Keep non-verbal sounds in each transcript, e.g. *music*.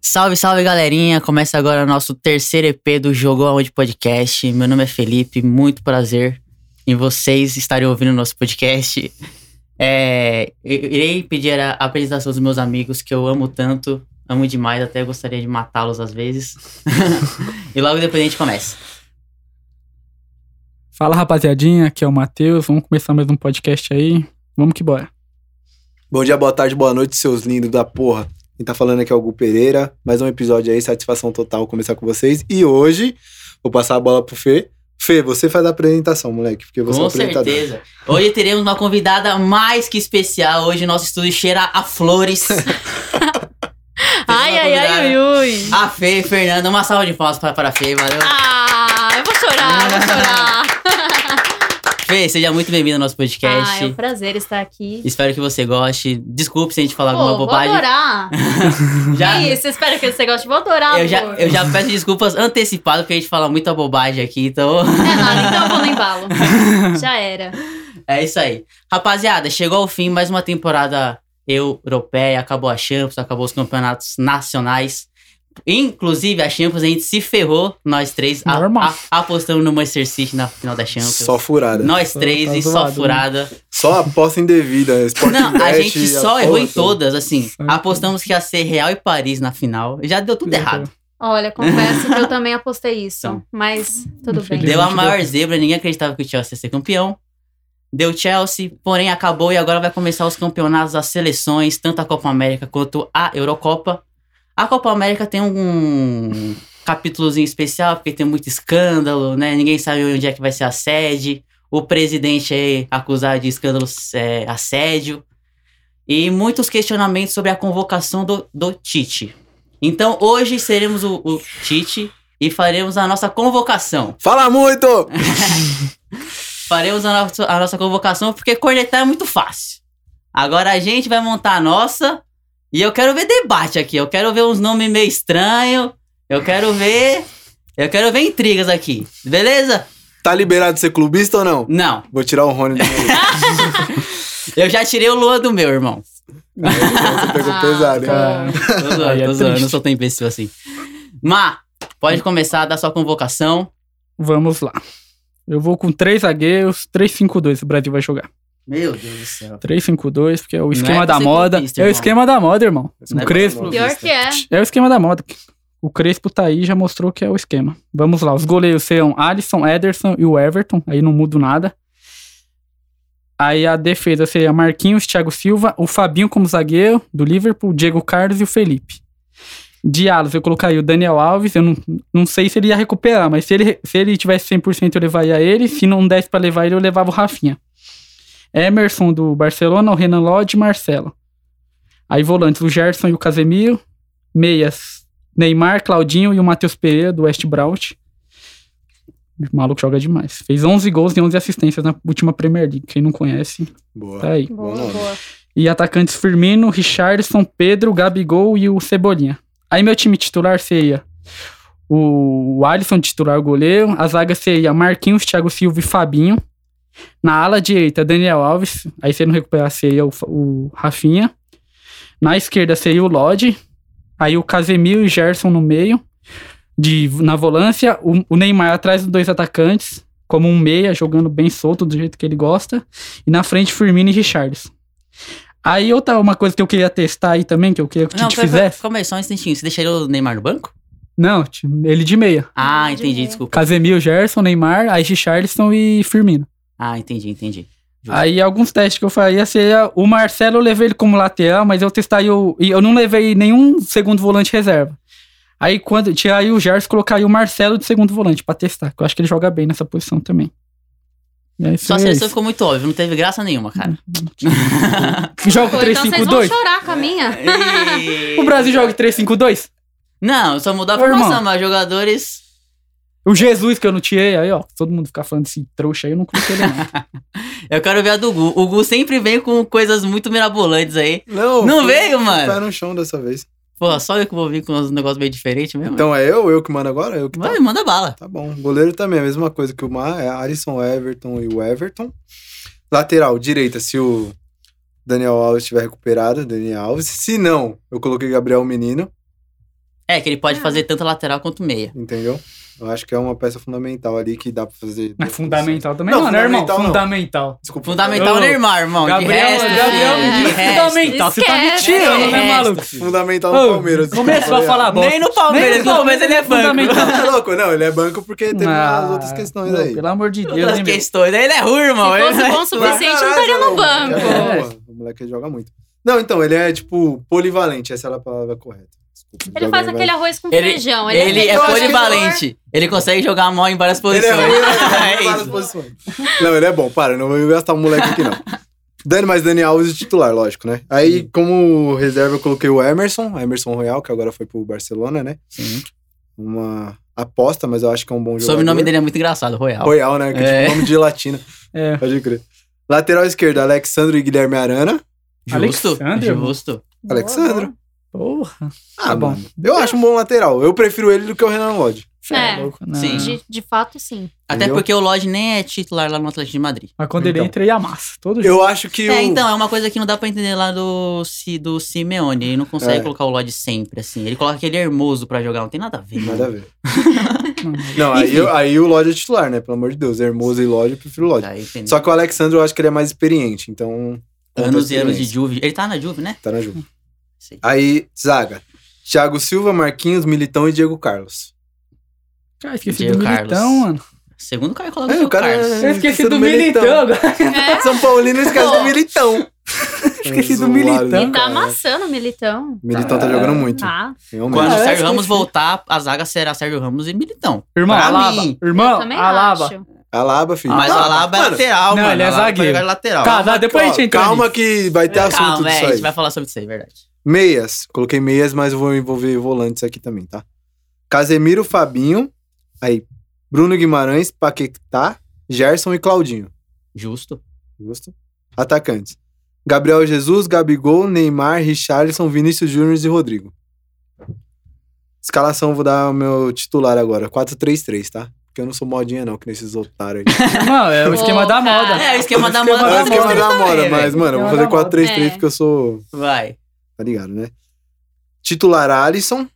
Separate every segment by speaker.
Speaker 1: Salve, salve galerinha! Começa agora o nosso terceiro EP do Jogo Aonde Podcast. Meu nome é Felipe, muito prazer em vocês estarem ouvindo o nosso podcast. É, eu irei pedir a apresentação dos meus amigos que eu amo tanto, amo demais, até gostaria de matá-los às vezes. *laughs* e logo depois a gente começa.
Speaker 2: Fala rapaziadinha, aqui é o Matheus. Vamos começar mais um podcast aí. Vamos que bora.
Speaker 3: Bom dia, boa tarde, boa noite, seus lindos da porra. Quem tá falando aqui é o Gu Pereira. Mais um episódio aí, satisfação total começar com vocês. E hoje, vou passar a bola pro Fê. Fê, você faz a apresentação, moleque, porque você é o
Speaker 1: Com
Speaker 3: apresentador.
Speaker 1: certeza. Hoje teremos uma convidada mais que especial. Hoje nosso estúdio cheira a flores. *laughs*
Speaker 4: Ai, ai, ai, ui, ui.
Speaker 1: A Fê, Fernanda, uma salva de palmas para, para a Fê, valeu.
Speaker 4: Ah, eu vou chorar, eu
Speaker 1: *laughs*
Speaker 4: vou chorar.
Speaker 1: Fê, seja muito bem-vinda ao nosso
Speaker 4: Ah, é
Speaker 1: podcast.
Speaker 4: um prazer estar aqui.
Speaker 1: Espero que você goste. Desculpe se a gente falar
Speaker 4: Pô,
Speaker 1: alguma
Speaker 4: vou
Speaker 1: bobagem.
Speaker 4: adorar.
Speaker 1: Já,
Speaker 4: Que Isso, espero que você goste. Vou adorar,
Speaker 1: eu, já,
Speaker 4: amor.
Speaker 1: eu já peço desculpas antecipadas, porque a gente fala muita bobagem aqui, então. *laughs*
Speaker 4: É nada, então eu vou no embalo. já era.
Speaker 1: É isso aí. Rapaziada, chegou ao fim mais uma temporada europeia, acabou a Champions, acabou os campeonatos nacionais. Inclusive, a Champions a gente se ferrou, nós três, a-
Speaker 2: Normal.
Speaker 1: a- apostamos no Manchester City na final da Champions.
Speaker 3: Só furada.
Speaker 1: nós três
Speaker 2: tá
Speaker 1: e só
Speaker 2: zoado, né?
Speaker 1: furada.
Speaker 3: Só aposta indevida. *laughs* Sport
Speaker 1: Não, a
Speaker 3: Bet,
Speaker 1: gente só
Speaker 3: aposta.
Speaker 1: errou em todas, assim.
Speaker 2: Certo.
Speaker 1: Apostamos que ia ser Real e Paris na final. Já deu tudo
Speaker 2: Já
Speaker 1: errado.
Speaker 4: Olha, confesso que eu também apostei isso.
Speaker 1: Então.
Speaker 4: Mas tudo bem.
Speaker 2: Infelizmente.
Speaker 1: Deu a
Speaker 2: deu.
Speaker 1: maior zebra, ninguém acreditava que o Chelsea ia ser campeão. Deu Chelsea, porém acabou e agora vai começar os campeonatos das seleções, tanto a Copa América quanto a Eurocopa. A Copa América tem um capítulozinho especial, porque tem muito escândalo, né? Ninguém sabe onde é que vai ser a sede. O presidente é acusado de escândalo, é, assédio. E muitos questionamentos sobre a convocação do, do Tite. Então hoje seremos o- o Tite e faremos a nossa convocação.
Speaker 3: Fala muito!
Speaker 1: Faremos a nossa, a nossa convocação, porque cornetar é muito fácil. Agora a gente vai montar a nossa. E eu quero ver debate aqui. Eu quero ver uns nomes meio estranhos. Eu quero ver. Eu quero ver intrigas aqui. Beleza?
Speaker 3: Tá liberado de ser clubista ou não?
Speaker 1: Não.
Speaker 3: Vou tirar o Rony do meu.
Speaker 1: *laughs* Eu já tirei o Luan do meu, irmão.
Speaker 3: Você
Speaker 4: Ah,
Speaker 1: Ah,
Speaker 3: pegou pesado, hein?
Speaker 2: Cara,
Speaker 1: Tô zoando,
Speaker 2: *laughs* Aí é
Speaker 1: tô zoando.
Speaker 2: triste.
Speaker 1: Não sou tão imbecil assim. Má, pode começar a dar sua convocação.
Speaker 2: vamos lá. Eu vou com três zagueiros, 3-5-2 o Brasil vai jogar.
Speaker 1: Meu Deus do céu.
Speaker 2: 3-5-2, porque é o
Speaker 1: é
Speaker 2: esquema
Speaker 1: pra
Speaker 2: da
Speaker 1: ser
Speaker 2: moda.
Speaker 1: clubista,
Speaker 2: É o
Speaker 1: irmão.
Speaker 2: esquema da moda, irmão.
Speaker 3: Esse não é
Speaker 2: o Crespo.
Speaker 3: pra
Speaker 4: Pior que é.
Speaker 2: É o esquema da moda. O Crespo tá aí, já mostrou que é o esquema. Vamos lá, os goleiros serão Alisson, Ederson e o Everton. Aí não muda nada. Aí a defesa seria Marquinhos, Thiago Silva, o Fabinho como zagueiro do Liverpool, Diego Carlos e o Felipe. De alas, eu colocaria o Daniel Alves. Eu não, não sei se ele ia recuperar, mas se ele, se ele tivesse 100%, eu levaria ele. Se não desse pra levar ele, eu levava o Rafinha. Emerson do Barcelona, o Renan Lodge e Marcelo. Aí volantes, o Gerson e o Casemiro. Meias, Neymar, Claudinho e o Matheus Pereira do West Braut. O maluco joga demais. Fez 11 gols e 11 assistências na última Premier League. Quem não conhece,
Speaker 3: Boa.
Speaker 2: tá aí.
Speaker 4: Boa,
Speaker 3: Bom nome.
Speaker 4: boa.
Speaker 2: E atacantes Firmino, Richardson, Pedro, Gabigol e o Cebolinha. Aí meu time titular seria o Alisson titular o goleiro, a zaga seria Marquinhos, Thiago Silva e Fabinho. Na ala direita, Daniel Alves. Aí se ele não recuperar, seria o, Fa- o Rafinha. Na esquerda seria o Lodge. Aí o Casemiro e Gerson no meio. De, na volância, o, o Neymar atrás dos dois atacantes, como um meia, jogando bem solto, do jeito que ele gosta. E na frente, Firmino e Richards. Aí outra uma coisa que eu queria testar aí também, que eu queria que o
Speaker 1: Não,
Speaker 2: Tite
Speaker 1: pera- pera-
Speaker 2: fizesse.
Speaker 1: calma aí, só um instantinho. Você deixaria o Neymar no banco?
Speaker 2: Não, ti- ele de meia.
Speaker 1: Ah,
Speaker 4: De
Speaker 1: entendi,
Speaker 4: meia.
Speaker 1: desculpa.
Speaker 2: Casemiro, Gerson, Neymar, aí Richarlison e Firmino.
Speaker 1: Ah, entendi, entendi. Justo.
Speaker 2: Aí alguns testes que eu faria seria o Marcelo eu levei ele como lateral, mas eu testaria o e eu não levei nenhum segundo volante reserva. Aí quando tirar o Gerson, colocaria o Marcelo de segundo volante pra testar, que eu acho que ele joga bem nessa posição também. E aí
Speaker 1: Sua
Speaker 2: seria
Speaker 1: seleção
Speaker 2: isso.
Speaker 1: ficou muito óbvia, não teve graça nenhuma, cara.
Speaker 2: Joga
Speaker 4: Pô, então vocês vão
Speaker 2: 3-5-2.
Speaker 4: chorar com a
Speaker 1: É.
Speaker 4: minha.
Speaker 2: o Brasil joga 3-5-2.
Speaker 1: Não, só mudou a
Speaker 2: Ô,
Speaker 1: formação,
Speaker 2: irmão.
Speaker 1: mas jogadores.
Speaker 2: O Jesus que eu não tirei, aí ó, todo mundo fica falando esse trouxa aí, eu não coloquei ele
Speaker 3: *laughs*
Speaker 2: não.
Speaker 1: Eu quero ver a do Gu. O Gu sempre vem com coisas muito mirabolantes aí.
Speaker 3: Não,
Speaker 1: Não
Speaker 3: Fê,
Speaker 1: veio, mano?
Speaker 3: Pé no chão dessa vez.
Speaker 1: Pô, só eu que vou vir com uns negócios meio diferentes mesmo.
Speaker 3: Então é eu, eu que mando agora? Eu que tá
Speaker 1: Vai, manda bala.
Speaker 3: Tá bom. Goleiro também, a mesma coisa que o Mar, é Alisson, Everton e o Everton. Lateral, direita, se o Daniel Alves estiver recuperado, Daniel Alves. Se não, eu coloquei Gabriel Menino.
Speaker 1: É, que ele pode
Speaker 4: Ah.
Speaker 1: fazer tanto lateral quanto meia.
Speaker 3: entendeu? Eu acho que é uma peça fundamental ali que dá pra fazer.
Speaker 2: Mas fundamental também
Speaker 3: Não,
Speaker 2: não, né, irmão?
Speaker 3: fundamental não.
Speaker 2: Fundamental.
Speaker 3: Desculpa.
Speaker 1: Fundamental
Speaker 2: Eu-
Speaker 1: Neymar, irmão.
Speaker 2: Gabriel,
Speaker 1: de resto,
Speaker 2: Gabriel,
Speaker 1: filho,
Speaker 2: me
Speaker 1: de
Speaker 2: diz
Speaker 1: resto.
Speaker 2: fundamental. Você tá me
Speaker 4: Esquece.
Speaker 2: tirando, né,
Speaker 1: Esquece.
Speaker 2: maluco?
Speaker 3: Fundamental no
Speaker 2: Ô,
Speaker 3: Palmeiras. desculpa,
Speaker 2: Começou a
Speaker 3: falei
Speaker 2: falar bosta.
Speaker 1: Nem no Palmeiras, no Palmeiras ele é banco.
Speaker 2: fundamental.
Speaker 3: errado. *laughs* Não, é louco, não, ele é banco porque teve
Speaker 2: Ah,
Speaker 3: as outras questões
Speaker 2: não,
Speaker 3: aí.
Speaker 2: Pelo amor de
Speaker 1: *laughs*
Speaker 2: Deus,
Speaker 1: Outras
Speaker 2: hein, meu?
Speaker 1: questões. Ele é ruim, irmão.
Speaker 4: Se
Speaker 1: Ele
Speaker 4: fosse
Speaker 1: não é-
Speaker 4: bom o suficiente, não
Speaker 3: Caralho,
Speaker 4: estaria no
Speaker 3: o moleque
Speaker 4: banco.
Speaker 3: é bom, mano. O moleque joga muito. Não, então, ele é tipo polivalente, essa é a palavra correta. Desculpa,
Speaker 4: Ele
Speaker 3: alguém
Speaker 4: faz
Speaker 3: vai-
Speaker 4: aquele arroz com
Speaker 1: Ele-
Speaker 4: feijão. Ele,
Speaker 1: Ele é
Speaker 3: Eu acho que ele-
Speaker 1: polivalente. Ele consegue jogar mal em várias
Speaker 3: Ele é
Speaker 1: posições.
Speaker 3: ruim, né?
Speaker 1: *laughs* É
Speaker 3: Ele várias
Speaker 1: isso.
Speaker 3: posições. Não, ele é bom, para, não vou gastar o moleque aqui não. Dani, mas Dani Alves titular, lógico, né? Aí, como reserva, eu coloquei o Emerson, Emerson Royal, que agora foi pro Barcelona, né?
Speaker 1: Sim.
Speaker 3: Uma aposta, mas eu acho que é um bom
Speaker 1: O
Speaker 3: jogador.
Speaker 1: sobrenome dele é muito engraçado, Royal.
Speaker 3: Royal, né? Que é,
Speaker 1: É.
Speaker 3: tipo nome de latina,
Speaker 2: É.
Speaker 3: *laughs* pode crer. Lateral esquerdo, Alexandre e Guilherme Arana.
Speaker 1: Justo,
Speaker 2: Alexandre, irmão.
Speaker 1: justo.
Speaker 3: Alexandre.
Speaker 2: Porra.
Speaker 3: Ah,
Speaker 2: Tá bom.
Speaker 3: mano, Eu acho um bom lateral. Eu prefiro ele do que o Renan Lodge.
Speaker 2: Cê é
Speaker 4: É.
Speaker 2: louco, não.
Speaker 1: Sim.
Speaker 4: De, de fato, sim.
Speaker 1: *laughs* Até
Speaker 3: Entendeu?
Speaker 1: porque o Lodge nem é titular lá no Atlético de Madrid.
Speaker 2: Mas quando ele
Speaker 3: Então.
Speaker 2: entra, ele amassa. Todo jogo.
Speaker 3: Eu acho que
Speaker 1: É,
Speaker 3: o...
Speaker 1: então, é uma coisa que não dá pra entender lá do, Si- do Simeone. Ele não consegue
Speaker 3: É.
Speaker 1: colocar o Lodge sempre, assim. Ele coloca aquele hermoso pra jogar, não tem nada a ver.
Speaker 3: Nada a
Speaker 1: *laughs*
Speaker 3: ver.
Speaker 2: Não.
Speaker 3: Não, aí,
Speaker 1: Enfim.
Speaker 3: eu- aí o Lodge é titular, né? Pelo amor de Deus. Hermoso e Lodge, eu prefiro o Lodge.
Speaker 1: Aí, Tá, entendeu?
Speaker 3: Só que o Alexandre eu acho que ele é mais experiente, então... conta a
Speaker 1: anos e anos de
Speaker 3: experiência.
Speaker 1: Juve. Ele tá na Juve, né?
Speaker 3: Tá na Juve.
Speaker 1: Sei.
Speaker 3: Aí, zaga. Thiago Silva, Marquinhos, Militão e Diego Carlos.
Speaker 2: Cara, Ah, esqueci
Speaker 1: Diego
Speaker 2: do
Speaker 1: Carlos.
Speaker 2: Militão, mano.
Speaker 1: Segundo o cara coloca
Speaker 3: É,
Speaker 1: o
Speaker 3: o cara-
Speaker 1: Carlos.
Speaker 2: Eu esqueci
Speaker 3: esqueci
Speaker 2: do
Speaker 3: do Militão.
Speaker 2: Militão agora.
Speaker 4: É.
Speaker 3: São Paulino esquece do Militão.
Speaker 2: Ah! *laughs* Esqueci do
Speaker 3: Zoado,
Speaker 2: Militão.
Speaker 3: né,
Speaker 4: E tá
Speaker 3: cara?
Speaker 4: amassando o Militão.
Speaker 3: Militão tá jogando muito.
Speaker 4: Tá.
Speaker 3: Realmente.
Speaker 1: Quando o
Speaker 2: Ah, é,
Speaker 1: Sérgio
Speaker 2: esqueci.
Speaker 1: Ramos voltar, a zaga será Sérgio Ramos e Militão.
Speaker 2: Irmão,
Speaker 1: Pra
Speaker 2: Alaba.
Speaker 1: mim.
Speaker 4: Eu
Speaker 2: Irmão,
Speaker 4: também
Speaker 2: Alaba.
Speaker 4: acho.
Speaker 3: Alaba, filho.
Speaker 1: Mas o Alaba é
Speaker 3: Mano,
Speaker 1: lateral,
Speaker 2: Não,
Speaker 1: mano.
Speaker 2: ele é
Speaker 1: O Alaba
Speaker 2: zagueiro.
Speaker 1: joga de lateral.
Speaker 2: Tá, tá, depois a gente entra
Speaker 3: Calma
Speaker 2: nisso.
Speaker 3: que vai ter assunto
Speaker 1: Calma, é,
Speaker 3: disso
Speaker 1: a
Speaker 3: aí.
Speaker 1: gente vai falar sobre isso aí, verdade.
Speaker 3: Meias. Coloquei meias, mas eu vou envolver volantes aqui também, tá? Casemiro, Fabinho. Aí, Bruno Guimarães, Paquetá, Gerson e Claudinho.
Speaker 1: Justo.
Speaker 3: Justo? Atacantes. Gabriel Jesus, Gabigol, Neymar, Richarlison, Vinícius Júnior e Rodrigo. Escalação, vou dar o meu titular agora. 4-3-3, tá? Porque eu não sou modinha, não, que nesses otários aí.
Speaker 2: Irmão, é o esquema
Speaker 4: Ô,
Speaker 2: da
Speaker 4: cara.
Speaker 2: moda.
Speaker 1: É, o esquema da moda.
Speaker 2: Esquema da
Speaker 3: Ah,
Speaker 1: mas
Speaker 2: moda.
Speaker 1: eu
Speaker 3: esquema
Speaker 1: gosto
Speaker 3: da
Speaker 1: também,
Speaker 3: moda,
Speaker 1: velho.
Speaker 3: mas, mano, eu vou
Speaker 2: Esquema
Speaker 3: fazer
Speaker 2: da moda.
Speaker 3: 4-3-3
Speaker 4: É.
Speaker 3: porque eu sou.
Speaker 1: Vai.
Speaker 3: Tá ligado, né? Titular Alisson.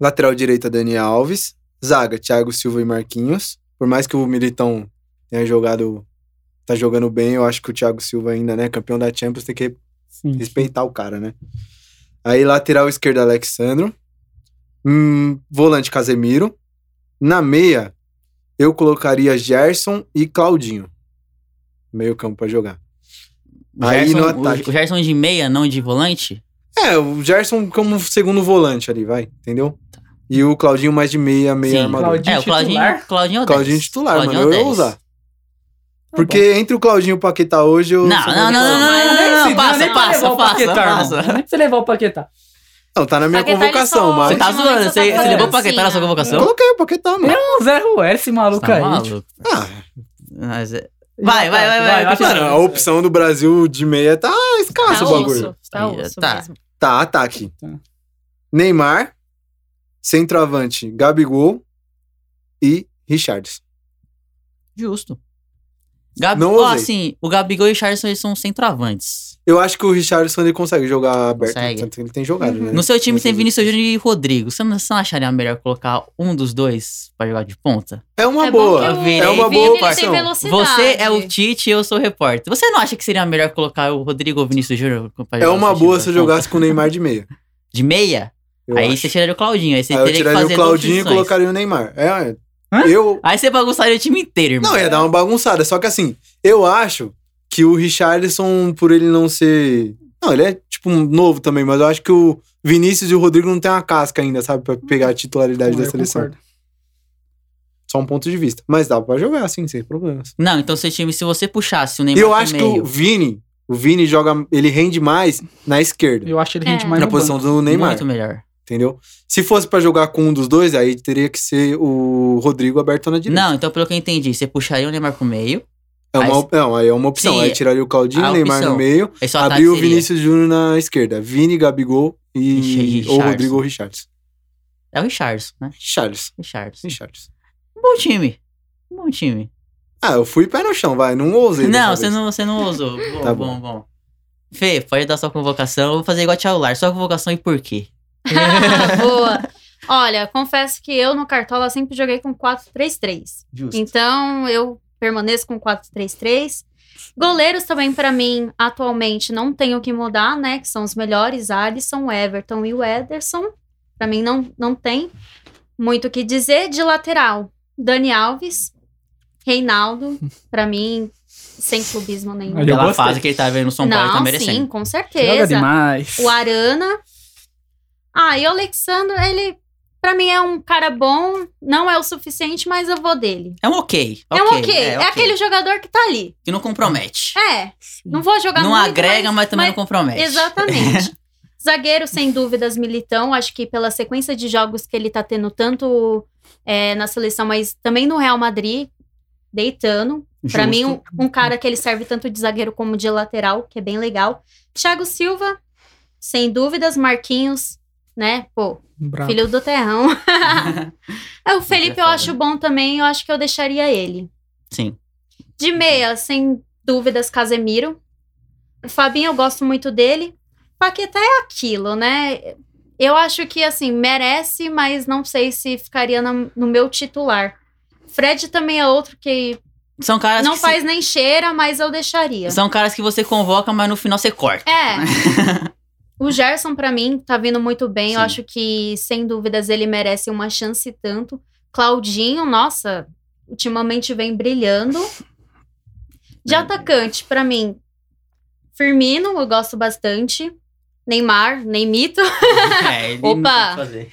Speaker 3: Lateral direita Dani Alves. Zaga Thiago Silva e Marquinhos. Por mais que o Militão tenha jogado. Tá jogando bem, eu acho que o Thiago Silva ainda, né? Campeão da Champions, tem que
Speaker 2: Sim.
Speaker 3: respeitar o cara, né? Aí lateral esquerda Alexandro. Hum, volante Casemiro. Na meia, eu colocaria Gerson e Claudinho. Meio campo pra jogar. Aí
Speaker 1: Gerson,
Speaker 3: no
Speaker 1: o-
Speaker 3: ataque.
Speaker 1: o Gerson de meia, não de volante?
Speaker 3: É, o Gerson como segundo volante ali, vai, entendeu? E o Claudinho mais de meia, meia
Speaker 1: Sim.
Speaker 3: armadura.
Speaker 2: Claudinho
Speaker 1: é, o Claudinho,
Speaker 2: titular?
Speaker 1: Claudinho é o 10.
Speaker 3: Claudinho titular,
Speaker 1: Claudinho
Speaker 3: mano.
Speaker 1: é o
Speaker 3: Eu ia
Speaker 1: 10.
Speaker 3: usar. Porque entre o Claudinho e o Paquetá hoje, eu.
Speaker 1: Não,
Speaker 3: sou
Speaker 1: não, não,
Speaker 3: contra o
Speaker 1: não,
Speaker 3: Claudinho.
Speaker 1: não, não, não, não,
Speaker 2: Nem
Speaker 1: Ah, passa,
Speaker 2: precisa
Speaker 1: passa,
Speaker 2: levar o
Speaker 1: passa,
Speaker 2: Paquetá,
Speaker 1: passa.
Speaker 2: irmão. Nem precisa levar o Paquetá.
Speaker 3: Não, tá na minha
Speaker 4: Paquetá, ele
Speaker 3: convocação,
Speaker 4: só-
Speaker 1: Você
Speaker 3: mas.
Speaker 1: tá
Speaker 4: Ultimamente
Speaker 1: zoando?
Speaker 4: só
Speaker 1: Você,
Speaker 4: tá
Speaker 1: você levou
Speaker 4: fazendo
Speaker 1: Paquetá na sua
Speaker 4: assim, ó.
Speaker 3: Eu
Speaker 1: convocação?
Speaker 3: coloquei o Paquetá, mano.
Speaker 2: Não, Zé Ruel, esse
Speaker 1: Você
Speaker 2: maluco
Speaker 1: tá
Speaker 2: aí.
Speaker 1: maluco?
Speaker 3: Ah,
Speaker 1: Mas é- Vai, vai, vai, vai, continua.
Speaker 3: mano,
Speaker 2: é.
Speaker 3: a opção do Brasil de meia tá escassa
Speaker 4: Tá
Speaker 3: o bagulho.
Speaker 4: osso. Tá osso
Speaker 1: Tá.
Speaker 4: mesmo.
Speaker 3: Tá, ataque.
Speaker 2: Tá.
Speaker 3: Neymar, centroavante, Gabigol e Richards.
Speaker 1: Justo. Gabi...
Speaker 3: Não
Speaker 1: Ó,
Speaker 3: usei.
Speaker 1: assim, o Gabigol e o Richardson eles são centroavantes.
Speaker 3: Eu acho que o Richardson ele consegue jogar aberto.
Speaker 1: Consegue. Uhum.
Speaker 3: Tanto que ele tem jogado, né?
Speaker 1: No seu time
Speaker 3: Não
Speaker 1: tem
Speaker 3: sei.
Speaker 1: Vinícius Júnior e Rodrigo. Você não, você não acharia melhor colocar um dos dois pra jogar de ponta?
Speaker 3: É uma
Speaker 4: é
Speaker 3: boa.
Speaker 4: Bom que o
Speaker 3: É uma
Speaker 4: Vini, ele
Speaker 3: boa
Speaker 4: tem
Speaker 3: opção.
Speaker 4: velocidade.
Speaker 1: Você é
Speaker 4: *laughs*
Speaker 1: o Tite e eu sou o repórter. Você não acha que seria melhor colocar o Rodrigo ou o Vinícius Júnior pra
Speaker 3: É
Speaker 1: jogar
Speaker 3: uma
Speaker 1: no seu
Speaker 3: boa
Speaker 1: time
Speaker 3: se eu
Speaker 1: da ponta?
Speaker 3: jogasse com o Neymar de meia.
Speaker 1: De meia?
Speaker 3: Eu
Speaker 1: aí
Speaker 3: acho.
Speaker 1: você tiraria o Claudinho. Aí você
Speaker 3: Aí eu
Speaker 1: teria que
Speaker 3: tiraria
Speaker 1: fazer
Speaker 3: o
Speaker 1: duas
Speaker 3: Claudinho e
Speaker 1: funções.
Speaker 3: colocaria o Neymar. É,
Speaker 2: Hã?
Speaker 3: eu.
Speaker 1: Aí você bagunçaria o time inteiro, irmão.
Speaker 3: Não, é- ia dar uma bagunçada. Só que assim, eu acho que o Richarlison, por ele não ser. Não, ele é tipo um novo também, mas eu acho que o Vinícius e o Rodrigo não tem uma casca ainda, sabe? Pra pegar a titularidade da
Speaker 2: Eu
Speaker 3: seleção.
Speaker 2: concordo.
Speaker 3: Só um ponto de vista. Mas dá pra jogar, assim, sem problemas.
Speaker 1: Não, então seu time, se você puxasse o Neymar
Speaker 3: eu
Speaker 1: pro
Speaker 3: acho que
Speaker 1: meio,
Speaker 3: o Vini, o Vini joga. Ele rende mais na esquerda.
Speaker 2: Eu acho que ele rende
Speaker 4: É.
Speaker 2: mais
Speaker 3: Na
Speaker 2: no
Speaker 3: posição do Neymar.
Speaker 1: muito melhor.
Speaker 3: entendeu? Se fosse pra jogar com um dos dois, aí teria que ser o Rodrigo aberto na direita.
Speaker 1: Não, então pelo que eu entendi, você puxaria o Neymar pro meio,
Speaker 3: É uma,
Speaker 1: Aí-
Speaker 3: op- não, aí é uma opção.
Speaker 1: Sim,
Speaker 3: aí tiraria o Claudinho,
Speaker 1: a
Speaker 3: o Neymar
Speaker 1: opção.
Speaker 3: no meio,
Speaker 1: aí só
Speaker 3: abriu o
Speaker 1: ataque seria-
Speaker 3: Vinícius Júnior na esquerda. Vini, Gabigol e
Speaker 1: Richarlison.
Speaker 3: ou Rodrigo ou Richards.
Speaker 1: É o Richardson, né?
Speaker 3: Richards.
Speaker 1: Richardson.
Speaker 3: Richards.
Speaker 1: Um bom time. Um bom time.
Speaker 3: Ah, eu fui pé no chão, vai. Não ousei. dessa
Speaker 1: Não, você
Speaker 3: vez.
Speaker 1: não, você não
Speaker 3: *laughs*
Speaker 1: usou. Bom,
Speaker 3: Tá
Speaker 1: bom, bom. Fê, pode dar sua convocação. Eu vou fazer igual a Tia Lar, só a convocação e por quê?
Speaker 4: Boa. Olha, confesso que eu no Cartola sempre joguei com 4-3-3.
Speaker 1: Justo.
Speaker 4: Então eu permaneço com 4-3-3. Goleiros também, pra mim, atualmente não tem o que mudar, né? Que são os melhores: Alisson, Everton e o Ederson. Pra mim, não, não tem muito o que dizer. De lateral, Dani Alves,
Speaker 2: *laughs*
Speaker 4: Reinaldo. Pra mim, sem clubismo nenhum.
Speaker 2: Eu
Speaker 1: Pela
Speaker 2: gostei.
Speaker 1: fase que ele tá vendo no São Paulo, ele
Speaker 4: não,
Speaker 1: tá
Speaker 4: sim,
Speaker 1: merecendo.
Speaker 4: com
Speaker 2: Joga
Speaker 4: certeza.
Speaker 2: demais.
Speaker 4: O Arana. Ah, e o Alexandre, ele, pra mim, é um cara bom. Não é o suficiente, mas eu vou dele.
Speaker 1: É um ok.
Speaker 4: É um ok. É,
Speaker 1: ok.
Speaker 4: aquele jogador que tá ali.
Speaker 1: Que não compromete.
Speaker 4: É. Não vou jogar
Speaker 1: não
Speaker 4: muito,
Speaker 1: agrega, mas, também não compromete. *laughs*
Speaker 4: Exatamente. Zagueiro, sem dúvidas, Militão. Acho que pela sequência de jogos que ele tá tendo, tanto é, na seleção, mas também no Real Madrid, deitando. Pra
Speaker 1: Justo.
Speaker 4: mim, um, um cara que ele serve tanto de zagueiro como de lateral, que é bem legal. Thiago Silva, sem dúvidas. Marquinhos, né? Pô,
Speaker 2: Bravo.
Speaker 4: filho do terrão.
Speaker 1: *laughs*
Speaker 4: É, o Felipe eu
Speaker 1: foda.
Speaker 4: acho bom também. Eu acho que eu deixaria ele.
Speaker 1: Sim.
Speaker 4: De meia, sem dúvidas, Casemiro. O Fabinho, eu gosto muito dele. Paquetá é aquilo, né? Eu acho que, assim, merece, mas não sei se ficaria na- no, meu titular. Fred também é outro que
Speaker 1: São caras
Speaker 4: não
Speaker 1: que
Speaker 4: faz nem cheira, mas eu deixaria.
Speaker 1: se- São caras que você convoca, mas no final você
Speaker 4: *laughs*
Speaker 1: corta.
Speaker 4: É.
Speaker 1: *laughs*
Speaker 4: o Gerson, pra mim, tá vindo muito bem. Eu
Speaker 1: Sim.
Speaker 4: acho que, sem dúvidas, ele merece uma chance e tanto. Claudinho, nossa, ultimamente vem
Speaker 1: *laughs*
Speaker 4: brilhando. De atacante, pra mim, Firmino, eu gosto bastante. Neymar, Neymito. *laughs*
Speaker 1: É, ele não pode
Speaker 4: Opa.
Speaker 1: fazer.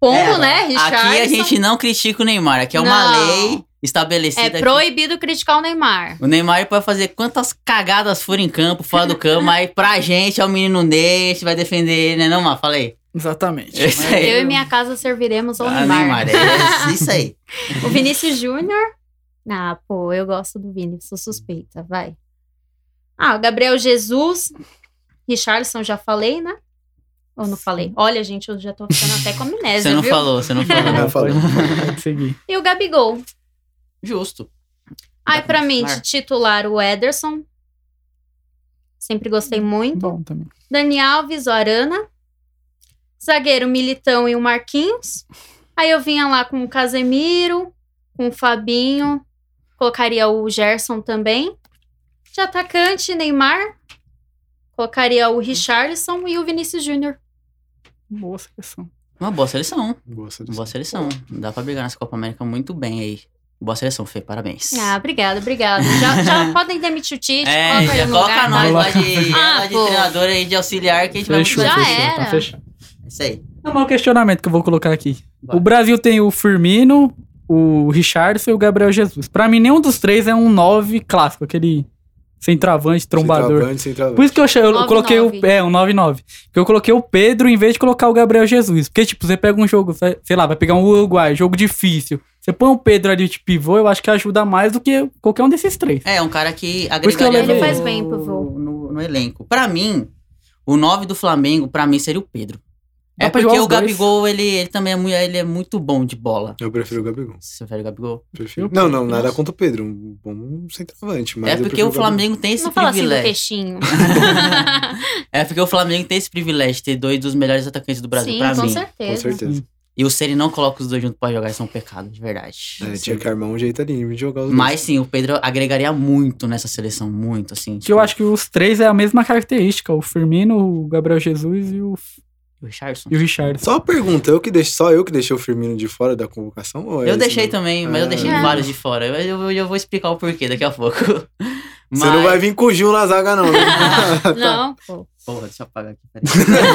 Speaker 4: Pombo,
Speaker 1: É,
Speaker 4: né? Richardson.
Speaker 1: Aqui a gente não critica o Neymar. Aqui é uma
Speaker 4: Não.
Speaker 1: lei
Speaker 4: É
Speaker 1: estabelecida. aqui.
Speaker 4: proibido criticar o Neymar.
Speaker 1: O Neymar ele pode fazer quantas cagadas for em campo, fora do campo, mas pra gente é o menino Ney, a gente vai defender ele, né? Não, Má? Fala aí.
Speaker 2: Exatamente.
Speaker 1: É isso aí.
Speaker 4: Eu e minha casa serviremos ao
Speaker 1: Ah,
Speaker 4: Neymar.
Speaker 1: é isso
Speaker 4: *laughs*
Speaker 1: aí.
Speaker 4: O Vinícius Júnior. Ah, pô, eu gosto do Vini, sou suspeita, vai. Ah, o Gabriel Jesus. Richarlison, já falei, né? Ou não falei? Olha, gente, eu já tô ficando até com amnésia,
Speaker 1: Você não
Speaker 4: viu?
Speaker 1: falou, você não
Speaker 2: *laughs*
Speaker 1: falou.
Speaker 3: Não, falei.
Speaker 2: Pode, pode seguir.
Speaker 4: E o Gabigol.
Speaker 1: Justo.
Speaker 4: Ai, pra mim, de
Speaker 1: Claro.
Speaker 4: titular, o Ederson. Sempre gostei
Speaker 1: Hum.
Speaker 4: muito.
Speaker 2: Bom também.
Speaker 4: Dani Alves, o Arana. Zagueiro Militão e o Marquinhos. Aí eu vinha lá com o Casemiro, com o Fabinho. Colocaria o Gerson também. De atacante, Neymar. Colocaria o Richarlison e o Vinícius Júnior.
Speaker 2: Boa seleção.
Speaker 1: Uma boa seleção.
Speaker 3: Boa seleção.
Speaker 1: Uma boa seleção. Dá pra brigar nessa Copa América muito bem aí. Boa seleção, Fê. Parabéns.
Speaker 4: Ah, obrigada, obrigada. Já, *laughs* já podem demitir o Tite,
Speaker 1: é,
Speaker 4: coloca ele
Speaker 1: já
Speaker 4: no
Speaker 1: coloca
Speaker 4: lugar.
Speaker 1: nós
Speaker 2: tá?
Speaker 1: lá de,
Speaker 4: Ah,
Speaker 1: lá de
Speaker 4: pô.
Speaker 1: treinador aí, de auxiliar, que a gente vai
Speaker 2: Fechou,
Speaker 1: muito
Speaker 4: Já
Speaker 1: bem.
Speaker 2: fechou.
Speaker 4: era.
Speaker 2: Tá fechado.
Speaker 1: É Isso aí.
Speaker 2: É um questionamento que eu vou colocar aqui.
Speaker 1: Vai.
Speaker 2: O Brasil tem o Firmino, o Richardson e o Gabriel Jesus. Pra mim, nenhum dos três é um 9 clássico, aquele centroavante, trombador.
Speaker 3: Centroavante, centroavante.
Speaker 2: Por isso que eu, achei- eu
Speaker 4: 9-9.
Speaker 2: coloquei o. É, um 9-9. Que eu coloquei o Pedro em vez de colocar o Gabriel Jesus. Porque, tipo, você pega um jogo, sei sei lá, vai pegar um Uruguai, jogo difícil. Você põe o Pedro ali de pivô, eu acho que ajuda mais do que qualquer um desses três.
Speaker 1: É, um cara que
Speaker 2: isso que eu
Speaker 1: agregaria
Speaker 2: levei.
Speaker 1: no-
Speaker 2: Ele faz
Speaker 4: bem pro voo.
Speaker 1: No, no elenco. Pra mim, o 9 do Flamengo, pra mim, seria o Pedro.
Speaker 2: Dá
Speaker 1: É
Speaker 2: pra
Speaker 1: porque
Speaker 2: jogar os
Speaker 1: o
Speaker 2: dois.
Speaker 1: Gabigol, ele, ele também é muito, ele é muito bom de bola.
Speaker 3: Eu prefiro o Gabigol.
Speaker 1: Você prefere o Gabigol?
Speaker 3: Prefiro.
Speaker 2: Eu-
Speaker 3: Não, não, nada
Speaker 1: Nossa.
Speaker 3: contra o Pedro. Um bom centroavante. Mas
Speaker 1: é
Speaker 3: eu
Speaker 1: porque
Speaker 3: prefiro
Speaker 1: o Flamengo tem esse
Speaker 4: Não fala assim do
Speaker 1: privilégio.
Speaker 4: peixinho.
Speaker 1: é porque o Flamengo tem esse privilégio de ter dois dos melhores atacantes *laughs* do Brasil,
Speaker 4: Sim,
Speaker 1: pra
Speaker 4: com
Speaker 1: mim.
Speaker 3: Gabigol. Com
Speaker 4: certeza.
Speaker 3: certeza.
Speaker 1: E o Seri não coloca os dois juntos pra jogar, isso é um pecado, de verdade.
Speaker 3: É, tinha que armar um jeito ali de jogar os dois.
Speaker 1: Mas sim, o Pedro agregaria muito nessa seleção, muito, assim.
Speaker 2: Que eu acho que os três é a mesma característica. O Firmino, o Gabriel Jesus e o,
Speaker 1: O Richardson.
Speaker 2: e o Richardson.
Speaker 3: Só uma pergunta, eu que deixo, só eu que deixei o Firmino de fora da convocação? Ou é
Speaker 1: Eu
Speaker 3: esse
Speaker 1: deixei
Speaker 3: mesmo?
Speaker 1: também, mas eu deixei
Speaker 4: Ah.
Speaker 1: vários de fora. Eu, eu, eu vou explicar o porquê daqui a pouco. *laughs* Mas...
Speaker 3: Você não vai vir com o Gil na zaga,
Speaker 1: *laughs*
Speaker 3: não. né?
Speaker 4: *laughs* Não, pô.
Speaker 1: Porra, deixa eu apagar aqui. peraí. *laughs*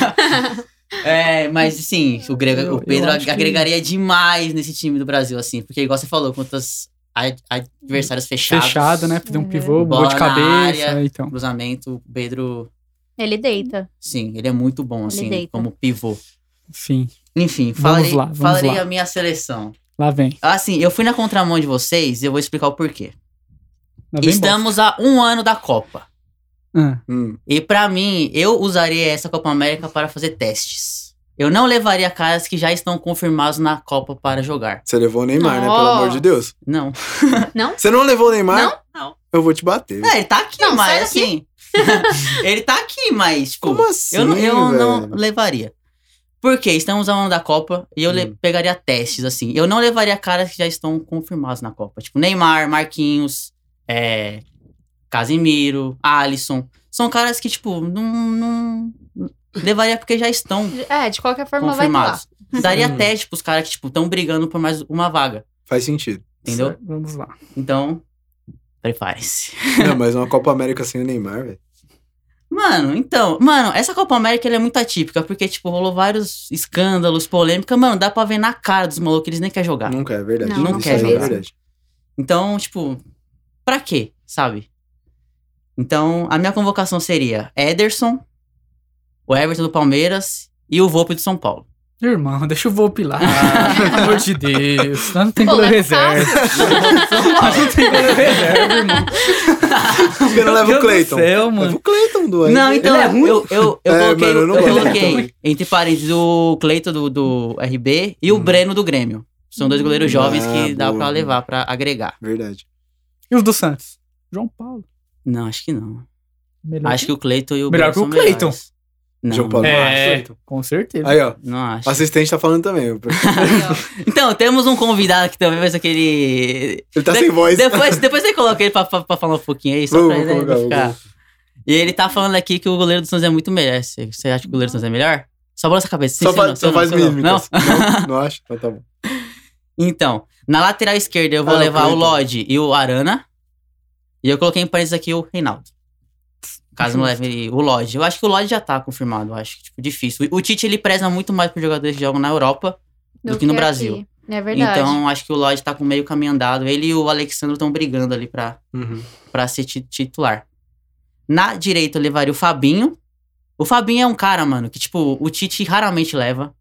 Speaker 1: Agora. É, mas sim, o, grega,
Speaker 2: Eu-
Speaker 1: o Pedro
Speaker 2: eu acho que-
Speaker 1: agregaria demais nesse time do Brasil, assim. Porque, igual você falou, contra os ad- adversários fechados.
Speaker 2: Fechado, né? Fazer um
Speaker 4: Uhum.
Speaker 2: pivô, um
Speaker 1: Bola
Speaker 2: gol de
Speaker 1: na
Speaker 2: cabeça.
Speaker 1: área.
Speaker 2: Então.
Speaker 1: Cruzamento, o Pedro,
Speaker 4: Ele deita.
Speaker 1: sim, ele é muito bom, assim,
Speaker 4: deita.
Speaker 1: como pivô.
Speaker 2: Sim,
Speaker 1: Enfim,
Speaker 2: Vamos
Speaker 1: falarei,
Speaker 2: lá, vamos
Speaker 1: falarei
Speaker 2: lá.
Speaker 1: a minha seleção.
Speaker 2: lá vem.
Speaker 1: Assim, eu fui na contramão de vocês e eu vou explicar o porquê.
Speaker 2: Lá vem
Speaker 1: Estamos a um ano da Copa.
Speaker 2: bola. Ah,
Speaker 3: Hum,
Speaker 1: E pra mim, eu usaria essa Copa América para fazer testes. Eu não levaria caras que já estão confirmados na Copa para jogar.
Speaker 3: você levou o Neymar, né?
Speaker 4: Nossa.
Speaker 3: Pelo amor de Deus.
Speaker 1: Não.
Speaker 3: Você não levou o Neymar?
Speaker 4: Não?
Speaker 1: Não.
Speaker 3: Eu vou te bater.
Speaker 1: É, ele tá aqui,
Speaker 4: Não, sai
Speaker 1: mas
Speaker 4: daqui.
Speaker 1: assim. *laughs* ele tá aqui, mas, tipo,
Speaker 3: Como assim?
Speaker 1: eu, não, eu não
Speaker 3: velho?
Speaker 1: levaria. Porque estamos ao ano da Copa e eu le-
Speaker 3: Hum.
Speaker 1: pegaria testes, assim. Eu não levaria caras que já estão confirmados na Copa. Tipo, Neymar, Marquinhos, é, Casimiro, Alisson. São caras que, tipo, não, não- Levaria porque já estão
Speaker 4: É, de qualquer forma vai estar lá.
Speaker 1: confirmados. Daria
Speaker 3: Hum.
Speaker 1: teste pros caras que, tipo, estão brigando por mais uma vaga.
Speaker 3: Faz sentido.
Speaker 1: Entendeu?
Speaker 2: Certo, Vamos lá.
Speaker 1: Então, prepare-se.
Speaker 3: Não, mas uma Copa América sem o Neymar, velho.
Speaker 1: Mano, então, mano, essa Copa América ela é muito atípica, porque, tipo, rolou vários escândalos, polêmica. Mano, dá pra ver na cara dos malucos que eles nem querem jogar.
Speaker 3: Nunca, é verdade.
Speaker 4: Não,
Speaker 1: Tá. não
Speaker 3: Isso
Speaker 1: quer
Speaker 3: aí é
Speaker 1: jogar. *laughs*
Speaker 3: verdade.
Speaker 1: Então, tipo, pra quê, sabe? Então, a minha convocação seria Ederson, o Everton do Palmeiras e o Volpe do São Paulo.
Speaker 2: Irmão, *laughs* deixa eu vou pilar.
Speaker 1: Ah.
Speaker 2: Pelo amor de Deus. Nós não tem
Speaker 4: Pô,
Speaker 2: goleiro
Speaker 4: leva o
Speaker 2: reserva. Nós não tem goleiro reserva, irmão.
Speaker 3: Por que não leva o
Speaker 2: Meu Deus do
Speaker 3: Cleiton?
Speaker 2: Céu, mano.
Speaker 3: Leva o Cleiton do ano.
Speaker 1: Não, então,
Speaker 2: é ruim?
Speaker 1: eu, eu, eu
Speaker 3: É,
Speaker 1: coloquei,
Speaker 3: mano, eu não
Speaker 1: eu
Speaker 3: gosto.
Speaker 1: coloquei entre parênteses, o Cleito do, do RB e o
Speaker 3: Hum.
Speaker 1: Breno do Grêmio. São dois goleiros jovens que
Speaker 3: Ah,
Speaker 1: dá
Speaker 3: boa.
Speaker 1: pra levar, pra agregar.
Speaker 3: Verdade.
Speaker 2: E os do Santos? João Paulo.
Speaker 1: Não, acho que não.
Speaker 2: Melhor
Speaker 1: Acho que o Cleiton e o
Speaker 2: Melhor
Speaker 1: Breno
Speaker 2: que o
Speaker 1: são
Speaker 2: Cleiton.
Speaker 1: melhores. Não,
Speaker 3: João Paulo.
Speaker 2: É, com certeza.
Speaker 3: Aí, ó.
Speaker 1: não acho.
Speaker 3: O assistente tá falando também. *laughs* Ele
Speaker 1: Então, temos um convidado aqui também, mas aquele...
Speaker 3: tá
Speaker 1: De-
Speaker 3: sem voz.
Speaker 1: Depois, depois você coloca ele pra, pra, pra falar um pouquinho aí, só
Speaker 3: Vou-
Speaker 1: pra
Speaker 3: vou
Speaker 1: ele né,
Speaker 3: colocar, vou
Speaker 1: ficar. E ele tá falando aqui que o goleiro do Santos é muito melhor. Você você acha que o goleiro do Santos é melhor? Só bola essa cabeça. Sim,
Speaker 3: Só,
Speaker 1: sim,
Speaker 3: fa-
Speaker 1: não,
Speaker 3: só
Speaker 1: sim,
Speaker 3: faz então.
Speaker 1: não, sim, não.
Speaker 3: mímicas.
Speaker 1: Não?
Speaker 3: Não, não acho? Então tá bom.
Speaker 1: Então, na lateral esquerda eu vou
Speaker 3: Ah, eu
Speaker 1: levar o
Speaker 3: acredito.
Speaker 1: Lodge e o Arana. E eu coloquei em parênteses aqui o Reinaldo. Caso não leve o Lodge. Eu acho que o Lodge já tá confirmado. Eu acho que, tipo, difícil. O o Tite, ele preza muito mais por jogadores que jogam na Europa. Do que no
Speaker 4: aqui.
Speaker 1: Brasil.
Speaker 4: É verdade.
Speaker 1: Então, acho que o Lodge tá com meio caminho andado. Ele e o Alexandre estão brigando ali pra,
Speaker 3: Uhum.
Speaker 1: Pra ser ti- titular. Na direita eu levaria o Fabinho. O Fabinho é um cara, mano, que tipo, o Tite raramente leva,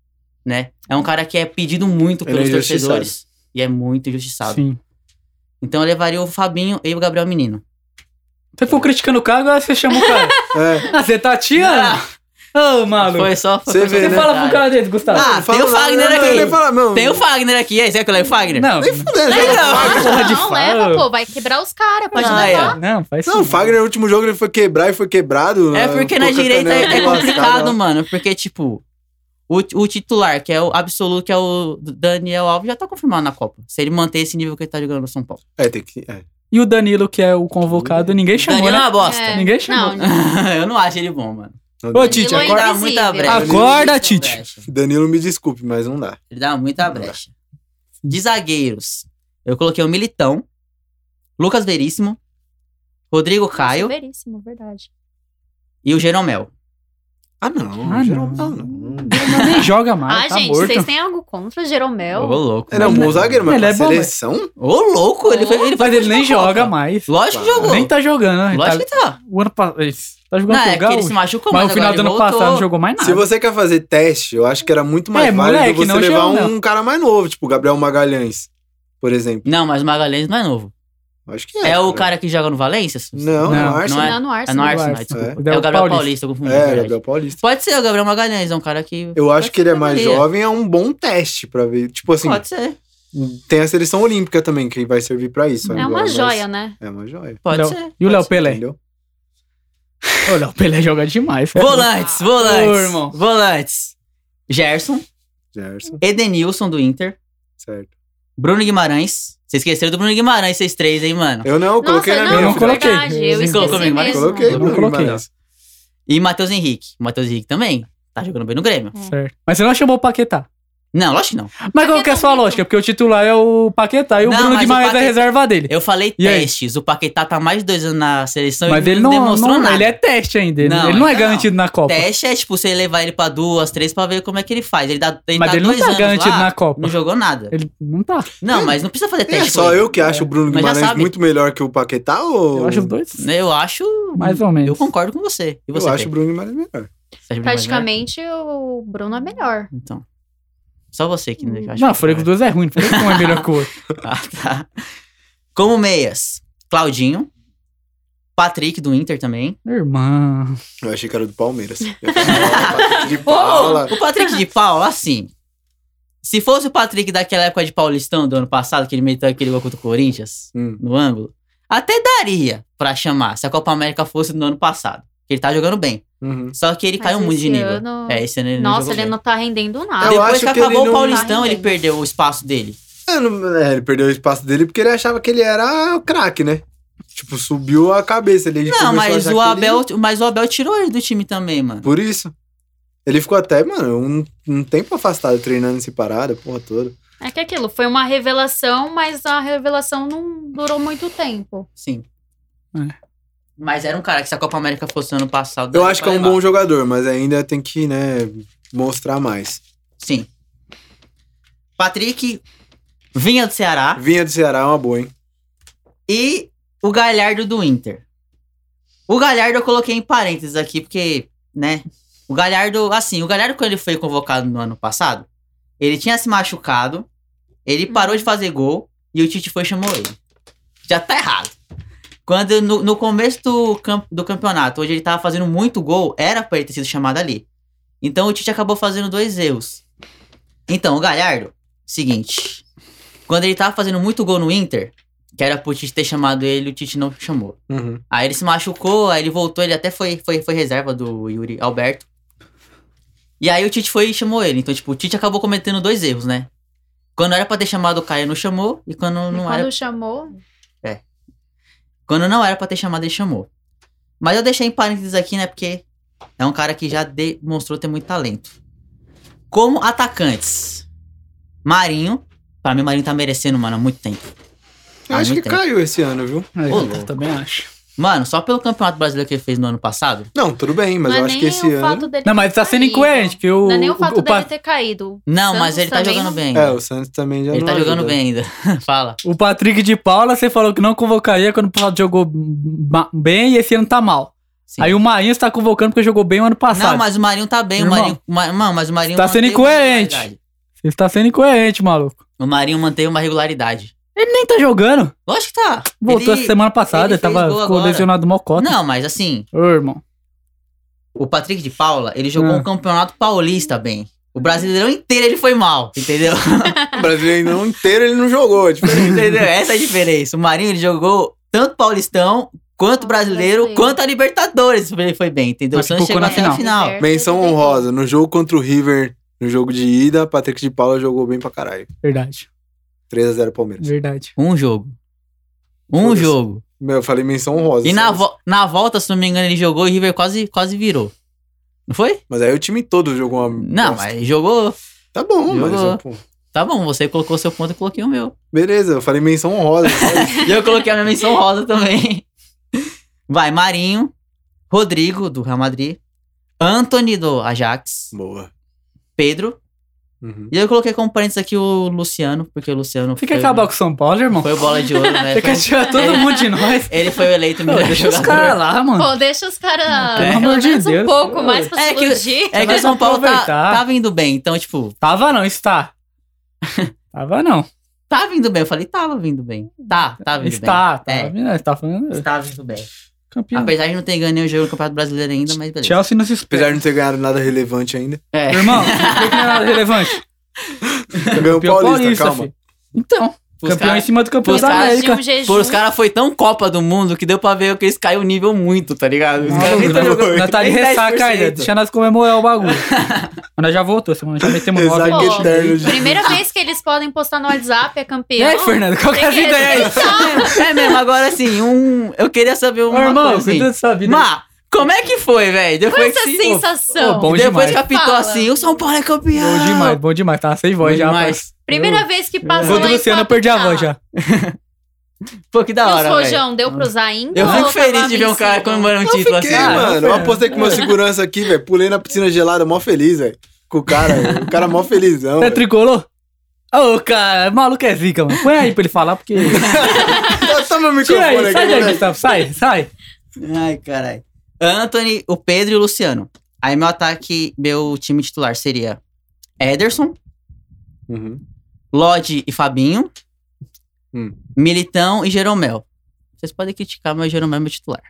Speaker 1: né? É um cara que é pedido muito
Speaker 3: Ele é
Speaker 1: pelos
Speaker 3: injustiçado.
Speaker 1: torcedores e é muito injustiçado.
Speaker 2: Sim.
Speaker 1: Então eu levaria o Fabinho e o Gabriel Menino.
Speaker 2: Você ficou criticando o cara, agora você chama o
Speaker 1: *laughs*
Speaker 2: cara.
Speaker 3: É.
Speaker 2: ah, você tá tirando? Ô, maluco.
Speaker 1: Ah. Foi só
Speaker 3: Ah, Você vê,
Speaker 1: foi
Speaker 2: Você
Speaker 1: só
Speaker 3: né?
Speaker 2: fala pro cara desse, Gustavo.
Speaker 1: Ah,
Speaker 3: Ele fala
Speaker 1: tem o
Speaker 3: nada,
Speaker 1: Fagner
Speaker 3: não,
Speaker 1: aqui.
Speaker 3: Ele fala, não.
Speaker 1: Tem o Fagner aqui, é, será que eu levo o Fagner?
Speaker 2: não,
Speaker 3: Fudeu,
Speaker 1: Não.
Speaker 3: joga o Fagner.
Speaker 2: Ah, porra de
Speaker 4: não,
Speaker 2: fala.
Speaker 4: leva, pô. Vai quebrar os caras. Pode
Speaker 1: Ah,
Speaker 4: levar.
Speaker 1: é.
Speaker 2: não, faz
Speaker 3: Não, o Fagner no último jogo ele foi quebrar e foi quebrado.
Speaker 1: É
Speaker 3: né?
Speaker 1: porque
Speaker 3: Ficou
Speaker 1: na
Speaker 3: com a
Speaker 1: direita
Speaker 3: canela né?
Speaker 1: é, é
Speaker 3: lascada lá.
Speaker 1: complicado, mano. Porque, tipo, o, o titular, que é o absoluto, que é o Daniel Alves, já tá confirmado na Copa. Se ele manter esse nível que ele tá jogando no São Paulo.
Speaker 3: É, tem que. É.
Speaker 2: E o Danilo, que é o convocado, ninguém chamou,
Speaker 1: Daniel é
Speaker 2: né?
Speaker 1: uma bosta. Ah,
Speaker 4: É.
Speaker 2: Ninguém chamou.
Speaker 4: Não,
Speaker 1: *laughs* eu não acho ele bom, mano.
Speaker 3: Não
Speaker 2: Ô,
Speaker 3: dá.
Speaker 2: Tite,
Speaker 4: Danilo é
Speaker 2: agora...
Speaker 1: Ele dá
Speaker 4: invisível.
Speaker 1: muita brecha.
Speaker 2: Acorda,
Speaker 1: Ele dá
Speaker 2: Tite.
Speaker 1: brecha.
Speaker 3: Danilo, me desculpe, mas não dá.
Speaker 1: Ele dá muita brecha. De zagueiros, eu coloquei o Militão, Lucas Veríssimo, Rodrigo Caio
Speaker 4: Veríssimo, verdade.
Speaker 1: e o Jeromel.
Speaker 3: Ah, não.
Speaker 2: Ah,
Speaker 3: geral-
Speaker 2: não.
Speaker 3: ah, não.
Speaker 2: Não,
Speaker 1: *laughs*
Speaker 2: nem joga mais,
Speaker 4: ah,
Speaker 2: tá
Speaker 4: gente,
Speaker 2: morto.
Speaker 4: vocês têm algo contra o Jeromel?
Speaker 1: Ô, louco.
Speaker 3: Ele é um bom
Speaker 1: mano.
Speaker 3: zagueiro, mas
Speaker 2: Ele
Speaker 3: pra
Speaker 2: é bom, mas-
Speaker 3: seleção?
Speaker 1: Ô, louco. Ele foi, ele foi
Speaker 2: Mas ele nem
Speaker 1: pra Copa.
Speaker 2: joga mais.
Speaker 1: Lógico que jogou.
Speaker 2: Nem tá jogando. né? Ele
Speaker 1: Lógico que tá.
Speaker 2: tá... O ano passado... Tá jogando
Speaker 1: Não, é
Speaker 2: pelo
Speaker 1: que ele
Speaker 2: Galo.
Speaker 1: se machucou,
Speaker 2: Mas
Speaker 1: mas
Speaker 2: no final do
Speaker 1: agora
Speaker 2: ano
Speaker 1: ele
Speaker 2: passado
Speaker 1: voltou.
Speaker 2: não jogou mais nada.
Speaker 3: Se você quer fazer teste, eu acho que era muito mais
Speaker 2: Ah. É,
Speaker 3: válido
Speaker 2: moleque,
Speaker 3: você
Speaker 2: não
Speaker 3: levar
Speaker 2: geral,
Speaker 3: um cara mais novo, tipo o Gabriel Magalhães, por exemplo.
Speaker 1: Não, mas o Magalhães não é novo.
Speaker 3: Eu Acho que é.
Speaker 1: É o cara que joga no Valência?
Speaker 3: Não,
Speaker 2: Não,
Speaker 3: não, acho.
Speaker 1: não
Speaker 4: Não, no
Speaker 1: É no Arsenal,
Speaker 4: Arsenal.
Speaker 2: Arsenal.
Speaker 1: desculpa.
Speaker 2: É.
Speaker 1: É o Gabriel
Speaker 2: Paulista.
Speaker 1: Paulista, eu confundi.
Speaker 3: É,
Speaker 1: verdade.
Speaker 3: Gabriel Paulista.
Speaker 1: Pode ser o Gabriel Magalhães, é um cara que.
Speaker 3: Eu acho
Speaker 1: Pode
Speaker 3: que ele é
Speaker 1: ser
Speaker 3: mais
Speaker 1: Maria.
Speaker 3: jovem, é um bom teste pra ver. Tipo assim,
Speaker 1: Pode ser.
Speaker 3: tem a seleção olímpica também que vai servir pra isso.
Speaker 4: É
Speaker 3: agora,
Speaker 4: uma
Speaker 3: mas-
Speaker 4: joia, né?
Speaker 3: É uma joia.
Speaker 1: Pode
Speaker 2: Léo-
Speaker 1: ser.
Speaker 2: E o
Speaker 1: pode
Speaker 2: Léo
Speaker 1: ser.
Speaker 2: Pelé?
Speaker 3: Entendeu?
Speaker 2: Ô, Léo Pelé joga demais. cara.
Speaker 1: Volantes,
Speaker 4: Ah,
Speaker 1: volantes.
Speaker 2: ô, irmão.
Speaker 1: Volantes. Gerson,
Speaker 3: Gerson,
Speaker 1: Edenilson do Inter,
Speaker 3: certo.
Speaker 1: Bruno Guimarães. Vocês esqueceram do Bruno Guimarães, vocês três, hein, mano?
Speaker 3: Eu não, eu coloquei
Speaker 4: Nossa,
Speaker 3: na
Speaker 4: não,
Speaker 3: minha.
Speaker 4: é
Speaker 2: Eu não
Speaker 3: filho.
Speaker 2: coloquei.
Speaker 4: Verdade, eu
Speaker 2: Você
Speaker 4: esqueci
Speaker 1: colocou mesmo, mas
Speaker 4: mesmo.
Speaker 3: Coloquei,
Speaker 2: Eu não
Speaker 3: Bruno
Speaker 2: coloquei.
Speaker 3: Guimarães.
Speaker 1: E Matheus Henrique. O Matheus Henrique também. Tá jogando bem no Grêmio.
Speaker 2: Certo. Mas você não chamou o Paquetá.
Speaker 1: Não, lógico que não.
Speaker 2: Mas qual que é a sua
Speaker 4: Paquetá.
Speaker 2: lógica? Porque o titular é o Paquetá e o
Speaker 1: um Não,
Speaker 2: Bruno
Speaker 1: mas o
Speaker 2: Guimarães é a
Speaker 1: Paquetá-
Speaker 2: reserva dele.
Speaker 1: Eu falei
Speaker 2: E aí?
Speaker 1: testes. O Paquetá tá mais de dois anos na seleção
Speaker 2: Mas
Speaker 1: e
Speaker 2: ele não,
Speaker 1: demonstrou
Speaker 2: não-
Speaker 1: nada.
Speaker 2: ele é teste ainda. Ele
Speaker 1: Não,
Speaker 2: ele não é
Speaker 1: ainda não.
Speaker 2: garantido na Copa.
Speaker 1: Teste é tipo você levar ele pra duas, três pra ver como é que ele faz. Ele dá, ele
Speaker 2: Mas
Speaker 1: tá
Speaker 2: ele não
Speaker 1: dois
Speaker 2: tá
Speaker 1: anos
Speaker 2: garantido
Speaker 1: lá,
Speaker 2: na Copa.
Speaker 1: Não jogou nada.
Speaker 2: Ele não tá.
Speaker 1: Não, mas não precisa fazer
Speaker 3: É
Speaker 1: teste.
Speaker 3: só
Speaker 1: com ele.
Speaker 3: eu que acho o Bruno
Speaker 1: Mas já
Speaker 3: Guimarães
Speaker 1: sabe.
Speaker 3: muito melhor que o Paquetá ou.
Speaker 2: Eu acho os dois
Speaker 1: Eu acho.
Speaker 2: mais ou
Speaker 1: né?
Speaker 2: menos.
Speaker 1: Eu concordo com você. E
Speaker 3: Eu
Speaker 1: você?
Speaker 3: acho o
Speaker 1: Pedro?
Speaker 3: Bruno Guimarães melhor.
Speaker 1: Você acha Bruno Guimarães?
Speaker 4: Praticamente o Bruno é melhor.
Speaker 1: né? Então. Só você que não acha.
Speaker 2: Não, falei que os dois é ruim. Falei que um é melhor que o outro.
Speaker 1: *laughs* Ah, tá. Como meias, Claudinho. Patrick do Inter também.
Speaker 2: Irmã.
Speaker 3: Eu achei que era do
Speaker 1: *laughs*
Speaker 3: Palmeiras. Eu falei, de Paula.
Speaker 1: O Patrick de Paula, assim. Se fosse o Patrick daquela época de Paulistão do ano passado, que ele meteu aquele gol contra o Corinthians
Speaker 3: Hum.
Speaker 1: no ângulo, até daria pra chamar se a Copa América fosse no ano passado. que ele tá jogando bem.
Speaker 3: Uhum.
Speaker 1: Só que ele
Speaker 4: Mas
Speaker 1: caiu muito de
Speaker 4: esse
Speaker 1: nível.
Speaker 4: ano-
Speaker 1: É, esse ano ele
Speaker 4: Nossa,
Speaker 1: não jogou
Speaker 4: ele
Speaker 1: bem.
Speaker 4: não tá rendendo nada.
Speaker 3: Eu
Speaker 1: Depois
Speaker 3: acho
Speaker 1: que
Speaker 3: que ele
Speaker 1: acabou
Speaker 3: não-
Speaker 1: o Paulistão, ele
Speaker 4: Tá rendendo.
Speaker 1: perdeu o espaço dele.
Speaker 3: É, não- é, ele perdeu o espaço dele porque ele achava que ele era o craque, né? Tipo, subiu a cabeça. Ele começou
Speaker 1: Não,
Speaker 3: a
Speaker 1: mas
Speaker 3: achar
Speaker 1: o,
Speaker 3: que ele-
Speaker 1: Abel, mas o Abel tirou ele do time também, mano.
Speaker 3: Por isso. Ele ficou até, mano, um, um tempo afastado treinando essa parada, porra toda.
Speaker 4: É que aquilo foi uma revelação, mas a revelação não durou muito tempo.
Speaker 1: Sim.
Speaker 2: É.
Speaker 1: Mas era um cara que se a Copa América fosse ano passado.
Speaker 3: Eu
Speaker 1: dava
Speaker 3: acho que
Speaker 1: pra
Speaker 3: é um
Speaker 1: levar.
Speaker 3: bom jogador, mas ainda tem que, né, mostrar mais.
Speaker 1: Sim. Patrick vinha do Ceará
Speaker 3: Vinha do Ceará é uma boa, hein?
Speaker 1: e o Galhardo do Inter. O Galhardo eu coloquei em parênteses aqui, porque, né? O Galhardo, assim, o Galhardo, quando ele foi convocado no ano passado, ele tinha se machucado, ele parou de fazer gol e o Tite foi e chamou ele. Já tá errado. Quando no, no começo do, camp- do campeonato, onde ele tava fazendo muito gol, era pra ele ter sido chamado ali. Então o Tite acabou fazendo dois erros. Então, o Galhardo, seguinte. Quando ele tava fazendo muito gol no Inter, que era pro Tite ter chamado ele, o Tite não chamou.
Speaker 3: Uhum.
Speaker 1: Aí ele se machucou, aí ele voltou, ele até foi, foi, foi reserva do Yuri Alberto. E aí o Tite foi e chamou ele. Então, tipo, o Tite acabou cometendo dois erros, né? Quando era pra ter chamado o Caio, não chamou. E quando
Speaker 4: E
Speaker 1: não
Speaker 4: quando
Speaker 1: era.
Speaker 4: chamou,
Speaker 1: Quando não era pra ter chamado, ele chamou. Mas eu deixei em parênteses aqui, né? Porque é um cara que já demonstrou ter muito talento. Como atacantes, Marinho. Pra mim, o Marinho tá merecendo, mano, há muito tempo.
Speaker 3: Eu
Speaker 1: Há
Speaker 3: acho que
Speaker 1: muito tempo.
Speaker 3: caiu esse ano, viu?
Speaker 2: Aí,
Speaker 1: Ô,
Speaker 2: eu também acho.
Speaker 1: Mano, só pelo campeonato brasileiro que ele fez no ano passado,
Speaker 3: Não, tudo bem, mas
Speaker 4: não é
Speaker 3: eu acho
Speaker 4: nem
Speaker 3: que esse
Speaker 4: o
Speaker 3: ano.
Speaker 4: fato dele
Speaker 2: Não, mas
Speaker 4: ter
Speaker 2: tá sendo
Speaker 4: caído.
Speaker 2: incoerente, que o.
Speaker 4: Não é nem o fato
Speaker 2: o, o,
Speaker 4: dele
Speaker 2: Pa-
Speaker 4: ter caído.
Speaker 1: Não,
Speaker 4: Santos
Speaker 1: mas ele tá
Speaker 4: também
Speaker 1: jogando
Speaker 4: não-
Speaker 1: bem.
Speaker 3: É, o Santos também já
Speaker 1: ele
Speaker 3: não
Speaker 1: tá jogando
Speaker 3: ajuda.
Speaker 1: bem ainda. *laughs* Fala.
Speaker 2: o Patrick de Paula, você falou que não convocaria quando o Paula jogou ba- bem e esse ano tá mal.
Speaker 1: Sim.
Speaker 2: Aí o Marinho está convocando porque jogou bem o ano passado.
Speaker 1: Não, mas o Marinho tá bem. O
Speaker 2: Irmão,
Speaker 1: Marinho, Ma- mano, mas o Marinho.
Speaker 2: tá sendo
Speaker 1: manteve uma
Speaker 2: incoerente.
Speaker 1: regularidade.
Speaker 2: Você está tá sendo incoerente, maluco.
Speaker 1: O Marinho manteve uma regularidade.
Speaker 2: Nem tá jogando.
Speaker 1: Lógico que tá. Ele-
Speaker 2: Voltou essa semana passada,
Speaker 1: ele
Speaker 2: ele tava
Speaker 1: fez gol
Speaker 2: ficou
Speaker 1: agora.
Speaker 2: lesionado mocota.
Speaker 1: Não, mas assim,
Speaker 2: Ô, irmão.
Speaker 1: o Patrick de Paula, ele jogou
Speaker 2: Ah.
Speaker 1: um campeonato paulista bem. O brasileirão inteiro ele foi mal, entendeu? *laughs*
Speaker 3: O brasileiro inteiro ele não jogou, é diferente.
Speaker 1: entendeu? Essa é a diferença. O Marinho ele jogou tanto paulistão, quanto
Speaker 4: Quanto
Speaker 1: brasileiro,
Speaker 4: brasileiro.
Speaker 1: quanto a Libertadores. Ele foi bem, entendeu?
Speaker 2: Mas
Speaker 1: O Santos
Speaker 2: pipocou
Speaker 1: chegou
Speaker 2: na
Speaker 1: até a
Speaker 4: final.
Speaker 1: final.
Speaker 3: Menção honrosa. No jogo contra o River, no jogo de ida, Patrick de Paula jogou bem pra caralho.
Speaker 2: Verdade.
Speaker 3: 3x0 Palmeiras.
Speaker 2: Verdade.
Speaker 1: Um jogo. Um
Speaker 3: Foda-se.
Speaker 1: jogo.
Speaker 3: Meu, eu falei menção honrosa.
Speaker 1: E na,
Speaker 3: sabe?
Speaker 1: vo- na volta, se não me engano, ele jogou e o River quase, quase virou. Não foi?
Speaker 3: Mas aí o time todo jogou uma.
Speaker 1: Não,
Speaker 3: bosta.
Speaker 1: mas jogou.
Speaker 3: Tá bom, mas.
Speaker 1: Jogou.
Speaker 3: ó, pô.
Speaker 1: Tá bom, você colocou seu ponto, eu coloquei o meu.
Speaker 3: Beleza, eu falei menção honrosa.
Speaker 1: *laughs* E eu coloquei a minha menção rosa também. *laughs* Vai, Marinho, Rodrigo, do Real Madrid, Anthony, do Ajax,
Speaker 3: Boa.
Speaker 1: Pedro.
Speaker 3: Uhum.
Speaker 1: E eu coloquei como parênteses aqui o Luciano, porque o Luciano
Speaker 2: Você
Speaker 1: foi,
Speaker 2: quer acabar com o São Paulo, irmão?
Speaker 1: foi o bola de ouro,
Speaker 2: *laughs*
Speaker 1: né?
Speaker 2: Você quer tirar todo
Speaker 1: *laughs*
Speaker 2: mundo de nós?
Speaker 1: Ele foi o eleito
Speaker 2: Pô,
Speaker 1: melhor
Speaker 2: deixa os
Speaker 1: jogador.
Speaker 2: caras lá, mano.
Speaker 4: Pô, deixa os caras.
Speaker 2: pelo
Speaker 4: pelo
Speaker 2: amor de
Speaker 4: menos
Speaker 2: Deus.
Speaker 4: um pouco mais pra
Speaker 1: É
Speaker 4: se
Speaker 1: que-
Speaker 4: explodir.
Speaker 1: É que o São Paulo tá,
Speaker 2: Aproveitar.
Speaker 1: tava indo bem, então, tipo,
Speaker 2: Tava
Speaker 1: *laughs*
Speaker 2: não, está. Tava não.
Speaker 1: tá vindo bem. Eu falei, tava vindo bem. Tá, tá vindo
Speaker 2: está, tá.
Speaker 1: É.
Speaker 2: Tá falando
Speaker 1: bem. Está Ah, vindo bem.
Speaker 2: campeão.
Speaker 1: Apesar de não ter ganho nenhum jogo no Campeonato Brasileiro ainda, mas beleza.
Speaker 2: Chelsea não se espera.
Speaker 3: Apesar de não ter ganhado nada relevante ainda.
Speaker 1: É. *laughs*
Speaker 2: Irmão, por que não é nada relevante?
Speaker 3: Ganhou o Paulista, calma.
Speaker 2: filho. Então,
Speaker 1: Os
Speaker 2: campeão em
Speaker 1: caras
Speaker 2: cima do campeão
Speaker 1: os
Speaker 2: da
Speaker 1: caras
Speaker 2: América.
Speaker 4: um jejum.
Speaker 1: os cara foi tão Copa do Mundo que deu pra ver que eles caiu o nível muito, tá ligado? Os caras nem tão
Speaker 3: não,
Speaker 1: jogando.
Speaker 3: não.
Speaker 2: Nós tá de
Speaker 1: nem 10%.
Speaker 2: ressaca ainda, deixa nós comemorar o bagulho. Mas nós já voltou, semana já metemos nove.
Speaker 3: Ressaca
Speaker 4: Pô,
Speaker 3: eterno de.
Speaker 4: Primeira vez que eles podem postar no WhatsApp é
Speaker 2: E
Speaker 4: campeão.
Speaker 2: aí, Fernando, qual que é a
Speaker 4: Tem que
Speaker 2: ideia aí?
Speaker 4: respeitar.
Speaker 1: É mesmo, agora assim, um. Eu queria saber
Speaker 2: Ô,
Speaker 1: uma
Speaker 2: irmão,
Speaker 1: coisa.
Speaker 2: cuida
Speaker 1: Assim.
Speaker 2: da sua vida.
Speaker 1: Mas, como é que foi, velho?
Speaker 4: Qual
Speaker 1: Depois
Speaker 4: essa
Speaker 1: que. se-
Speaker 4: sensação?
Speaker 2: Ô, bom
Speaker 1: Depois
Speaker 2: demais.
Speaker 1: que apitou
Speaker 4: assim Fala.
Speaker 1: assim, o São Paulo é campeão.
Speaker 2: Bom demais, bom demais. Tava sem voz
Speaker 1: Bom
Speaker 2: já.
Speaker 1: demais.
Speaker 2: rapaz.
Speaker 4: Primeira vez que passa
Speaker 2: Contra
Speaker 4: lá
Speaker 2: o
Speaker 4: em
Speaker 2: Luciano, eu perdi a
Speaker 4: Paquetá.
Speaker 2: voz já.
Speaker 1: Pô, que
Speaker 4: E
Speaker 1: da
Speaker 4: os
Speaker 1: hora, velho.
Speaker 4: rojão, deu pros ainda?
Speaker 1: Eu
Speaker 4: ou
Speaker 1: fico
Speaker 4: tava
Speaker 1: feliz de ver um
Speaker 4: vencido?
Speaker 1: cara comemorando um
Speaker 3: Eu
Speaker 1: título
Speaker 3: fiquei,
Speaker 1: assim.
Speaker 2: Ah,
Speaker 3: mano. Eu
Speaker 2: foi.
Speaker 3: apostei com meu segurança aqui, velho. Pulei na piscina gelada, mó feliz, velho. Com o cara. velho. O cara mó felizão.
Speaker 2: Você
Speaker 3: velho.
Speaker 2: tricolou? Ô, cara, maluco é zica, mano. Põe aí pra ele falar,
Speaker 3: *laughs*
Speaker 2: porque.
Speaker 3: Toma o
Speaker 2: Tira
Speaker 3: Tá, microfone
Speaker 2: aí,
Speaker 3: aqui, né?
Speaker 2: sai daí,
Speaker 3: moleque.
Speaker 2: Gustavo. Sai, sai.
Speaker 1: Ai, caralho. Anthony, o Pedro e o Luciano. Aí meu ataque, meu time titular seria Ederson,
Speaker 3: Uhum.
Speaker 1: Lodi e Fabinho,
Speaker 3: Hum.
Speaker 1: Militão e Jeromel. Vocês podem criticar, mas o Jeromel é meu titular.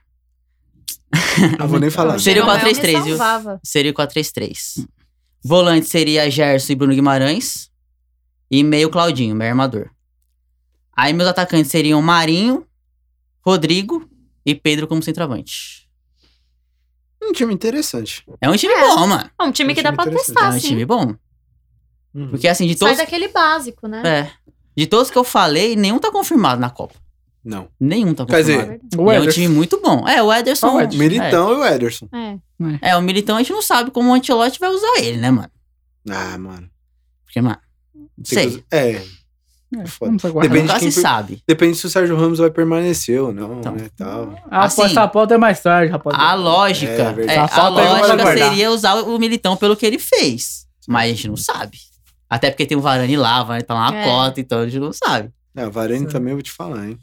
Speaker 3: Não vou nem falar.
Speaker 1: Seria o
Speaker 4: Não, eu me
Speaker 1: 4-3-3, viu?
Speaker 4: salvava.
Speaker 1: Seria o 4-3-3. Volante seria Gerson e Bruno Guimarães. E meio Claudinho, meu armador. Aí meus atacantes seriam Marinho, Rodrigo e Pedro como centroavante.
Speaker 3: um time interessante.
Speaker 1: É um time
Speaker 4: É.
Speaker 1: bom, mano.
Speaker 4: É um time
Speaker 3: É
Speaker 4: que
Speaker 3: um
Speaker 4: dá pra
Speaker 3: time
Speaker 1: É
Speaker 4: testar,
Speaker 1: um
Speaker 4: sim.
Speaker 1: time bom.
Speaker 2: Uhum.
Speaker 1: Porque assim, de
Speaker 4: Sai
Speaker 1: todos.
Speaker 4: daquele básico, né?
Speaker 1: É. De todos que eu falei, nenhum tá confirmado na Copa.
Speaker 3: Não.
Speaker 1: Nenhum tá confirmado.
Speaker 3: Quer dizer,
Speaker 4: É verdade.
Speaker 2: O
Speaker 1: E é um
Speaker 2: Ederson.
Speaker 1: time muito bom. É, o
Speaker 2: Só
Speaker 1: Ederson.
Speaker 2: o Ederson.
Speaker 3: um Militão e o Ederson.
Speaker 4: É.
Speaker 1: É, o Militão a gente não sabe como o Ancelotti vai usar ele, né, mano?
Speaker 3: Ah, mano.
Speaker 1: Porque, mano. Não
Speaker 3: Tem que
Speaker 1: sei.
Speaker 3: usar- É,
Speaker 2: É,
Speaker 3: foda.
Speaker 2: Vamos aguardar.
Speaker 3: Depende- de
Speaker 1: Nunca
Speaker 3: quem
Speaker 1: se
Speaker 3: per-
Speaker 1: sabe.
Speaker 3: depende se o Sérgio Ramos vai permanecer ou não,
Speaker 1: Então.
Speaker 3: né, tal.
Speaker 2: A
Speaker 1: Assim,
Speaker 2: aposta aposta é mais tarde, rapaz.
Speaker 1: A lógica.
Speaker 3: É, verdade.
Speaker 1: é,
Speaker 2: A
Speaker 1: a
Speaker 2: falta
Speaker 3: é agora
Speaker 1: lógica
Speaker 2: guardar.
Speaker 1: seria usar o Militão pelo que ele fez. Mas a gente não sabe. Até porque tem o Varane lá, o Varane tá lá na
Speaker 4: É.
Speaker 1: cota, então a gente não sabe. *laughs*
Speaker 3: É, o Varane
Speaker 2: Sim.
Speaker 3: também eu vou te falar, hein.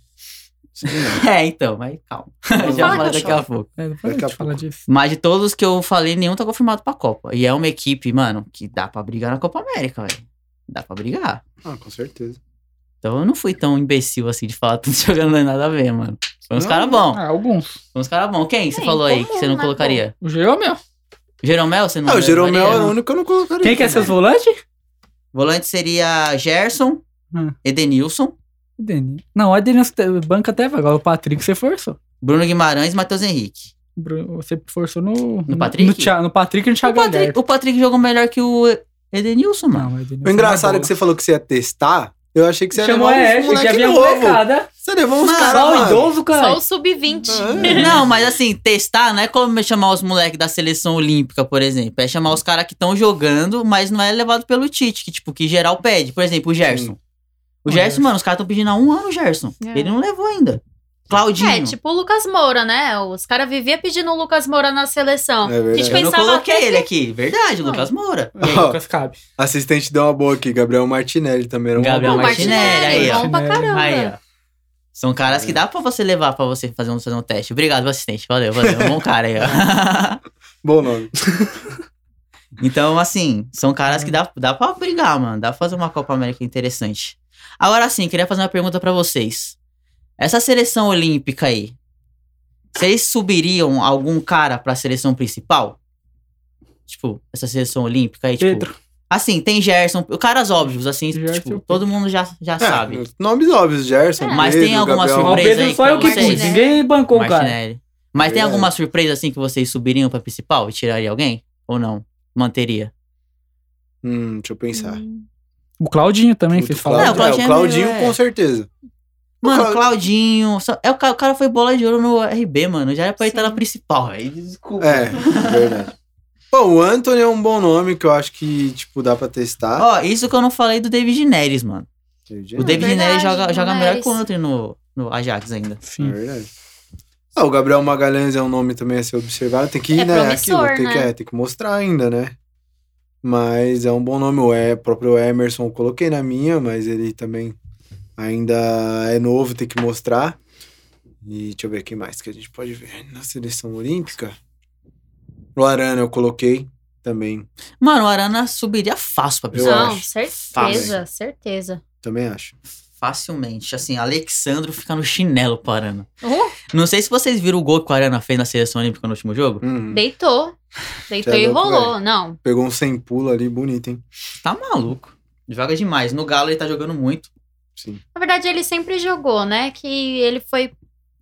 Speaker 3: Sei não.
Speaker 1: É, então, mas calma. *laughs* Já
Speaker 4: fala
Speaker 1: falo
Speaker 4: que eu
Speaker 1: daqui a pouco.
Speaker 2: É, depois
Speaker 3: Daqui
Speaker 2: a
Speaker 3: a
Speaker 2: gente fala
Speaker 3: pouco.
Speaker 2: disso.
Speaker 1: Mas de todos que eu falei, nenhum tá confirmado pra Copa. E é uma equipe, mano, que dá pra brigar na Copa América, velho. Dá pra brigar.
Speaker 3: Ah, com certeza.
Speaker 1: Então eu não fui tão imbecil assim de falar *laughs* tudo jogando não é nada a ver, mano. Foi uns
Speaker 3: Não,
Speaker 1: caras bons.
Speaker 2: Ah, alguns.
Speaker 1: Foi uns caras bons. Quem você
Speaker 4: É,
Speaker 1: falou aí que
Speaker 4: comum,
Speaker 1: você não
Speaker 4: né,
Speaker 1: colocaria?
Speaker 2: O Gerão meu.
Speaker 1: Jeromel, você não
Speaker 3: Ah, o Jeromel é
Speaker 1: colocaria?
Speaker 3: o único que eu não colocaria.
Speaker 2: Quem que é seus volantes?
Speaker 1: Volante seria Gerson,
Speaker 2: Hum.
Speaker 1: Edenilson,
Speaker 2: Denis. Não, o Denis banca até agora. O Patrick você forçou.
Speaker 1: Bruno Guimarães e Matheus Henrique.
Speaker 2: Bruno, Você forçou no.
Speaker 1: No Patrick?
Speaker 2: No, Thi- no Patrick e no
Speaker 1: O
Speaker 2: Thiago
Speaker 1: Patrick,
Speaker 2: Alberto.
Speaker 1: o Patrick jogou melhor que o Edenilson, mano.
Speaker 2: Não, o Denis.
Speaker 3: O engraçado é que você falou que você ia testar, eu achei que você ia
Speaker 2: chamou
Speaker 3: levar
Speaker 2: é,
Speaker 3: uns
Speaker 2: que
Speaker 3: moleque
Speaker 2: havia
Speaker 3: novo.
Speaker 2: molecada.
Speaker 3: Você levou uns
Speaker 1: Mano,
Speaker 3: caras,
Speaker 2: Só o
Speaker 3: mano.
Speaker 2: idoso,
Speaker 4: Só
Speaker 2: cara.
Speaker 4: o sub-20.
Speaker 3: Ah,
Speaker 1: Não, mas assim, testar não é como chamar os moleques da seleção olímpica, por exemplo. É chamar os caras que estão jogando, mas não é levado pelo Tite, que tipo, que geral pede. Por exemplo, o Gerson. O
Speaker 2: O
Speaker 1: Gerson,
Speaker 2: Gerson.
Speaker 1: mano, os caras estão pedindo há um ano o Gerson.
Speaker 4: É.
Speaker 1: Ele não levou ainda. Claudinho.
Speaker 4: É, tipo o Lucas Moura, né? Os caras viviam pedindo o Lucas Moura na seleção.
Speaker 3: É
Speaker 4: a gente
Speaker 3: verdade.
Speaker 1: eu não
Speaker 4: pensava
Speaker 1: coloquei
Speaker 4: até
Speaker 1: ele aqui. Verdade,
Speaker 2: Não.
Speaker 1: Lucas Moura.
Speaker 2: E aí,
Speaker 3: Ó.
Speaker 2: Lucas Cabe.
Speaker 3: Assistente deu uma boa aqui, Gabriel Martinelli também era um uma
Speaker 1: Gabriel
Speaker 4: Pô,
Speaker 3: boa.
Speaker 1: Martinelli. né? aí, ó.
Speaker 4: um bom pra caramba.
Speaker 1: Aí, ó. São caras que dá pra você levar pra você fazer um, fazer um teste. Obrigado, assistente. Valeu, valeu. É um Bom cara aí, ó.
Speaker 3: Bom nome.
Speaker 1: Então, assim, são caras
Speaker 2: É.
Speaker 1: que dá, dá pra brigar, mano. Dá pra fazer uma Copa América interessante. Agora sim, queria fazer uma pergunta pra vocês. Essa seleção olímpica aí, vocês subiriam algum cara pra seleção principal? Tipo, essa seleção olímpica aí, tipo.
Speaker 2: Pedro.
Speaker 1: Assim, tem Gerson, caras óbvios, assim,
Speaker 2: Gerson e o
Speaker 1: tipo,
Speaker 2: Pedro.
Speaker 1: todo mundo já, já sabe.
Speaker 3: É, nomes óbvios, Gerson,
Speaker 4: É.
Speaker 1: Mas
Speaker 3: Pedro,
Speaker 1: tem alguma
Speaker 3: Gabriel
Speaker 2: Mas o
Speaker 1: surpresa
Speaker 2: Pedro
Speaker 1: aí
Speaker 2: só
Speaker 1: pra
Speaker 2: é o que
Speaker 4: vocês,
Speaker 2: curte.
Speaker 4: né?
Speaker 2: Ninguém bancou o cara.
Speaker 1: Martinelli. Mas tem
Speaker 3: Verdade.
Speaker 1: alguma surpresa assim que vocês subiriam pra principal e tirariam alguém? Ou não? Manteria?
Speaker 3: Hum, deixa eu pensar.
Speaker 4: Hum.
Speaker 2: O Claudinho também, que
Speaker 3: Puto,
Speaker 2: vocês falaram.
Speaker 1: Não, o Claudinho
Speaker 3: é,
Speaker 1: é
Speaker 3: o Claudinho
Speaker 1: meio, é.
Speaker 3: com certeza.
Speaker 1: Mano,
Speaker 3: Clau-
Speaker 1: Claudinho. só- é, o, ca- o cara foi bola de ouro no RB, mano. Já era pra estar na principal, velho. Desculpa. *laughs*
Speaker 3: É, verdade. Bom, o Anthony é um bom nome que eu acho que, tipo, dá pra testar.
Speaker 1: Ó, isso que eu não falei do David Neres, mano. O
Speaker 3: Entendi.
Speaker 4: Ah,
Speaker 1: David
Speaker 4: verdade,
Speaker 1: Neres joga,
Speaker 4: o
Speaker 1: joga
Speaker 4: Neres.
Speaker 1: melhor que o Anthony no, no Ajax ainda.
Speaker 3: É
Speaker 2: Sim.
Speaker 3: verdade. Ah, o Gabriel Magalhães é um nome também a ser observado. Tem que ir,
Speaker 4: É
Speaker 3: né?
Speaker 4: promissor,
Speaker 3: aquilo, tem,
Speaker 4: né?
Speaker 3: Que, é, tem que mostrar ainda, né? Mas é um bom nome. O é, próprio Emerson eu coloquei na minha, mas ele também ainda é novo, tem que mostrar. E deixa eu ver quem mais que a gente pode ver na seleção olímpica. O Arana eu coloquei também,
Speaker 1: Mano, o Arana subiria fácil pra
Speaker 3: Eu
Speaker 1: principal.
Speaker 4: Não,
Speaker 3: acho.
Speaker 4: certeza,
Speaker 1: Fácil.
Speaker 4: certeza.
Speaker 3: também acho.
Speaker 1: Facilmente. Assim, Alexandro fica no chinelo pro Arana.
Speaker 4: Uh,
Speaker 1: Não sei se vocês viram o gol que o Arana fez na seleção olímpica no último jogo.
Speaker 3: Hum,
Speaker 4: Uhum. deitou. Deitou
Speaker 3: Tá
Speaker 4: e
Speaker 3: louco,
Speaker 4: rolou. Não.
Speaker 3: pegou um sem pulo ali, bonito, hein?
Speaker 1: Tá maluco. Joga demais. No Galo ele tá jogando muito.
Speaker 3: Sim.
Speaker 4: Na verdade, ele sempre jogou, né? Que ele foi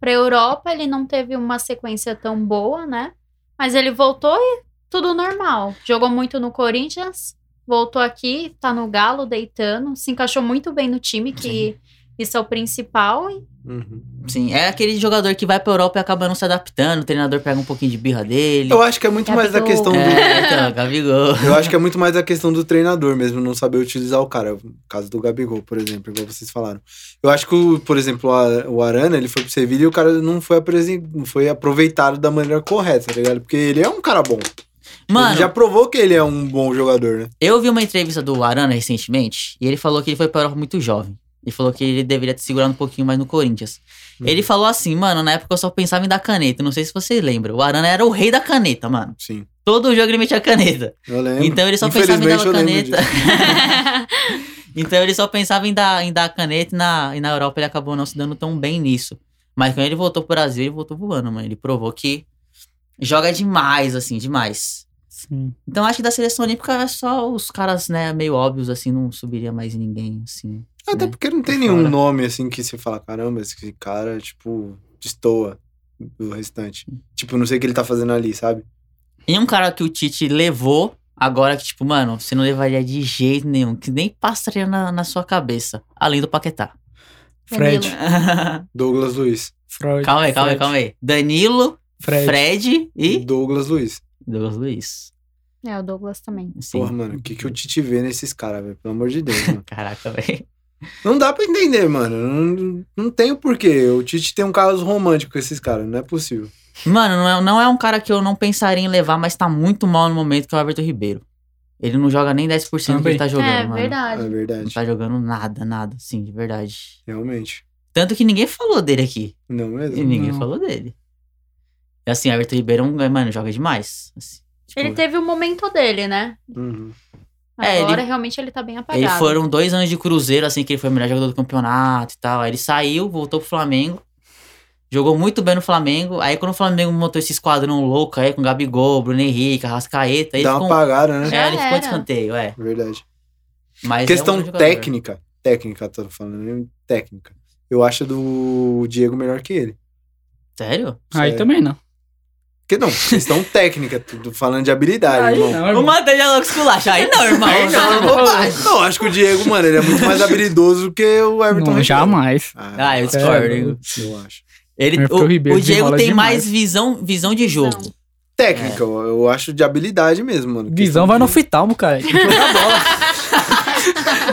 Speaker 4: pra Europa, ele não teve uma sequência tão boa, né? Mas ele voltou e tudo normal. Jogou muito no Corinthians, voltou aqui, tá no Galo deitando, se encaixou muito bem no time, que isso é o principal. E
Speaker 3: Uhum.
Speaker 1: Sim, é aquele jogador que vai pra Europa e acaba não se adaptando. O treinador pega um pouquinho de birra dele.
Speaker 3: Eu acho que é muito mais da
Speaker 4: Gabigol.
Speaker 3: questão do
Speaker 1: É, então, Gabigol.
Speaker 3: Eu acho que é muito mais a questão do treinador mesmo, não saber utilizar o cara. O caso do Gabigol, por exemplo, igual vocês falaram. Eu acho que, o, por exemplo, o Ar- o Arana, ele foi pro Sevilha e o cara não foi, apresen- não foi aproveitado da maneira correta, tá ligado? Porque ele é um cara bom.
Speaker 1: Mano,
Speaker 3: Ele já provou que ele é um bom jogador, né?
Speaker 1: eu vi uma entrevista do Arana recentemente e ele falou que ele foi para Europa muito jovem. Ele falou que ele deveria ter segurado um pouquinho mais no Corinthians.
Speaker 3: Uhum.
Speaker 1: Ele falou assim, mano, na época eu só pensava em dar caneta. Não sei se vocês lembram. O Arana era o rei da caneta, mano.
Speaker 3: Sim.
Speaker 1: Todo jogo ele metia caneta.
Speaker 3: Eu lembro.
Speaker 1: Então ele só pensava em dar
Speaker 3: Infelizmente, eu lembro
Speaker 1: caneta. *laughs* então ele só pensava em dar, em dar caneta e na, e na Europa ele acabou não se dando tão bem nisso. Mas quando ele voltou pro Brasil, ele voltou voando, mano. Ele provou que joga demais, assim, demais.
Speaker 2: Sim.
Speaker 1: Então acho que da seleção olímpica só os caras, né, meio óbvios, assim, não subiria mais ninguém, assim.
Speaker 3: Até
Speaker 1: né?
Speaker 3: porque não tem
Speaker 1: Por
Speaker 3: nenhum
Speaker 1: fora.
Speaker 3: nome assim que você fala, caramba, esse cara, tipo, destoa do restante. Tipo, não sei o que ele tá fazendo ali, sabe?
Speaker 1: E um cara que o Tite levou, agora que, tipo, mano, você não levaria de jeito nenhum, que nem passaria na, na sua cabeça, além do Paquetá.
Speaker 2: Fred.
Speaker 4: Danilo.
Speaker 3: Douglas Luiz.
Speaker 2: Freud.
Speaker 1: calma aí, calma aí,
Speaker 2: Fred,
Speaker 1: calma aí. Danilo,
Speaker 2: Fred.
Speaker 1: Fred, e
Speaker 3: Douglas Luiz.
Speaker 1: Douglas Luiz.
Speaker 4: É, o Douglas também.
Speaker 1: Assim,
Speaker 3: Porra, mano, o que, que o Tite vê nesses caras, velho? Pelo amor de Deus, mano.
Speaker 1: Caraca, velho.
Speaker 3: Não dá pra entender, mano. Não, não tem o porquê. O Tite tem um caso romântico com esses caras. Não é possível.
Speaker 1: Mano, não é, não é um cara que eu não pensaria em levar, mas tá muito mal no momento, que é o Everton Ribeiro. Ele não joga nem 10% do que
Speaker 2: Também.
Speaker 1: ele tá jogando,
Speaker 4: é,
Speaker 1: mano.
Speaker 3: É
Speaker 4: verdade.
Speaker 1: Não
Speaker 3: verdade.
Speaker 1: tá jogando nada, nada, sim, de verdade.
Speaker 3: Realmente.
Speaker 1: Tanto que ninguém falou dele aqui.
Speaker 3: Não
Speaker 1: E
Speaker 3: mesmo.
Speaker 1: ninguém
Speaker 2: Não.
Speaker 1: falou dele. E assim, o Everton Ribeiro, é um- mano, joga demais. Assim, tipo,
Speaker 4: Ele teve o momento dele, né?
Speaker 3: Uhum.
Speaker 1: É,
Speaker 4: Agora
Speaker 1: ele-
Speaker 4: realmente ele tá bem apagado.
Speaker 1: Aí foram dois anos de Cruzeiro, assim, que ele foi o melhor jogador do campeonato e tal. Aí ele saiu, voltou pro Flamengo. Jogou muito bem no Flamengo. Aí quando o Flamengo montou esse esquadrão louco aí com Gabigol, Bruno Henrique, Arrascaeta, aí ele
Speaker 3: Dá uma
Speaker 1: ficou,
Speaker 3: apagada, né?
Speaker 4: Já
Speaker 1: é, ele ficou
Speaker 4: era.
Speaker 1: de escanteio, é.
Speaker 3: Verdade.
Speaker 1: Mas é um
Speaker 3: Questão
Speaker 1: grande jogador.
Speaker 3: técnica. Técnica, tô falando. né? Técnica. Eu acho do Diego melhor que ele.
Speaker 1: Sério?
Speaker 2: Aí
Speaker 3: Sério.
Speaker 2: também não.
Speaker 3: Porque não, questão técnica, tudo falando de habilidade,
Speaker 2: Aí
Speaker 3: irmão.
Speaker 2: não,
Speaker 1: O
Speaker 2: irmão.
Speaker 1: Matheus já logo esculacha. Aí não, irmão.
Speaker 3: Tá *laughs* Aí não, Não, acho que o Diego, mano, ele é muito mais habilidoso que o Everton.
Speaker 2: Não,
Speaker 3: Ribeiro.
Speaker 2: jamais.
Speaker 3: Ah,
Speaker 1: Ah, eu
Speaker 2: discordo,
Speaker 1: hein?
Speaker 3: Eu acho.
Speaker 1: Ele,
Speaker 2: Everton
Speaker 1: o,
Speaker 2: Ribeiro
Speaker 1: o Diego
Speaker 2: desenrola
Speaker 1: tem mais
Speaker 2: demais.
Speaker 1: visão, visão de jogo.
Speaker 4: Visão.
Speaker 3: Técnica, eu, eu acho de habilidade mesmo, mano.
Speaker 2: Visão vai no oftalmo, cara.
Speaker 3: jogar bola.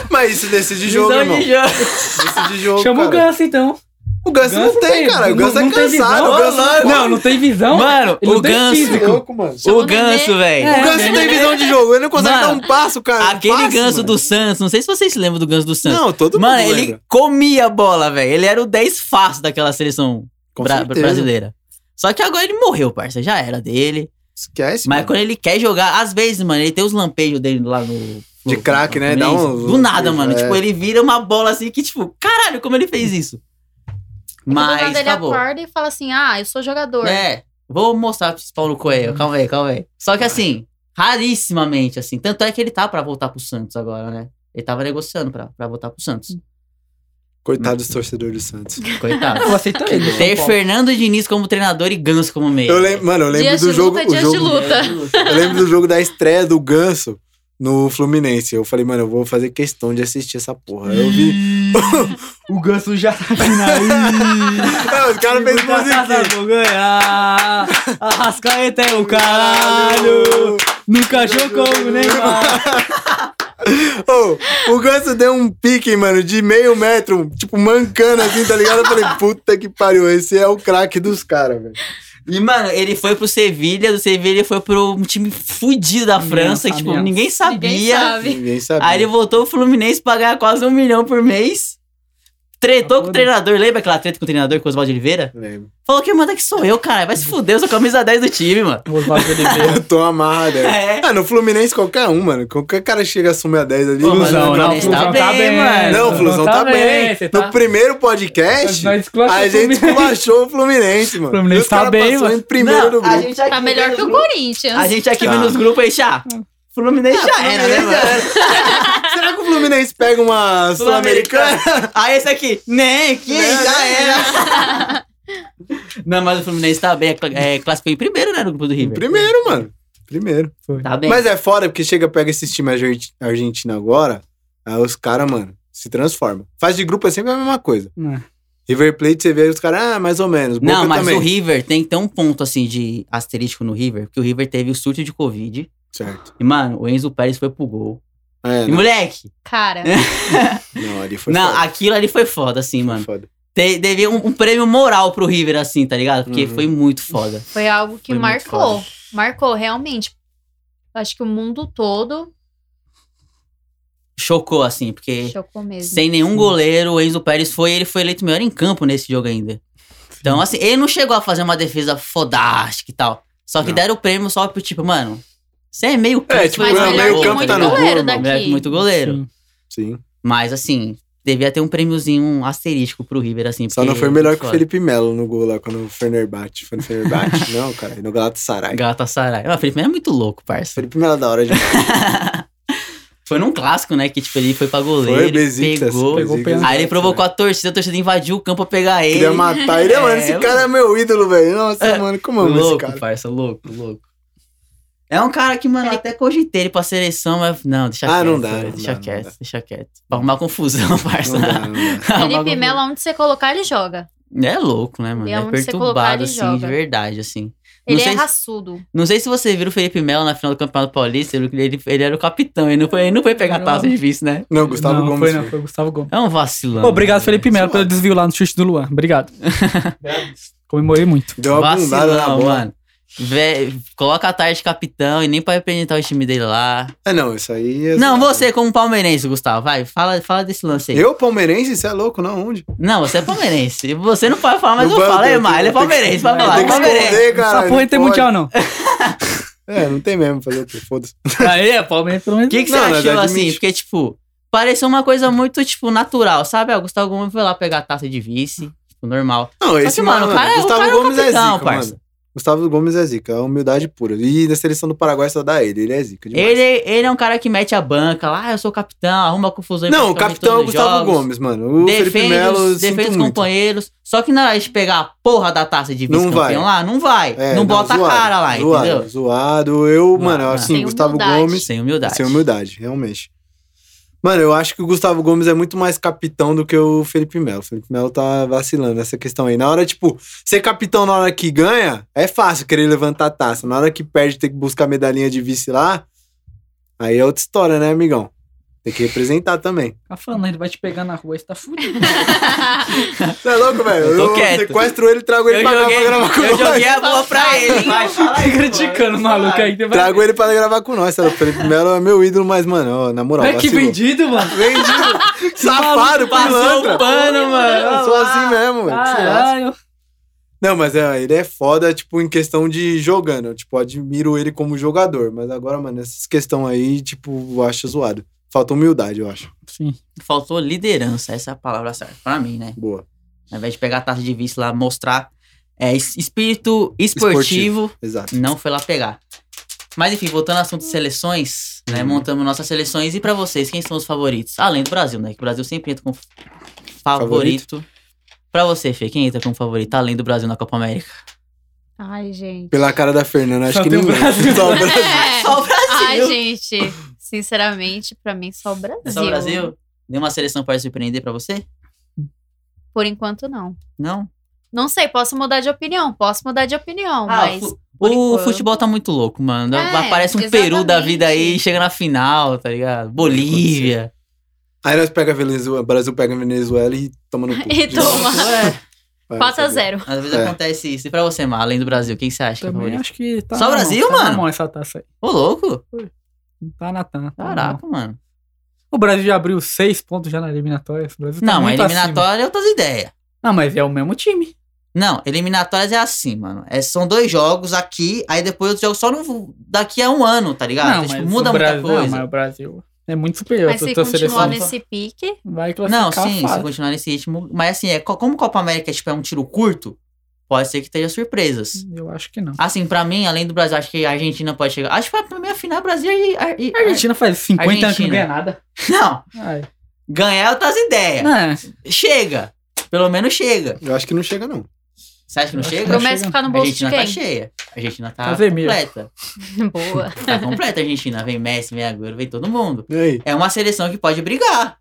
Speaker 3: Mas isso decide jogo, irmão.
Speaker 1: jogo.
Speaker 3: Decide jogo.
Speaker 2: Chama o
Speaker 3: cara.
Speaker 2: Ganso, então.
Speaker 3: o Ganso. não tem, cara. O Ganso é
Speaker 2: não tem
Speaker 3: cansado.
Speaker 2: visão.
Speaker 3: O Ganso
Speaker 2: Não, não tem visão.
Speaker 1: Mano,
Speaker 2: Ele não
Speaker 1: o
Speaker 2: tem
Speaker 1: Ganso.
Speaker 2: físico.
Speaker 3: louco, mano.
Speaker 1: O
Speaker 4: o Nenê.
Speaker 1: Ganso, velho.
Speaker 2: É.
Speaker 3: O Ganso não tem visão de jogo. Ele não consegue
Speaker 1: Mano,
Speaker 3: dar um passo, cara.
Speaker 1: Aquele
Speaker 3: Um passe,
Speaker 1: ganso
Speaker 3: mano.
Speaker 1: do Santos, não sei se vocês se lembram do ganso do Santos.
Speaker 3: Não, todo mundo.
Speaker 1: Mano, ele
Speaker 3: lembra.
Speaker 1: comia a bola, velho. Ele era o 10 fácil daquela seleção
Speaker 3: Com
Speaker 1: bra-
Speaker 3: certeza.
Speaker 1: brasileira. Só que agora ele morreu, parça. Já era dele.
Speaker 3: Esquece.
Speaker 1: Mas
Speaker 3: mano.
Speaker 1: quando ele quer jogar, às vezes, mano, ele tem os lampejos dele lá no.
Speaker 3: De
Speaker 1: no-
Speaker 3: craque,
Speaker 1: no
Speaker 3: né? Dá
Speaker 1: Fluminense.
Speaker 3: um-
Speaker 1: Do nada,
Speaker 3: um-
Speaker 1: mano.
Speaker 3: é.
Speaker 1: Tipo, ele vira uma bola assim que, tipo, caralho, como ele fez isso?
Speaker 4: Do
Speaker 1: Mas
Speaker 4: nada ele
Speaker 1: acabou.
Speaker 4: acorda e fala assim: ah, eu sou jogador.
Speaker 1: É, vou mostrar pra esse Paulo Coelho. Calma aí, calma aí. Só que assim, rarissimamente, assim. Tanto é que ele tá pra voltar pro Santos agora, né? Ele tava negociando pra, pra voltar pro Santos.
Speaker 3: Coitado dos torcedores do Santos.
Speaker 4: *laughs*
Speaker 1: Coitado.
Speaker 2: Ah, Eu aceito ele. São
Speaker 1: Tem
Speaker 2: Paulo.
Speaker 1: Fernando Diniz como treinador e Ganso como meio.
Speaker 3: Eu lembro, mano, eu lembro
Speaker 4: Dias
Speaker 3: do
Speaker 4: de
Speaker 3: jogo.
Speaker 4: luta,
Speaker 3: o
Speaker 4: dias
Speaker 3: jogo
Speaker 4: de luta.
Speaker 3: Eu lembro do jogo da estreia do Ganso no Fluminense. Eu falei, mano, eu vou fazer questão de assistir essa porra. Eu vi.
Speaker 2: O Ganso já tá aqui na
Speaker 3: *laughs* Ah, Os caras fez musiquinha.
Speaker 2: Vou ganhar. Arrascaeta é o caralho.
Speaker 3: Caralho!
Speaker 2: Nunca jogou o Neymar.
Speaker 3: Ô, o Ganso deu um pique, mano, de meio metro, tipo, mancando assim, tá ligado? Eu falei, puta que pariu, esse é o craque dos caras, velho.
Speaker 1: E, mano, ele foi pro Sevilha, do Sevilha ele foi pro um time fudido da
Speaker 2: Não,
Speaker 1: França, que, tipo,
Speaker 2: sabia.
Speaker 1: ninguém sabia.
Speaker 4: Ninguém sabe.
Speaker 3: Ninguém sabia.
Speaker 1: Aí ele voltou pro Fluminense pra ganhar quase um milhão por mês. Tretou
Speaker 4: Tá
Speaker 1: com o treinador, lembra aquela treta com o treinador, com o Oswaldo Oliveira?
Speaker 3: Lembro.
Speaker 1: Falou que manda que sou eu, cara. Vai se fuder, eu sou camisa 10 do time, mano.
Speaker 2: Oswaldo Oliveira.
Speaker 3: Eu tô amarrado. velho.
Speaker 1: É.
Speaker 3: Ah, no Fluminense qualquer um, mano. Qualquer cara chega a assumir a 10 ali.
Speaker 1: Pô,
Speaker 3: mano,
Speaker 1: mas
Speaker 2: Flusão,
Speaker 1: o
Speaker 2: não.
Speaker 1: Fluminense tá
Speaker 2: Flusão tá
Speaker 1: bem,
Speaker 2: bem,
Speaker 1: mano.
Speaker 2: mano.
Speaker 3: Não, o Flusão tá, bem.
Speaker 2: você tá-
Speaker 3: No primeiro podcast,
Speaker 2: Nós esculachamos
Speaker 3: a
Speaker 2: o
Speaker 3: gente
Speaker 2: Fluminense.
Speaker 3: esculachou o Fluminense, mano.
Speaker 2: Fluminense
Speaker 3: E os
Speaker 2: tá
Speaker 3: cara
Speaker 2: bem,
Speaker 3: passou
Speaker 2: mano.
Speaker 3: em primeiro
Speaker 1: Não,
Speaker 3: do
Speaker 1: a
Speaker 3: grupo.
Speaker 1: gente aqui
Speaker 4: Tá melhor que o
Speaker 1: Corinthians. Hum.
Speaker 4: Corinthians.
Speaker 1: A gente aqui
Speaker 3: Tá.
Speaker 1: vendo os grupos aí, chá. Fluminense já era, né, mano?
Speaker 3: Será que o Fluminense pega uma Sul-Americana?
Speaker 1: *laughs* ah, esse aqui. Nem, que
Speaker 3: Né?
Speaker 1: já era. *laughs* Não, mas o Fluminense tá bem. é cla- É, classificou em primeiro, né, no grupo do River.
Speaker 3: Primeiro, mano. Primeiro.
Speaker 1: Tá bem.
Speaker 3: Mas é foda, porque chega, pega esses times argen- argentinos agora, aí os caras, mano, se transformam. Faz de grupo é sempre a mesma coisa.
Speaker 2: É.
Speaker 3: River Plate, você vê aí os caras, ah, mais ou menos. Boca
Speaker 1: não, mas
Speaker 3: também.
Speaker 1: o River tem, tem um ponto, assim, de asterístico no River, porque o River teve o surto de Covid.
Speaker 3: Certo.
Speaker 1: E, mano, o Enzo Pérez foi pro gol.
Speaker 3: É,
Speaker 1: E,
Speaker 3: não,
Speaker 1: moleque,
Speaker 4: Cara,
Speaker 1: É.
Speaker 3: não, ali foi
Speaker 1: não,
Speaker 3: foda.
Speaker 1: aquilo ali foi foda, assim,
Speaker 3: Foi
Speaker 1: mano.
Speaker 3: foda.
Speaker 1: Te, teve um, um prêmio moral pro River, assim, tá ligado? Porque
Speaker 3: Uhum.
Speaker 1: foi muito foda.
Speaker 4: foi algo que
Speaker 1: Foi muito
Speaker 4: marcou.
Speaker 1: foda.
Speaker 4: Marcou, realmente. Acho que o mundo todo
Speaker 1: Chocou, assim, porque
Speaker 4: chocou mesmo.
Speaker 1: Sem nenhum goleiro, o Enzo Pérez foi, ele foi eleito melhor em campo nesse jogo ainda. Então, assim, ele não chegou a fazer uma defesa fodástica e tal. Só que
Speaker 3: Não.
Speaker 1: deram o prêmio só pro tipo, mano, você é meio campo.
Speaker 3: tipo,
Speaker 4: Mas
Speaker 1: você
Speaker 4: melhor
Speaker 1: é
Speaker 4: meio
Speaker 1: gol,
Speaker 4: campo
Speaker 1: tá
Speaker 4: tá
Speaker 1: ligado?
Speaker 4: no goleiro daqui.
Speaker 1: Melhor que muito goleiro.
Speaker 2: Sim.
Speaker 3: Sim.
Speaker 1: Mas, assim, devia ter um prêmiozinho, um asterisco pro River, assim.
Speaker 3: Só
Speaker 1: porque
Speaker 3: não foi melhor que o
Speaker 1: foda.
Speaker 3: Felipe Melo no gol lá, quando o Fenerbahçe. Foi no
Speaker 1: *laughs*
Speaker 3: Fenerbahçe? não, cara. No Galatasaray.
Speaker 1: Galatasaray. Ah, O Felipe Melo é muito louco, parça.
Speaker 3: Felipe Melo é da hora de
Speaker 1: Foi num clássico, né, que tipo, ele foi pra
Speaker 3: Foi,
Speaker 1: goleiro, ele
Speaker 3: Besiktas.
Speaker 1: pegou.
Speaker 2: pegou o pênalti.
Speaker 1: Aí ele provocou a torcida, a torcida invadiu o campo pra pegar ele.
Speaker 3: Queria matar ele.
Speaker 1: É,
Speaker 3: mano, esse
Speaker 1: mano.
Speaker 3: cara é meu ídolo, velho. Nossa,
Speaker 1: É.
Speaker 3: mano, como eu amo esse
Speaker 1: Louco,
Speaker 3: cara.
Speaker 1: parça, louco, louco. É um cara que, mano, eu até cogitei ele pra seleção, mas não, deixa
Speaker 3: Ah,
Speaker 1: quieto.
Speaker 3: não dá, não
Speaker 1: Deixa
Speaker 3: dá, não
Speaker 1: quieto,
Speaker 3: dá.
Speaker 1: deixa quieto. Pra arrumar confusão, *laughs* parça.
Speaker 3: Não dá, não dá.
Speaker 4: *laughs* Felipe Melo, onde você colocar, ele joga.
Speaker 1: É louco, né, mano?
Speaker 4: E
Speaker 1: É
Speaker 4: aonde você colocar,
Speaker 1: perturbado,
Speaker 4: ele
Speaker 1: assim, de
Speaker 4: joga.
Speaker 1: verdade, assim. Não
Speaker 4: Ele é
Speaker 1: sei se-
Speaker 4: raçudo.
Speaker 1: Não sei se você viu o Felipe Melo na final do Campeonato Paulista, ele, ele- ele era o capitão, ele não foi, ele não foi pegar
Speaker 2: Não.
Speaker 1: taça de vice, né?
Speaker 3: Não, Gustavo
Speaker 2: não,
Speaker 3: Gomes.
Speaker 2: Foi, não,
Speaker 3: filho.
Speaker 2: foi o Gustavo Gomes.
Speaker 1: É um vacilão.
Speaker 2: Pô, obrigado,
Speaker 1: né,
Speaker 2: Felipe
Speaker 1: velho?
Speaker 2: Melo, pelo desvio lá no chute do Luan. Obrigado. Comemorei muito.
Speaker 3: Deu uma bundada um na
Speaker 1: Vacilão,
Speaker 3: bola.
Speaker 1: mano. Vé, coloca a tarde de capitão e nem pra representar o time dele lá.
Speaker 3: É, não, isso aí é.
Speaker 1: Não, você como palmeirense, Gustavo, vai, fala, fala desse lance aí.
Speaker 3: Eu, palmeirense, você é louco, não? Onde?
Speaker 1: Não, você é palmeirense. Você não pode falar, mas
Speaker 3: No
Speaker 1: eu
Speaker 3: banco,
Speaker 1: falo. Aí,
Speaker 3: eu
Speaker 1: Mar,
Speaker 3: tenho-
Speaker 1: ele é
Speaker 3: eu tenho que-
Speaker 1: palmeirense, vai
Speaker 3: eu
Speaker 1: falar.
Speaker 3: tenho
Speaker 1: é
Speaker 3: que
Speaker 1: palmeirense.
Speaker 3: esconder, cara.
Speaker 2: Essa porra não tem mundial, não.
Speaker 3: É, não tem mesmo fazer o quê? Foda-se.
Speaker 2: *laughs* Aí, é, Palmeiras pelo
Speaker 1: O
Speaker 2: menos.
Speaker 1: que, que você
Speaker 3: Não, na
Speaker 1: achou,
Speaker 3: verdade,
Speaker 1: assim?
Speaker 3: me-
Speaker 1: Porque, tipo, pareceu uma coisa muito, tipo, natural, sabe? Ah, o Gustavo Gomes foi lá pegar a taça de vice, tipo, normal.
Speaker 3: Não,
Speaker 1: que,
Speaker 3: esse
Speaker 1: mano,
Speaker 3: mano,
Speaker 1: o cara- o
Speaker 3: Gustavo
Speaker 1: cara é o
Speaker 3: Gomes
Speaker 1: capitão,
Speaker 3: é zica,
Speaker 1: parça.
Speaker 3: mano. Gustavo Gomes é zica, é humildade pura. E na seleção do Paraguai só dá ele, ele é zica. demais.
Speaker 1: Ele, ele é um cara que mete a banca lá, ah, eu sou o capitão, arruma confusão. em
Speaker 3: Não, o
Speaker 1: praticamente
Speaker 3: capitão é
Speaker 1: todos
Speaker 3: o
Speaker 1: os
Speaker 3: Gustavo
Speaker 1: jogos.
Speaker 3: Gomes, mano. O Felipe
Speaker 1: defende
Speaker 3: Melo, eu
Speaker 1: os,
Speaker 3: sinto
Speaker 1: defende os
Speaker 3: muito.
Speaker 1: companheiros. Só que na hora de pegar a porra da taça de
Speaker 3: Não vai.
Speaker 1: vice-campeão lá, não vai.
Speaker 3: É,
Speaker 1: não, bota
Speaker 3: zoado,
Speaker 1: a cara lá,
Speaker 3: zoado,
Speaker 1: entendeu?
Speaker 3: Zoado. Eu,
Speaker 1: Zoado,
Speaker 3: mano,
Speaker 1: né?
Speaker 3: assim,
Speaker 4: Sem
Speaker 3: Gustavo
Speaker 4: humildade.
Speaker 3: Gomes.
Speaker 1: Sem humildade.
Speaker 3: Sem humildade, realmente. Mano, eu acho que o Gustavo Gomes é muito mais capitão do que o Felipe Melo. O Felipe Melo tá vacilando nessa questão aí. Na hora, tipo, ser capitão na hora que ganha, é fácil querer levantar a taça. Na hora que perde, ter que buscar a medalhinha de vice lá, aí é outra história, né, amigão? Tem que representar também.
Speaker 2: Tá falando, ele vai te pegar na rua, você tá fudido.
Speaker 3: Você é louco, velho?
Speaker 1: Eu tô
Speaker 3: Eu,
Speaker 1: quieto.
Speaker 3: sequestro ele, trago ele
Speaker 1: Eu
Speaker 3: pra,
Speaker 1: joguei,
Speaker 3: pra gravar com
Speaker 1: eu
Speaker 3: nós.
Speaker 1: joguei a bola pra ele. Vai, fala aí,
Speaker 2: Tá criticando o maluco aí. você vai-
Speaker 3: Trago ele pra gravar com nós. sabe? O Felipe Melo é meu ídolo, mas, mano, ó, na moral,
Speaker 2: Olha é que
Speaker 3: vacilou.
Speaker 2: vendido, mano.
Speaker 3: Vendido.
Speaker 1: *laughs*
Speaker 3: Safado,
Speaker 1: Passou
Speaker 3: pilantra.
Speaker 1: o pano, mano.
Speaker 3: Eu
Speaker 1: olha
Speaker 4: ah,
Speaker 3: sou
Speaker 1: lá.
Speaker 3: assim mesmo, velho. que se lasca.
Speaker 2: Caralho.
Speaker 3: Não, mas é, ele é foda, tipo, em questão de jogando. Eu, tipo, admiro ele como jogador. Mas agora, mano, essas questões aí, tipo, eu acho zoado. Falta humildade, eu acho.
Speaker 2: Sim.
Speaker 1: Faltou liderança, essa é a palavra certa pra mim, né?
Speaker 3: Boa.
Speaker 1: Ao invés de pegar a taça de vice lá, mostrar é, es- espírito esportivo,
Speaker 3: Exato.
Speaker 1: não foi lá pegar. Mas enfim, voltando ao assunto de seleções, né? Montamos nossas seleções. E pra vocês, quem são os favoritos? Além do Brasil, né? Que o Brasil sempre entra como favorito. Pra você, Fê, quem entra como favorito além do Brasil na Copa América?
Speaker 4: Ai, gente. *laughs*
Speaker 3: Pela cara da Fernanda, acho
Speaker 2: Só
Speaker 3: que
Speaker 2: tem
Speaker 3: nem
Speaker 2: o Brasil.
Speaker 3: Só o Brasil.
Speaker 4: É.
Speaker 1: Só o Brasil!
Speaker 4: Ai, gente. Sinceramente, pra mim, só o Brasil.
Speaker 1: É só o Brasil? Nenhuma seleção pode surpreender pra você?
Speaker 4: Por enquanto, não.
Speaker 1: Não?
Speaker 4: Não sei, posso mudar de opinião. Posso mudar de opinião, mas...
Speaker 1: Ah, o,
Speaker 4: por
Speaker 1: o
Speaker 4: enquanto-
Speaker 1: futebol tá muito louco, mano.
Speaker 4: É,
Speaker 1: Aparece um Peru da vida aí,
Speaker 4: exatamente.
Speaker 1: chega na final, tá ligado? Bolívia.
Speaker 3: Aí nós pega a Venezuela, o Brasil pega a Venezuela e toma no cu.
Speaker 4: *laughs* E toma.
Speaker 1: Ué,
Speaker 4: *laughs*
Speaker 3: Vai,
Speaker 4: 4x0.
Speaker 1: às vezes
Speaker 3: É.
Speaker 1: acontece isso. E pra você, Mar, além do Brasil, quem você acha que é
Speaker 2: Também
Speaker 1: favorito?
Speaker 2: acho que tá.
Speaker 1: Só
Speaker 2: na mão,
Speaker 1: Brasil,
Speaker 2: tá na
Speaker 1: mano?
Speaker 2: mão essa taça aí.
Speaker 1: Ô, louco!
Speaker 2: Tá na taça. tá na mão.
Speaker 1: Caraca, mano.
Speaker 2: O Brasil já abriu seis pontos já na eliminatória. O Brasil tá
Speaker 1: Não, a
Speaker 2: muito acima.
Speaker 1: eliminatória é outras ideias.
Speaker 2: Ah, mas é o mesmo time.
Speaker 1: Não, eliminatórias é assim, mano. É, são dois jogos aqui, aí depois outros jogos só no, daqui a um ano, tá ligado?
Speaker 2: não,
Speaker 1: Então, tipo,
Speaker 2: mas
Speaker 1: muda
Speaker 2: o
Speaker 1: muita
Speaker 2: Brasil,
Speaker 1: coisa.
Speaker 2: Não, mas o Brasil é muito superior.
Speaker 4: Mas
Speaker 2: Tua-
Speaker 4: se
Speaker 2: tua
Speaker 4: continuar
Speaker 2: seleção
Speaker 4: nesse pique...
Speaker 2: vai classificar
Speaker 1: Não, sim, se
Speaker 2: fácil.
Speaker 1: continuar nesse ritmo. Mas assim, é, co- como Copa América tipo, é um tiro curto, pode ser que tenha surpresas.
Speaker 2: Eu acho que não.
Speaker 1: Assim, pra mim, além do Brasil, acho que a Argentina pode chegar. Acho que pra- pra mim, afinal, Brasil e. e- e-
Speaker 2: A Argentina faz 50 anos que não
Speaker 1: Argentina.
Speaker 2: ganha nada.
Speaker 1: Não,
Speaker 2: Ai.
Speaker 1: ganhar é outras ideias.
Speaker 2: Não, é.
Speaker 1: Chega. Pelo menos chega.
Speaker 3: Eu acho que não chega, não.
Speaker 1: Você acha que não
Speaker 2: Eu acho
Speaker 1: chega?
Speaker 2: que não.
Speaker 4: Promessa
Speaker 2: chega.
Speaker 4: ficar no
Speaker 1: A
Speaker 4: bolso de
Speaker 1: Argentina tá
Speaker 4: quem?
Speaker 1: cheia. A Argentina tá
Speaker 2: Casemiro.
Speaker 1: completa.
Speaker 4: *laughs* Boa.
Speaker 1: Tá completa a Argentina. Vem Messi, vem Agüero, vem todo mundo.
Speaker 3: E aí?
Speaker 1: É uma seleção que pode brigar.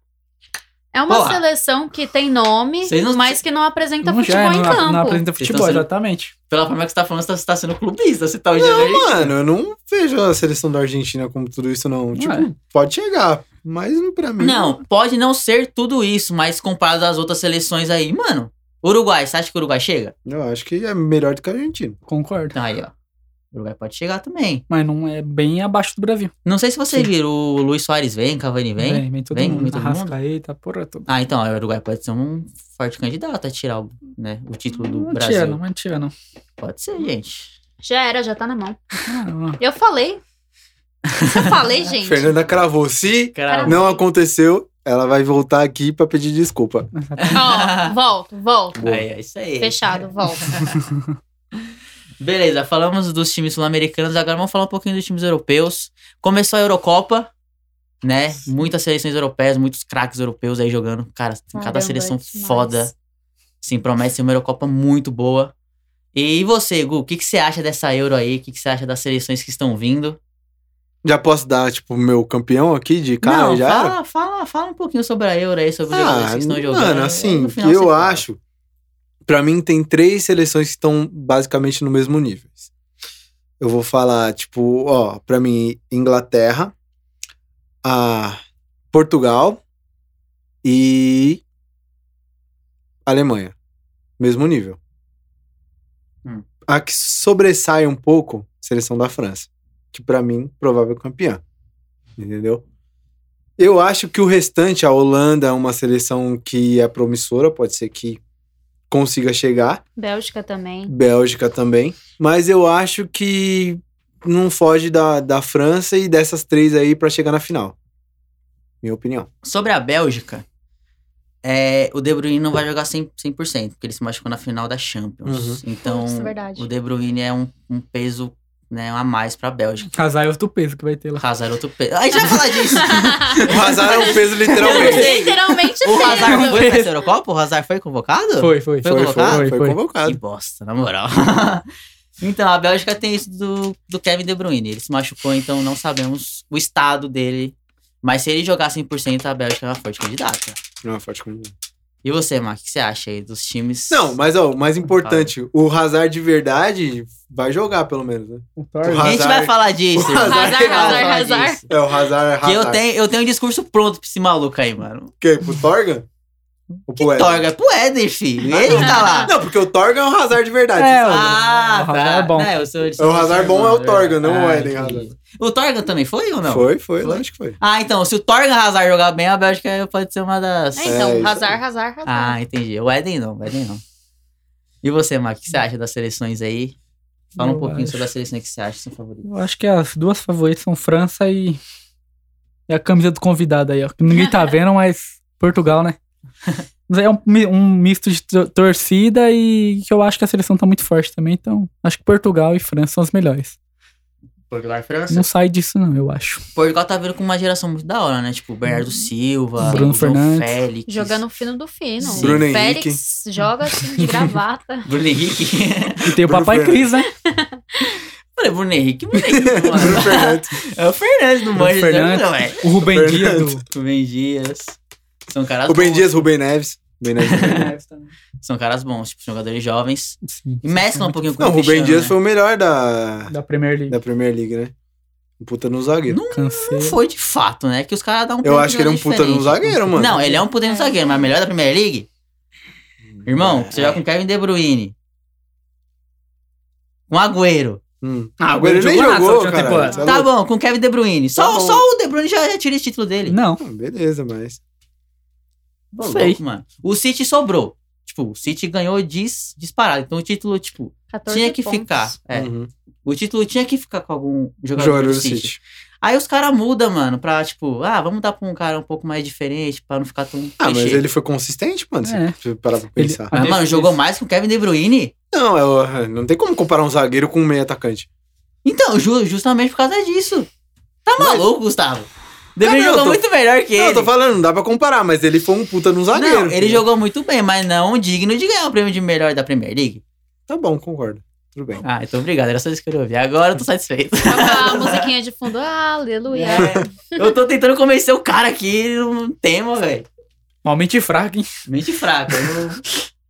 Speaker 4: É uma
Speaker 1: Porra.
Speaker 4: seleção que tem nome,
Speaker 1: Vocês não-
Speaker 4: mas que não apresenta
Speaker 2: Não
Speaker 4: tá futebol
Speaker 2: já, é
Speaker 4: em
Speaker 2: não,
Speaker 4: campo.
Speaker 2: não apresenta
Speaker 1: Vocês
Speaker 2: futebol,
Speaker 1: tão sendo-
Speaker 2: exatamente.
Speaker 1: Pela forma que você tá falando, você tá, você tá sendo clubista. Você tá olhando aí.
Speaker 3: Não, mano, eu não vejo a seleção da Argentina como tudo isso, não. Tipo,
Speaker 2: é.
Speaker 3: pode chegar, mas pra mim.
Speaker 1: Não, pode não ser tudo isso, mas comparado às outras seleções aí, mano. Uruguai, você acha que o Uruguai chega?
Speaker 3: Eu acho que é melhor do que a Argentina.
Speaker 2: Concordo.
Speaker 1: Então aí, ó. O Uruguai pode chegar também.
Speaker 2: Mas não é bem abaixo do Brasil.
Speaker 1: Não sei se vocês
Speaker 2: Sim.
Speaker 1: viram, o Luiz Soares vem, Cavani vem.
Speaker 2: Vem, vem todo
Speaker 1: Vem,
Speaker 2: mundo.
Speaker 1: vem todo mundo.
Speaker 2: Arrascaeta, porra toda.
Speaker 1: Ah, então, o Uruguai pode ser um forte candidato a tirar o, né, o título do
Speaker 2: Não
Speaker 1: Brasil.
Speaker 2: tira, não, não tira, não.
Speaker 1: Pode ser, gente.
Speaker 4: Já era, já tá na mão.
Speaker 2: Ah, não.
Speaker 4: Eu falei. Eu falei, gente.
Speaker 3: Fernanda cravou. Se
Speaker 4: Cara,
Speaker 3: não aconteceu, ela vai voltar aqui pra pedir desculpa.
Speaker 4: Ó, volto,
Speaker 1: *laughs*
Speaker 4: volto.
Speaker 1: Aí, é isso aí.
Speaker 4: Fechado, volto.
Speaker 1: Beleza, falamos dos times sul-americanos, agora vamos falar um pouquinho dos times europeus. Começou a Eurocopa, né? Muitas seleções europeias, muitos craques europeus aí jogando. Cara, tem cada
Speaker 2: é
Speaker 4: Caramba,
Speaker 1: seleção
Speaker 4: demais.
Speaker 1: foda. Sim, promete ser uma Eurocopa muito boa. E você, Gu, o que, que você acha dessa Euro aí? O que, que você acha das seleções que estão vindo?
Speaker 3: Já posso dar, tipo, meu campeão aqui de cara?
Speaker 1: não,
Speaker 3: já era?
Speaker 1: fala, fala, fala um pouquinho sobre a Euro aí, sobre os jogadores que estão jogando.
Speaker 3: Ah, Mano,
Speaker 1: Aí
Speaker 3: assim,
Speaker 1: no
Speaker 3: que
Speaker 1: final você
Speaker 3: eu
Speaker 1: fala.
Speaker 3: acho. Pra mim, tem três seleções que estão basicamente no mesmo nível. Eu vou falar, tipo, ó, pra mim, Inglaterra, a Portugal e Alemanha. Mesmo nível.
Speaker 1: Hum.
Speaker 3: A que sobressai um pouco, seleção da França. Que pra mim, provável campeã. Entendeu? Eu acho que o restante, a Holanda é uma seleção que é promissora, pode ser que consiga chegar.
Speaker 4: Bélgica também.
Speaker 3: Bélgica também. Mas eu acho que não foge da, da França e dessas três aí pra chegar na final. Minha opinião.
Speaker 1: Sobre a Bélgica, é, o De Bruyne não vai jogar 100%, 100% porque ele se machucou na final da
Speaker 3: Uhum.
Speaker 1: Champions. Então,
Speaker 4: Isso é verdade. *laughs*
Speaker 1: o De Bruyne é um, um peso né, a mais pra
Speaker 3: *laughs*
Speaker 1: Bélgica.
Speaker 2: Casaios do é peso que vai ter lá.
Speaker 1: Hazard é outro peso. A gente vai falar disso.
Speaker 3: O Hazard é um peso
Speaker 1: *laughs*
Speaker 3: literalmente.
Speaker 4: Literalmente assim.
Speaker 1: O Hazard
Speaker 4: peso.
Speaker 1: foi pra essa Eurocopa? O Hazard foi convocado?
Speaker 2: Foi,
Speaker 1: Foi
Speaker 2: foi.
Speaker 3: Foi, foi,
Speaker 1: convocado?
Speaker 3: foi,
Speaker 2: Foi.
Speaker 1: Que
Speaker 3: convocado.
Speaker 1: bosta, na moral. *laughs* então, a Bélgica tem isso do, do Kevin De Bruyne. Ele se machucou, então não sabemos o estado dele. Mas se ele jogar 100%, a Bélgica é uma forte candidata.
Speaker 3: Não, é forte como-
Speaker 1: E você, Mark, o que você acha aí dos times?
Speaker 3: Não, mas ó, o mais importante, o Hazard de verdade vai jogar, pelo menos, né?
Speaker 2: O
Speaker 3: o
Speaker 1: A
Speaker 2: Thor-
Speaker 1: gente
Speaker 3: Hazard-
Speaker 1: vai falar disso.
Speaker 3: *laughs* o
Speaker 1: irmão.
Speaker 3: Hazard-
Speaker 1: A gente vai
Speaker 4: Hazard,
Speaker 1: falar
Speaker 4: Hazard.
Speaker 1: disso.
Speaker 3: É, o Hazard é
Speaker 1: Que eu
Speaker 3: Hazard.
Speaker 1: tenho, eu tenho um discurso pronto pra esse maluco aí, mano.
Speaker 3: Quem? Pro Torgan? Ou pro Eder?
Speaker 1: Torga é pro Éder, filho. Ele que tá lá.
Speaker 3: Não, porque o Torgan é o Hazard de verdade.
Speaker 2: É, o-
Speaker 1: Ah,
Speaker 2: o
Speaker 1: tá.
Speaker 2: Hazard é bom.
Speaker 1: Né, eu sou- eu
Speaker 3: É
Speaker 1: sou-
Speaker 3: o Hazard bom é o Torgan, não o
Speaker 1: Ah,
Speaker 3: Eden
Speaker 1: entendi.
Speaker 3: Hazard.
Speaker 1: O Torgan também foi ou não?
Speaker 3: Foi, foi, lógico que foi.
Speaker 1: Ah, então, se o Torgan Hazard jogar bem, a Bélgica pode ser uma das.
Speaker 4: É, então,
Speaker 3: É, isso
Speaker 4: Hazard, Hazard, Hazard.
Speaker 1: Ah, entendi. O Eden não, o Eden não. E você, Mark, o que você acha das seleções aí? Fala um
Speaker 2: Eu
Speaker 1: pouquinho
Speaker 2: acho.
Speaker 1: sobre as seleções que você acha, são favoritas.
Speaker 2: Eu acho que as duas favoritas são França e. É a camisa do convidado aí, ó. Que ninguém tá
Speaker 1: *laughs*
Speaker 2: vendo, mas Portugal, né? Mas É um, mi- um misto de to- torcida e que eu acho que a seleção tá muito forte também, então acho que Portugal e França são as melhores.
Speaker 1: Portugal e
Speaker 2: Não
Speaker 1: França.
Speaker 2: sai disso, não, eu acho.
Speaker 1: Portugal tá vindo com uma geração muito da hora, né? Tipo, o Bernardo Silva,
Speaker 2: Bruno
Speaker 1: o João
Speaker 2: Fernandes.
Speaker 1: Félix.
Speaker 4: Jogando o fino do fino.
Speaker 1: Sim.
Speaker 3: Bruno
Speaker 4: O Félix
Speaker 3: Henrique.
Speaker 4: joga assim de gravata.
Speaker 1: Bruno Henrique. *laughs*
Speaker 2: E tem o
Speaker 3: Bruno
Speaker 2: Papai Cris, né?
Speaker 1: Falei, Bruno Henrique, Bruno Henrique,
Speaker 3: Bruno
Speaker 1: mano.
Speaker 3: Fernandes.
Speaker 1: É o Fernandes do
Speaker 2: O
Speaker 1: Manchester, não é?
Speaker 2: Fernandes, o Rubem Dias.
Speaker 3: Fernandes.
Speaker 2: do-
Speaker 1: Rubem Dias. São caras
Speaker 3: Rubem
Speaker 1: bons.
Speaker 3: Dias, Rubem Neves. Rubem Neves.
Speaker 1: São caras bons, tipo, jogadores jovens.
Speaker 2: Sim,
Speaker 1: E mesclam um pouquinho com
Speaker 3: *laughs* Não,
Speaker 1: o
Speaker 3: o Rubem
Speaker 1: Cristiano,
Speaker 3: Dias
Speaker 1: né?
Speaker 3: foi o melhor da,
Speaker 2: Da Premier League.
Speaker 3: da Premier League, né? Um puta no zagueiro.
Speaker 1: Não Não
Speaker 2: Cansei.
Speaker 1: foi de fato, né? Que os caras dão um
Speaker 3: Eu acho que ele é um
Speaker 1: pouquinho
Speaker 3: puta de um
Speaker 1: diferente.
Speaker 3: zagueiro, mano.
Speaker 1: Não, ele é um puta de um
Speaker 4: É.
Speaker 1: zagueiro, mas melhor da Primeira League? Irmão,
Speaker 3: É.
Speaker 1: você joga com Kevin De Bruyne. Com Agüero.
Speaker 3: Hum.
Speaker 2: Ah,
Speaker 3: Agora ele nem
Speaker 2: jogou tipo, nada essa
Speaker 3: jogou,
Speaker 2: última
Speaker 3: cara.
Speaker 2: temporada.
Speaker 3: Tá
Speaker 1: Tá
Speaker 3: louco?
Speaker 1: bom, com Kevin De Bruyne.
Speaker 3: Tá
Speaker 1: Só,
Speaker 3: bom.
Speaker 1: só o De Bruyne já, já tira esse título dele.
Speaker 2: Não,
Speaker 3: Hum, Beleza, mas.
Speaker 1: Pô,
Speaker 2: sei.
Speaker 1: louco, mano. O City sobrou. Tipo, o City ganhou dis, disparado. Então o título, tipo,
Speaker 4: 14
Speaker 1: tinha que
Speaker 4: pontos.
Speaker 1: ficar. É,
Speaker 3: Uhum.
Speaker 1: O título tinha que ficar com algum jogador,
Speaker 3: Jogador
Speaker 1: do
Speaker 3: do
Speaker 1: City.
Speaker 3: City.
Speaker 1: Aí os caras mudam, mano, pra tipo, ah, vamos dar pra um cara um pouco mais diferente, pra não ficar tão.
Speaker 3: Ah, mas
Speaker 1: clichê.
Speaker 3: ele foi consistente, mano. Se
Speaker 2: É.
Speaker 3: você parar pra
Speaker 2: Ele-
Speaker 3: pensar.
Speaker 1: Mas, Ah, mano, jogou mais que o Kevin De Bruyne?
Speaker 3: Não, é o- não tem como comparar um zagueiro com um meio atacante.
Speaker 1: Então, ju- justamente por causa disso. Tá maluco, Gustavo? De
Speaker 3: Não,
Speaker 1: Bruyne
Speaker 3: não,
Speaker 1: jogou
Speaker 3: eu tô-
Speaker 1: muito melhor que
Speaker 3: Não,
Speaker 1: ele.
Speaker 3: eu tô falando, não dá pra comparar, mas ele foi um puta no zagueiro.
Speaker 1: não, ele jogou muito bem, mas não digno de ganhar o prêmio de melhor da Premier League.
Speaker 3: Tá bom, concordo. Tudo bem.
Speaker 1: Ah, então obrigado, era só isso que eu queria ouvir. Agora eu tô satisfeito.
Speaker 4: Toca a musiquinha de fundo.
Speaker 1: É,
Speaker 4: Aleluia.
Speaker 1: *laughs* eu tô tentando convencer o cara aqui no tema, velho.
Speaker 2: Realmente fraco, hein?
Speaker 1: Mente fraca. Eu, não-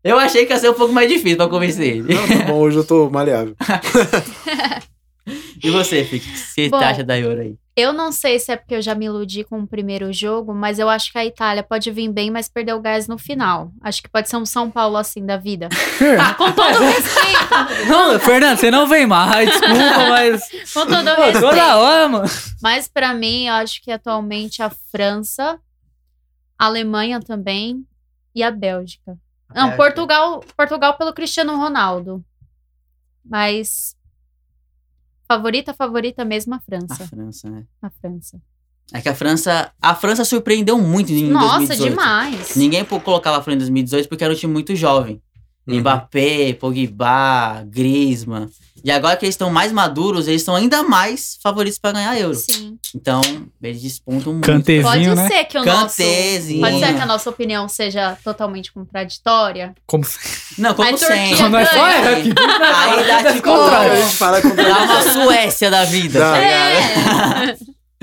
Speaker 1: eu achei que ia ser um pouco mais difícil pra convencer ele.
Speaker 3: Não, tá bom, hoje eu tô maleável.
Speaker 1: E você, Fique, o que você
Speaker 4: Bom,
Speaker 1: acha da Euro aí?
Speaker 4: Eu não sei se é porque eu já me iludi com o primeiro jogo, mas eu acho que a Itália pode vir bem, mas perdeu o gás no final. Acho que pode ser um São Paulo assim da vida. *laughs* Ah, Com todo o respeito,
Speaker 2: *laughs* Não, Fernando, você não vem *laughs* mais, desculpa, mas.
Speaker 4: com todo o
Speaker 2: Pô, toda
Speaker 4: respeito.
Speaker 2: hora, mano.
Speaker 4: Mas pra mim, eu acho que atualmente a França, a Alemanha também e a Bélgica. Não, Portugal, Portugal pelo Cristiano Ronaldo. Mas favorita, favorita mesmo a
Speaker 1: A
Speaker 4: França,
Speaker 1: França, né?
Speaker 4: a França.
Speaker 1: É que a França. A França surpreendeu muito em
Speaker 4: Nossa,
Speaker 1: 2018. né?
Speaker 4: demais.
Speaker 1: Ninguém pô- colocava a França em 2018 porque era um time muito jovem.
Speaker 3: Uhum.
Speaker 1: Mbappé, Pogba, Griezmann. E agora que eles estão mais maduros, eles são ainda mais favoritos pra ganhar euro.
Speaker 4: Sim.
Speaker 1: Então, eles despontam muito.
Speaker 4: Pode
Speaker 2: Cantezinho, né?
Speaker 4: ser que o
Speaker 1: Cantezinho.
Speaker 4: nosso. Pode ser que a nossa opinião seja totalmente contraditória.
Speaker 2: Como se...
Speaker 1: Não, como
Speaker 4: Aí, Turquia
Speaker 1: sempre.
Speaker 4: Só
Speaker 2: nós só
Speaker 4: ganha.
Speaker 2: é aqui.
Speaker 1: Aí dá
Speaker 3: *laughs*
Speaker 1: tipo.
Speaker 3: Contrário, Ah, a gente fala contrário.
Speaker 1: Dá uma Suécia da vida.
Speaker 3: Dá.
Speaker 1: tá ligado?
Speaker 4: É.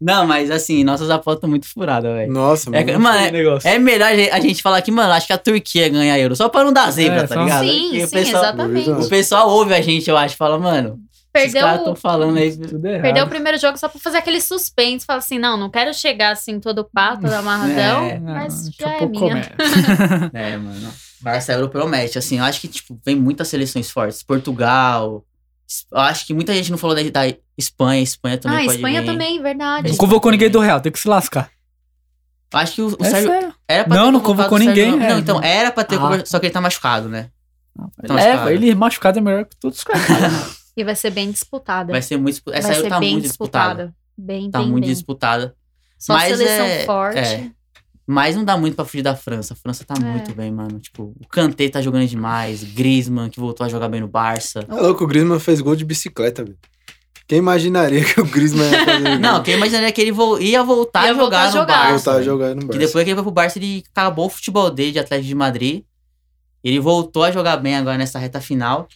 Speaker 1: Não, mas assim, nossas apostas estão muito furadas, velho.
Speaker 3: Nossa,
Speaker 1: É,
Speaker 3: mano.
Speaker 1: mano,
Speaker 2: Esse
Speaker 1: é,
Speaker 2: negócio.
Speaker 1: é melhor a gente- a gente falar que, mano, acho que a Turquia ganha euro. Só pra não dar zebra,
Speaker 2: É,
Speaker 1: tá
Speaker 2: só-
Speaker 1: ligado? Porque
Speaker 4: Sim,
Speaker 1: o
Speaker 4: sim,
Speaker 1: pessoal,
Speaker 4: exatamente.
Speaker 3: Exato.
Speaker 1: O pessoal ouve a gente, eu acho, fala, mano, esses
Speaker 4: Perdeu,
Speaker 1: caras estão falando
Speaker 4: *laughs*
Speaker 1: aí.
Speaker 2: Tudo errado.
Speaker 4: perdeu o primeiro jogo só pra fazer aquele suspense. Fala assim, não, não quero chegar assim todo pato, todo amarradão,
Speaker 1: É,
Speaker 4: mas
Speaker 2: daqui
Speaker 4: já
Speaker 2: a
Speaker 4: é
Speaker 2: pouco
Speaker 4: minha.
Speaker 2: começa.
Speaker 1: É, mano. Barça Euro promete, assim, eu acho que, tipo, vem muitas seleções fortes. Portugal. es- Eu acho que muita gente não falou da, da Espanha, Espanha também
Speaker 4: ah,
Speaker 1: pode
Speaker 4: Espanha
Speaker 1: vir.
Speaker 4: também, verdade.
Speaker 2: Não convocou ninguém do Real, tem que se lascar.
Speaker 1: Eu Acho que o, o
Speaker 2: É
Speaker 1: Sérgio.
Speaker 2: sério.
Speaker 1: Era pra
Speaker 2: Não,
Speaker 1: ter
Speaker 2: não
Speaker 1: convocado
Speaker 2: convocou
Speaker 1: o Sérgio
Speaker 2: ninguém,
Speaker 1: Ramos. Não,
Speaker 2: é.
Speaker 1: então, era pra ter
Speaker 2: Ah.
Speaker 1: convocado, só que ele tá machucado, né? Tá
Speaker 2: é,
Speaker 1: machucado.
Speaker 2: ele machucado é melhor que todos os caras.
Speaker 4: *laughs* E vai ser bem disputada.
Speaker 1: Vai ser muito. dispu- Essa Euro
Speaker 4: ser
Speaker 1: tá
Speaker 4: bem
Speaker 1: muito disputada.
Speaker 4: Bem,
Speaker 1: Tá
Speaker 4: bem,
Speaker 1: muito
Speaker 4: bem.
Speaker 1: disputada.
Speaker 4: Só
Speaker 1: Mas
Speaker 4: seleção
Speaker 1: é-
Speaker 4: forte.
Speaker 1: é. Mas não dá muito pra fugir da França. A França tá
Speaker 4: É.
Speaker 1: muito bem, mano. Tipo, o Kanté tá jogando demais. Griezmann, que voltou a jogar bem no Barça.
Speaker 3: É louco, o Griezmann fez gol de bicicleta, velho. Quem imaginaria que o Griezmann ia fazer gol?
Speaker 1: Não, quem imaginaria que ele vo- ia voltar
Speaker 4: Ia
Speaker 1: a jogar
Speaker 4: voltar a
Speaker 1: no
Speaker 4: jogar.
Speaker 1: Barça.
Speaker 3: voltar a
Speaker 1: velho.
Speaker 3: jogar no Barça.
Speaker 1: Que depois que ele foi pro Barça, ele acabou o futebol dele de Atlético de Madrid. Ele voltou a jogar bem agora nessa reta final.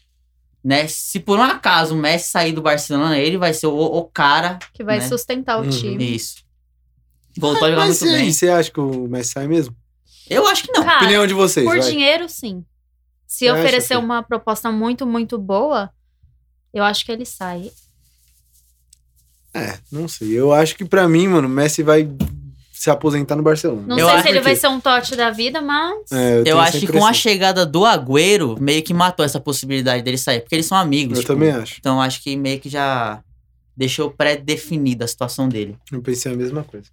Speaker 1: Né? Se por um acaso o Messi sair do Barcelona, ele vai ser o, o cara.
Speaker 4: Que vai
Speaker 1: né?
Speaker 4: sustentar o
Speaker 3: Uhum.
Speaker 4: time.
Speaker 1: Isso. Voltou a jogar
Speaker 3: Mas
Speaker 1: muito
Speaker 3: e aí,
Speaker 1: bem.
Speaker 3: você acha que o Messi sai mesmo?
Speaker 1: Eu acho que não.
Speaker 4: Cara,
Speaker 3: Opinião de vocês,
Speaker 4: por
Speaker 3: vai.
Speaker 4: dinheiro, sim. Se
Speaker 3: Você acha,
Speaker 4: oferecer
Speaker 3: Fê?
Speaker 4: uma proposta muito, muito boa, eu acho que ele sai.
Speaker 3: É, não sei. Eu acho que pra mim, mano, o Messi vai se aposentar no Barcelona.
Speaker 4: Não
Speaker 1: Eu
Speaker 4: sei
Speaker 1: acho
Speaker 4: se ele
Speaker 3: que-
Speaker 4: vai ser um tote da vida, mas.
Speaker 3: É,
Speaker 1: Eu
Speaker 3: tenho
Speaker 1: acho
Speaker 3: essa
Speaker 1: que com a
Speaker 3: impressão.
Speaker 1: chegada do Agüero, meio que matou essa possibilidade dele sair, porque eles são amigos.
Speaker 3: Eu
Speaker 1: tipo.
Speaker 3: também acho.
Speaker 1: Então acho que meio que já deixou pré-definida a situação dele.
Speaker 3: Eu pensei a mesma coisa.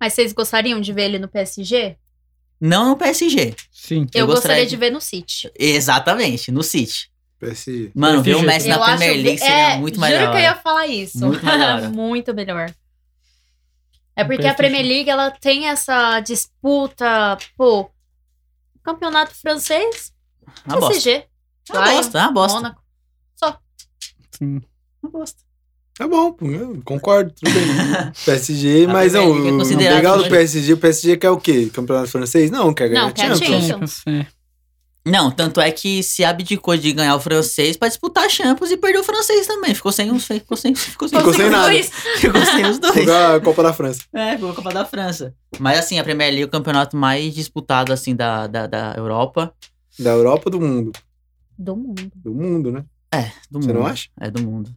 Speaker 4: Mas vocês gostariam de ver ele no PSG?
Speaker 1: Não no PSG.
Speaker 2: Sim.
Speaker 1: Eu
Speaker 4: Eu, gostaria
Speaker 1: gostaria
Speaker 4: de... ver no City.
Speaker 1: Exatamente, no City.
Speaker 3: Parece...
Speaker 1: Mano, ver o
Speaker 2: PSG.
Speaker 1: Messi na
Speaker 4: eu
Speaker 1: Premier League seria
Speaker 4: é,
Speaker 1: muito
Speaker 4: juro
Speaker 1: mais da
Speaker 4: que eu
Speaker 1: hora.
Speaker 4: ia falar isso.
Speaker 1: Muito mais
Speaker 4: *laughs*
Speaker 1: da hora.
Speaker 4: Muito melhor. É porque
Speaker 2: PSG.
Speaker 4: a Premier League ela tem essa disputa, pô, campeonato francês,
Speaker 1: Uma bosta.
Speaker 4: PSG,
Speaker 1: Uma
Speaker 4: Bayern,
Speaker 1: bosta, uma bosta.
Speaker 4: Mônaco.
Speaker 2: Sim.
Speaker 1: Uma bosta.
Speaker 3: Tá bom, pô, eu concordo, tudo bem.
Speaker 1: *laughs*
Speaker 3: PSG,
Speaker 1: A
Speaker 3: mas não,
Speaker 1: Premier League é
Speaker 3: o o
Speaker 1: considerado
Speaker 3: legal do
Speaker 1: hoje-
Speaker 3: PSG, o PSG quer o quê? Campeonato francês? Não, quer ganhar
Speaker 4: Não, quer a
Speaker 3: Champions.
Speaker 4: Champions.
Speaker 2: é.
Speaker 1: Não, tanto é que se abdicou de ganhar o francês pra disputar a Champions e perdeu o francês também. Ficou sem os ficou sem, *laughs* ficou sem,
Speaker 3: Ficou sem nada.
Speaker 4: Luiz,
Speaker 1: *laughs* ficou sem os dois.
Speaker 3: Jogar a Copa da França.
Speaker 1: É, foi a Copa da França. Mas assim, a Premier League é o campeonato mais disputado assim da, da, da Europa,
Speaker 3: Da Europa do mundo.
Speaker 4: Do mundo.
Speaker 3: Do mundo, né?
Speaker 1: do
Speaker 3: Você
Speaker 1: mundo.
Speaker 3: não acha?
Speaker 1: É do mundo.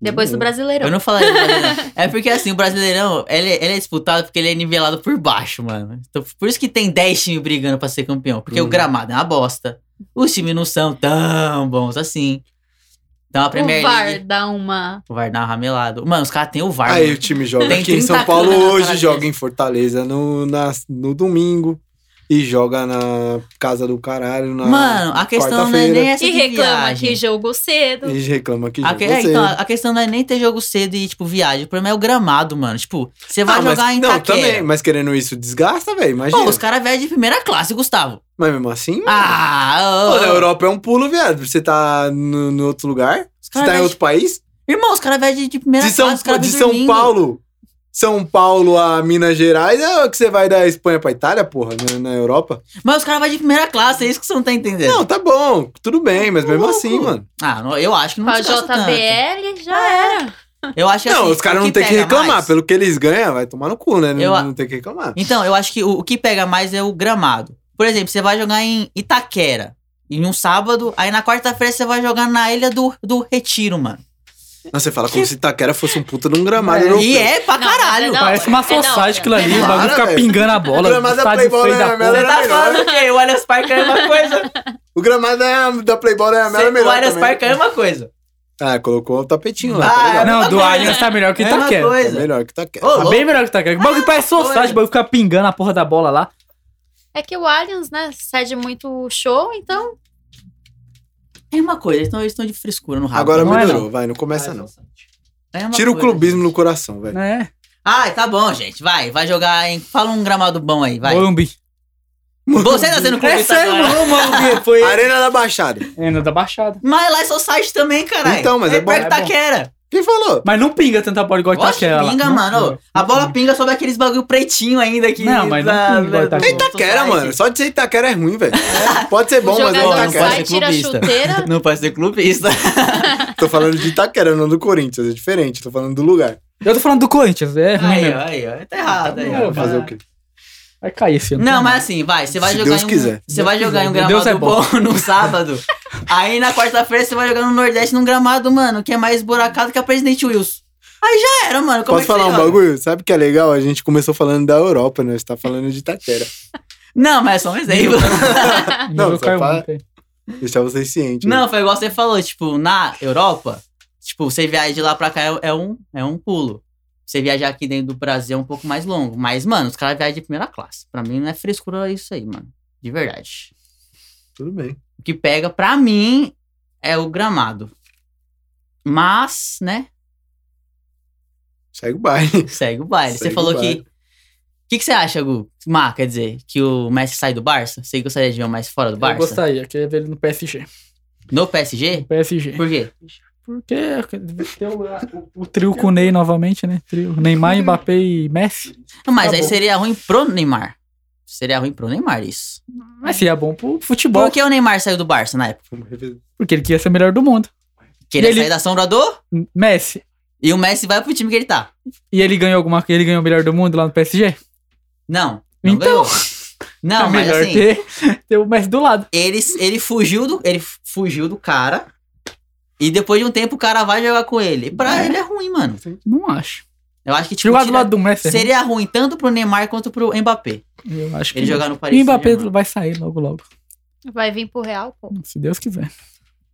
Speaker 4: Depois do
Speaker 3: mundo.
Speaker 1: Uhum. Eu
Speaker 4: Brasileirão.
Speaker 1: não falaria do
Speaker 4: *laughs*
Speaker 1: Brasileirão. É porque assim, o Brasileirão, ele, ele é disputado porque ele é nivelado por baixo, mano. Então, por isso que tem 10 times brigando pra ser campeão, porque o
Speaker 4: Hum.
Speaker 3: Uhum.
Speaker 1: gramado é uma bosta. Os times não são tão bons assim. Então a Premier
Speaker 4: o VAR
Speaker 1: League,
Speaker 4: dá uma.
Speaker 1: o VAR dá uma ramelada. Mano, os caras têm o VAR.
Speaker 3: Aí tipo,
Speaker 1: mano.
Speaker 3: o time joga
Speaker 1: Tem
Speaker 3: aqui em
Speaker 1: 30
Speaker 3: São Paulo
Speaker 1: clubes na
Speaker 3: hoje,
Speaker 1: cara
Speaker 3: joga
Speaker 1: dele.
Speaker 3: em Fortaleza no, na- no domingo e joga na casa do caralho na
Speaker 1: Mano, a questão não é nem
Speaker 3: quarta-feira.
Speaker 1: essa
Speaker 4: E
Speaker 1: de
Speaker 4: reclama
Speaker 1: viagem.
Speaker 4: que jogo cedo.
Speaker 3: e reclama que
Speaker 1: A, que-
Speaker 3: joga
Speaker 1: é, então, a questão não é nem ter jogo cedo e, tipo, viagem. O problema é o gramado, mano. Tipo, você vai
Speaker 3: Ah, mas,
Speaker 1: jogar em
Speaker 3: Não, também,
Speaker 1: Itaquera.
Speaker 3: mas querendo isso desgasta, velho, imagina.
Speaker 1: Pô, os caras viajam de primeira classe, Gustavo.
Speaker 3: Mas mesmo assim,
Speaker 1: Ah, ô,
Speaker 3: Pô, na
Speaker 1: ô.
Speaker 3: Europa é um pulo, viado. Você tá no, no outro lugar?
Speaker 1: Os caras
Speaker 3: Você tá em
Speaker 1: viajam-
Speaker 3: outro país?
Speaker 1: Irmão, os caras viajam de primeira
Speaker 3: De São,
Speaker 1: classe, os caras
Speaker 3: de
Speaker 1: vêm
Speaker 3: São
Speaker 1: dormindo.
Speaker 3: Paulo. São Paulo a Minas Gerais é o que você vai da Espanha pra Itália, porra, na, na Europa?
Speaker 1: Mas os caras vão de primeira classe, é isso que você não tá entendendo.
Speaker 3: Não, tá bom, tudo bem, mas mesmo
Speaker 1: louco.
Speaker 3: assim, mano.
Speaker 1: Ah, não, eu acho que
Speaker 4: Com
Speaker 1: não
Speaker 4: a
Speaker 1: desgasta tanto. Ah, é?
Speaker 4: JBL já era.
Speaker 1: Eu acho que,
Speaker 3: Não,
Speaker 1: assim,
Speaker 3: os caras
Speaker 1: o
Speaker 3: não tem que
Speaker 1: pega
Speaker 3: reclamar.
Speaker 1: mais-
Speaker 3: Pelo que eles ganham, vai tomar no cu, né? Não,
Speaker 1: Eu a-
Speaker 3: não tem que reclamar.
Speaker 1: Então, eu acho que o, o que pega mais é o gramado. Por exemplo, você vai jogar em Itaquera. Em um sábado, aí na quarta-feira você vai jogar na Ilha do, do Retiro, mano.
Speaker 3: Não, você fala como se Itaquera fosse um puta de um gramado.
Speaker 2: É,
Speaker 3: europeu.
Speaker 1: E é pra
Speaker 4: Não, mas é
Speaker 1: caralho.
Speaker 4: da
Speaker 2: Parece uma
Speaker 4: hora, é da
Speaker 2: society aquilo
Speaker 4: hora.
Speaker 2: ali,
Speaker 1: É
Speaker 2: o
Speaker 1: da
Speaker 2: bagulho
Speaker 3: hora,
Speaker 2: fica
Speaker 3: velho.
Speaker 2: pingando a bola.
Speaker 3: O gramado da
Speaker 2: tá de
Speaker 3: Playboy né?
Speaker 2: frente
Speaker 3: era
Speaker 2: da
Speaker 3: melhor.
Speaker 2: porra.
Speaker 1: Você tá falando o quê? O Allianz Parque é
Speaker 3: *laughs*
Speaker 1: uma coisa.
Speaker 3: O gramado da, da Playboy da Mela é
Speaker 1: o
Speaker 3: melhor.
Speaker 1: Allianz
Speaker 3: também.
Speaker 1: Park é uma coisa.
Speaker 3: Ah, colocou o tapetinho lá.
Speaker 1: Ah,
Speaker 3: tá ligado?
Speaker 2: Não, do Allianz tá melhor que
Speaker 1: É uma
Speaker 2: Itaquera.
Speaker 1: coisa.
Speaker 3: É melhor que Itaquera.
Speaker 1: Ô,
Speaker 2: Tá bem
Speaker 1: louco.
Speaker 2: melhor que Itaquera. O bagulho parece society, o bagulho fica pingando a porra da bola lá.
Speaker 4: É que o Allianz, né, cede muito show, então.
Speaker 1: É uma coisa. Então eles estão de frescura no rabo.
Speaker 3: Agora
Speaker 2: Não é,
Speaker 3: melhorou,
Speaker 2: não.
Speaker 3: vai, não começa não.
Speaker 1: É uma
Speaker 3: Tira o
Speaker 1: coisa.
Speaker 3: clubismo do coração, velho.
Speaker 2: É.
Speaker 1: Ai, tá bom, gente. Vai, vai jogar em... Fala um gramado bom aí, vai.
Speaker 2: Morumbi.
Speaker 1: Você tá
Speaker 2: *laughs*
Speaker 1: sendo
Speaker 2: É
Speaker 1: clubista
Speaker 2: sério,
Speaker 1: agora.
Speaker 2: não, mano.
Speaker 1: *laughs*
Speaker 2: Foi
Speaker 3: Arena da Baixada.
Speaker 2: Ainda da Baixada.
Speaker 1: Mas lá é só site também, caralho.
Speaker 3: Então, mas é bom,
Speaker 1: perto
Speaker 2: é
Speaker 1: da
Speaker 2: bom.
Speaker 1: Taquera.
Speaker 3: Quem falou?
Speaker 2: Mas não pinga tanta bola igual
Speaker 1: tá Oxe,
Speaker 2: Itaquera.
Speaker 1: pinga,
Speaker 2: lá. Não
Speaker 1: mano.
Speaker 2: pinga.
Speaker 1: a bola pinga sobre aqueles bagulho pretinho ainda que. tá
Speaker 2: Não, mas não pinga tá igual
Speaker 1: do-
Speaker 2: Itaquera.
Speaker 1: do
Speaker 3: Itaquera,
Speaker 1: site.
Speaker 3: mano. Só de ser Itaquera é
Speaker 2: *laughs*
Speaker 3: ruim, velho. Pode ser bom, mas
Speaker 4: o
Speaker 3: é
Speaker 4: jogador
Speaker 1: não
Speaker 3: Itaquera.
Speaker 1: pode
Speaker 4: sai,
Speaker 1: ser
Speaker 4: tira a
Speaker 1: clubista. *laughs*
Speaker 4: chuteira.
Speaker 1: Não pode ser clubista.
Speaker 3: Tô falando de Itaquera, não do Corinthians. É diferente. Tô falando do lugar.
Speaker 2: Eu tô falando do Corinthians, é ruim
Speaker 1: Aí,
Speaker 2: mesmo.
Speaker 1: ó, aí, ó. Tá errado. Aí,
Speaker 2: Não,
Speaker 1: ó.
Speaker 2: vou fazer o
Speaker 3: quê?
Speaker 2: Vai cair esse ano.
Speaker 1: Não, mas assim, vai. Você vai
Speaker 3: Se
Speaker 1: jogar
Speaker 3: Deus
Speaker 1: em um,
Speaker 3: quiser.
Speaker 1: Você vai
Speaker 2: Deus
Speaker 1: jogar em um
Speaker 2: quiser.
Speaker 1: gramado
Speaker 2: Deus é
Speaker 1: bom. no sábado. Aí na quarta-feira você vai jogar no Nordeste num gramado, mano, que é mais buracado que a Presidente Wilson. Aí já era, mano. Como é
Speaker 3: Posso
Speaker 1: que
Speaker 3: falar
Speaker 1: você
Speaker 3: um
Speaker 1: joga?
Speaker 3: bagulho? Sabe o que é legal? A gente começou falando da Europa, né? Você tá falando de Itaquera.
Speaker 1: Não, mas é só um exemplo.
Speaker 3: Não,
Speaker 2: Não,
Speaker 3: só
Speaker 2: caiu
Speaker 3: fala-
Speaker 2: muito aí.
Speaker 3: Deixar vocês cientes. né?
Speaker 1: Não, foi igual você falou, tipo, na Europa, tipo, você viaja de lá pra cá é, é um, é um pulo. Você viajar aqui dentro do Brasil é um pouco mais longo. Mas, mano, os caras viajam de primeira classe. Pra mim não é frescura isso aí, mano. De verdade.
Speaker 3: Tudo bem.
Speaker 1: O que pega pra mim é o gramado. Mas,
Speaker 3: *laughs*
Speaker 1: né,
Speaker 3: Segue o baile. *laughs*
Speaker 1: segue o baile.
Speaker 3: Segue
Speaker 1: você falou
Speaker 3: o baile.
Speaker 1: que. O que, que você acha, Gu? Má, quer dizer, que o Messi sai do Barça? Você gostaria de ver o Messi fora do
Speaker 2: Eu
Speaker 1: Barça?
Speaker 2: gostaria, queria ver ele no PSG.
Speaker 1: No
Speaker 2: No
Speaker 1: PSG?
Speaker 2: PSG.
Speaker 1: Por quê?
Speaker 2: Porque tem o, o trio com o Ney novamente, né? Trio. Neymar, Mbappé e Messi.
Speaker 1: Mas
Speaker 2: Tá
Speaker 1: aí
Speaker 2: bom.
Speaker 1: seria ruim pro Neymar. Seria ruim pro Neymar isso.
Speaker 2: Mas seria é bom pro futebol.
Speaker 1: Por que o Neymar saiu do Barça na época?
Speaker 3: Vamos rever.
Speaker 2: Porque ele queria ser o melhor do mundo.
Speaker 1: Que ele,
Speaker 2: E ele-
Speaker 1: sai da sombra do
Speaker 2: Messi.
Speaker 1: e o Messi vai pro time que ele tá.
Speaker 2: E ele ganhou alguma coisa? Ele ganhou o melhor do mundo lá no PSG?
Speaker 1: Não. não
Speaker 2: Então.
Speaker 1: ganhou.
Speaker 2: é
Speaker 1: Não, mas
Speaker 2: melhor
Speaker 1: assim,
Speaker 2: ter, *laughs* ter o Messi do lado.
Speaker 1: ele, ele fugiu do. Ele fugiu do cara. E depois de um tempo o cara vai jogar com ele. E Pra ele é ruim, mano.
Speaker 2: Não acho.
Speaker 1: Eu acho que tipo,
Speaker 2: Jogar do
Speaker 1: tira-
Speaker 2: lado do Messi. é ruim.
Speaker 1: seria ruim tanto pro Neymar quanto pro Mbappé.
Speaker 2: Eu acho que
Speaker 1: Ele
Speaker 2: não.
Speaker 1: jogar no Paris.
Speaker 2: E o Mbappé
Speaker 1: Saint-Germain.
Speaker 2: vai sair logo, logo.
Speaker 4: Vai vir pro Real, pô.
Speaker 2: Se Deus quiser.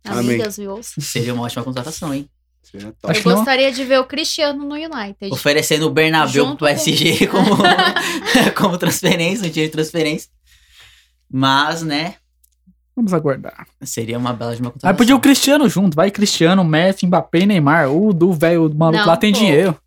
Speaker 3: Amém.
Speaker 4: Amigas, viu?
Speaker 1: Seria uma ótima contratação, hein?
Speaker 3: Seria
Speaker 2: *laughs*
Speaker 3: top.
Speaker 2: Acho
Speaker 4: Eu
Speaker 2: que não.
Speaker 4: gostaria de ver o Cristiano no United.
Speaker 1: Oferecendo o Bernabéu
Speaker 4: Junto
Speaker 1: pro PSG
Speaker 4: com-
Speaker 1: como,
Speaker 4: *laughs*
Speaker 1: como transferência, um dia de transferência. Mas, né?
Speaker 2: Vamos aguardar.
Speaker 1: Seria uma bela de uma contratação.
Speaker 2: Aí podia o Cristiano junto, vai Cristiano, Messi, Mbappé e Neymar. O do velho do maluco
Speaker 4: Não,
Speaker 2: lá tem
Speaker 4: pô.
Speaker 2: dinheiro.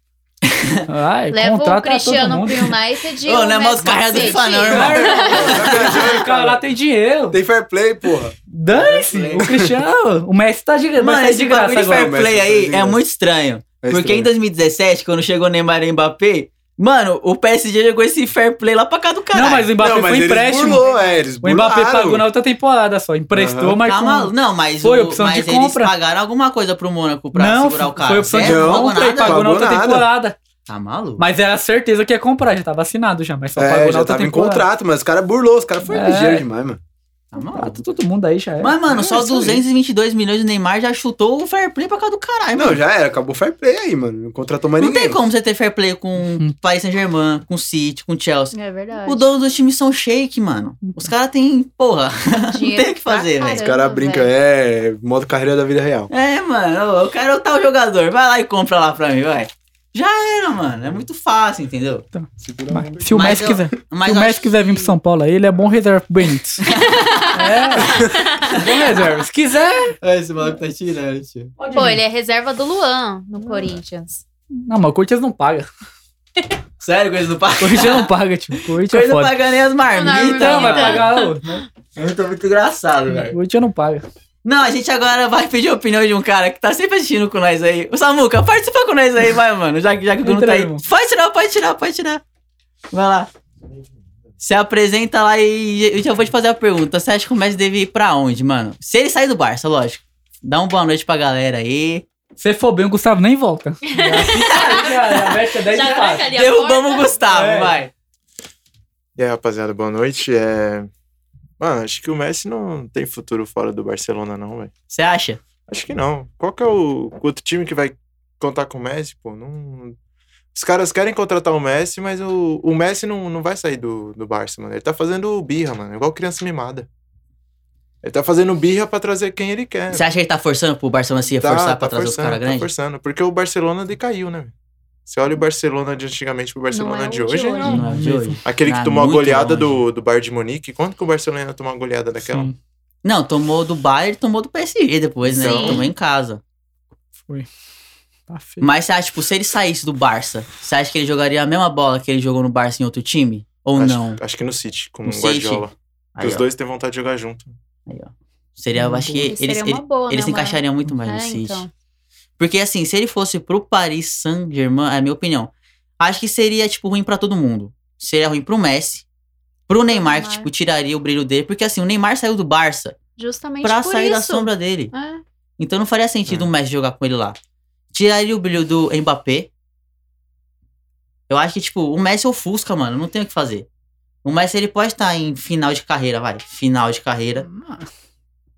Speaker 2: *laughs* Ai,
Speaker 4: Leva o
Speaker 2: contrata todo
Speaker 4: Cristiano
Speaker 2: mundo. *laughs*
Speaker 4: pro United. e
Speaker 1: Ô, não
Speaker 4: o
Speaker 1: é
Speaker 4: Messi É
Speaker 1: mal carregado
Speaker 4: pra
Speaker 1: de fã, não,
Speaker 4: City.
Speaker 1: irmão.
Speaker 2: O cara lá tem dinheiro.
Speaker 3: Tem fair play, porra.
Speaker 2: Dane-se. O Cristiano, o Messi tá de, Mano,
Speaker 1: Mano,
Speaker 2: vai sair de
Speaker 1: esse
Speaker 2: graça
Speaker 1: bagulho de
Speaker 2: agora.
Speaker 1: fair
Speaker 3: agora.
Speaker 1: play
Speaker 3: Mas tá de
Speaker 1: aí é
Speaker 3: graça.
Speaker 1: muito estranho.
Speaker 3: É
Speaker 1: porque em
Speaker 3: estranho.
Speaker 1: 2017, quando chegou o Neymar e o Mbappé, mano, o PSG jogou esse fair play lá pra cá do caralho.
Speaker 2: Não, mas o Mbappé
Speaker 3: Não, mas
Speaker 2: foi
Speaker 3: eles
Speaker 2: empréstimo.
Speaker 3: burlou, é, eles
Speaker 2: O Mbappé
Speaker 3: burlaram.
Speaker 2: pagou na outra temporada só. Emprestou,
Speaker 3: Aham.
Speaker 2: mas
Speaker 1: Tá
Speaker 2: com-
Speaker 1: maluco? Não, mas,
Speaker 2: Foi
Speaker 1: o-
Speaker 2: opção
Speaker 1: mas
Speaker 2: de
Speaker 1: eles
Speaker 2: compra.
Speaker 1: pagaram alguma coisa pro Mônaco pra
Speaker 2: não,
Speaker 1: segurar o cara.
Speaker 2: foi opção de
Speaker 1: Sério? Não pagou
Speaker 2: compra e
Speaker 1: nada?
Speaker 2: pagou na
Speaker 3: Pagou
Speaker 2: outra
Speaker 3: nada.
Speaker 2: temporada.
Speaker 1: Tá maluco?
Speaker 2: Mas era certeza que ia comprar, já tava assinado já, mas só
Speaker 3: É,
Speaker 2: pagou na
Speaker 3: já
Speaker 2: outra
Speaker 3: tava em
Speaker 2: temporada.
Speaker 3: contrato, mas os caras burlou. Os caras foram
Speaker 2: É.
Speaker 3: ligeiro demais, mano.
Speaker 1: Tá maluco.
Speaker 2: Contrato, todo mundo é, aí já era.
Speaker 1: Mas, mano, só
Speaker 3: isso aí.
Speaker 1: 222 milhões o Neymar já chutou o fair play pra cá do caralho,
Speaker 3: Não,
Speaker 1: mano.
Speaker 3: já era. Acabou o fair play aí, mano. Não contratou mais
Speaker 1: É Não
Speaker 3: ninguém.
Speaker 1: tem como você ter fair play com
Speaker 2: *laughs*
Speaker 1: o Paris Saint-Germain, com o City, com o Chelsea.
Speaker 4: É verdade.
Speaker 1: O dono dos times são shake, mano. Os caras têm, porra, *laughs* não
Speaker 4: Dinheiro
Speaker 1: tem o que fazer, né?
Speaker 4: pra
Speaker 1: velho.
Speaker 3: Os caras brincam, é modo carreira da vida real.
Speaker 1: É, mano, eu quero tal jogador. Vai lá e compra lá pra mim, vai. Já era, mano. É muito fácil, entendeu?
Speaker 3: Segura a
Speaker 2: Mas-
Speaker 3: onda.
Speaker 2: Se o
Speaker 1: Mas
Speaker 2: Messi
Speaker 1: eu-
Speaker 2: quiser.
Speaker 1: Mas
Speaker 2: Se o
Speaker 1: eu
Speaker 2: Messi
Speaker 1: acho
Speaker 2: quiser vir
Speaker 1: que-
Speaker 2: pro São Paulo aí, ele é bom reserva pro
Speaker 1: *laughs*
Speaker 2: Benítez. é. Bom reserva. Se quiser.
Speaker 1: É, esse maluco tá tirando, tio.
Speaker 4: Pô, ele é reserva do Luan no
Speaker 1: Hum.
Speaker 4: Corinthians.
Speaker 2: Não, mas o Corinthians não paga.
Speaker 1: Sério, coisa do
Speaker 2: *laughs* O
Speaker 1: pago.
Speaker 2: Corinthians não paga, tipo.
Speaker 1: *laughs*
Speaker 2: O Corinthians é
Speaker 1: Coisa do
Speaker 2: foda.
Speaker 1: pagar nem as marmitas.
Speaker 4: Não,
Speaker 2: Então, vai
Speaker 4: Então.
Speaker 1: tá?
Speaker 2: pagar o. né?
Speaker 1: Eu tô muito engraçado,
Speaker 2: O
Speaker 1: velho.
Speaker 2: Corinthians não paga.
Speaker 1: Não, a gente agora vai pedir a opinião de um cara que tá sempre assistindo com nós aí. O Samuca, participa com nós aí, vai, mano. Já, que- já que o Bruno
Speaker 2: Entra
Speaker 1: tá
Speaker 2: aí,
Speaker 1: aí.
Speaker 2: irmão.
Speaker 1: Pode tirar, pode tirar, pode tirar. Vai lá. Se apresenta lá e eu já vou te fazer a pergunta. Você acha que o Messi deve ir pra onde, mano? Se ele sair do Barça, lógico. Dá uma boa noite pra galera aí.
Speaker 2: Se for bem, o Gustavo
Speaker 1: *laughs*
Speaker 2: nem volta. Já mexe 10
Speaker 4: Já tranca ali a
Speaker 1: Derrubamos o
Speaker 4: porta.
Speaker 1: Gustavo,
Speaker 2: É.
Speaker 1: vai.
Speaker 5: E aí, rapaziada, boa noite. É... Mano, acho que o Messi não tem futuro fora do Barcelona, não, velho.
Speaker 1: Você acha?
Speaker 5: Acho que não. Qual que é o o outro time que vai contar com o Messi, pô? Não... Os caras querem contratar o Messi, mas o, o Messi não, não vai sair do, do Barça, mano. Ele tá fazendo birra, mano. Igual criança mimada. Ele tá fazendo birra pra trazer quem ele quer.
Speaker 1: Você acha que ele tá forçando pro Barcelona se
Speaker 5: Tá,
Speaker 1: reforçar
Speaker 5: tá
Speaker 1: pra trazer os
Speaker 5: forçando,
Speaker 1: caras
Speaker 5: tá
Speaker 1: grandes?
Speaker 5: forçando. Porque o Barcelona decaiu, né? velho? Você olha o Barcelona de antigamente pro Barcelona
Speaker 4: é o
Speaker 5: de
Speaker 4: de
Speaker 5: hoje,
Speaker 4: hoje.
Speaker 5: não.
Speaker 1: Não é de hoje.
Speaker 5: Aquele que
Speaker 1: Ah,
Speaker 5: tomou a
Speaker 1: muito
Speaker 5: goleada
Speaker 1: longe.
Speaker 5: do, do Bayern de Munique. Quanto que o Barcelona tomou uma goleada daquela?
Speaker 2: Sim,
Speaker 1: Não, tomou do Bayern, tomou do PSG depois, né?
Speaker 4: Sim.
Speaker 1: Tomou em casa.
Speaker 2: foi. Tá feio.
Speaker 1: Mas você acha, tipo, se ele saísse do Barça, você acha que ele jogaria a mesma bola que ele jogou no Barça em outro time? Ou
Speaker 5: acho,
Speaker 1: não?
Speaker 5: Acho que no City, com
Speaker 1: No
Speaker 5: o Guardiola.
Speaker 1: Aí,
Speaker 5: os
Speaker 1: ó.
Speaker 5: dois têm vontade de jogar junto.
Speaker 1: Aí, ó. Seria, eu acho que eles,
Speaker 4: Hum, Seria uma
Speaker 1: eles-
Speaker 4: boa,
Speaker 1: eles
Speaker 4: né,
Speaker 1: se
Speaker 4: mano?
Speaker 1: encaixariam muito mais
Speaker 4: É,
Speaker 1: no City.
Speaker 4: então.
Speaker 1: Porque, assim, se ele fosse pro Paris Saint-Germain, é a minha opinião, acho que seria, tipo, ruim pra todo mundo. Seria ruim pro Messi, pro Neymar, que,
Speaker 4: Neymar.
Speaker 1: tipo, tiraria o brilho dele. Porque, assim, o Neymar saiu do Barça
Speaker 4: Justamente
Speaker 1: pra
Speaker 4: por
Speaker 1: sair
Speaker 4: isso.
Speaker 1: da sombra dele.
Speaker 4: É,
Speaker 1: Então não faria
Speaker 2: É.
Speaker 1: sentido o Messi jogar com ele lá. Tiraria o brilho do Mbappé. Eu acho que, tipo, o Messi ofusca, mano. Não tem o que fazer. O Messi, ele pode estar em final de carreira, vai. Final de carreira.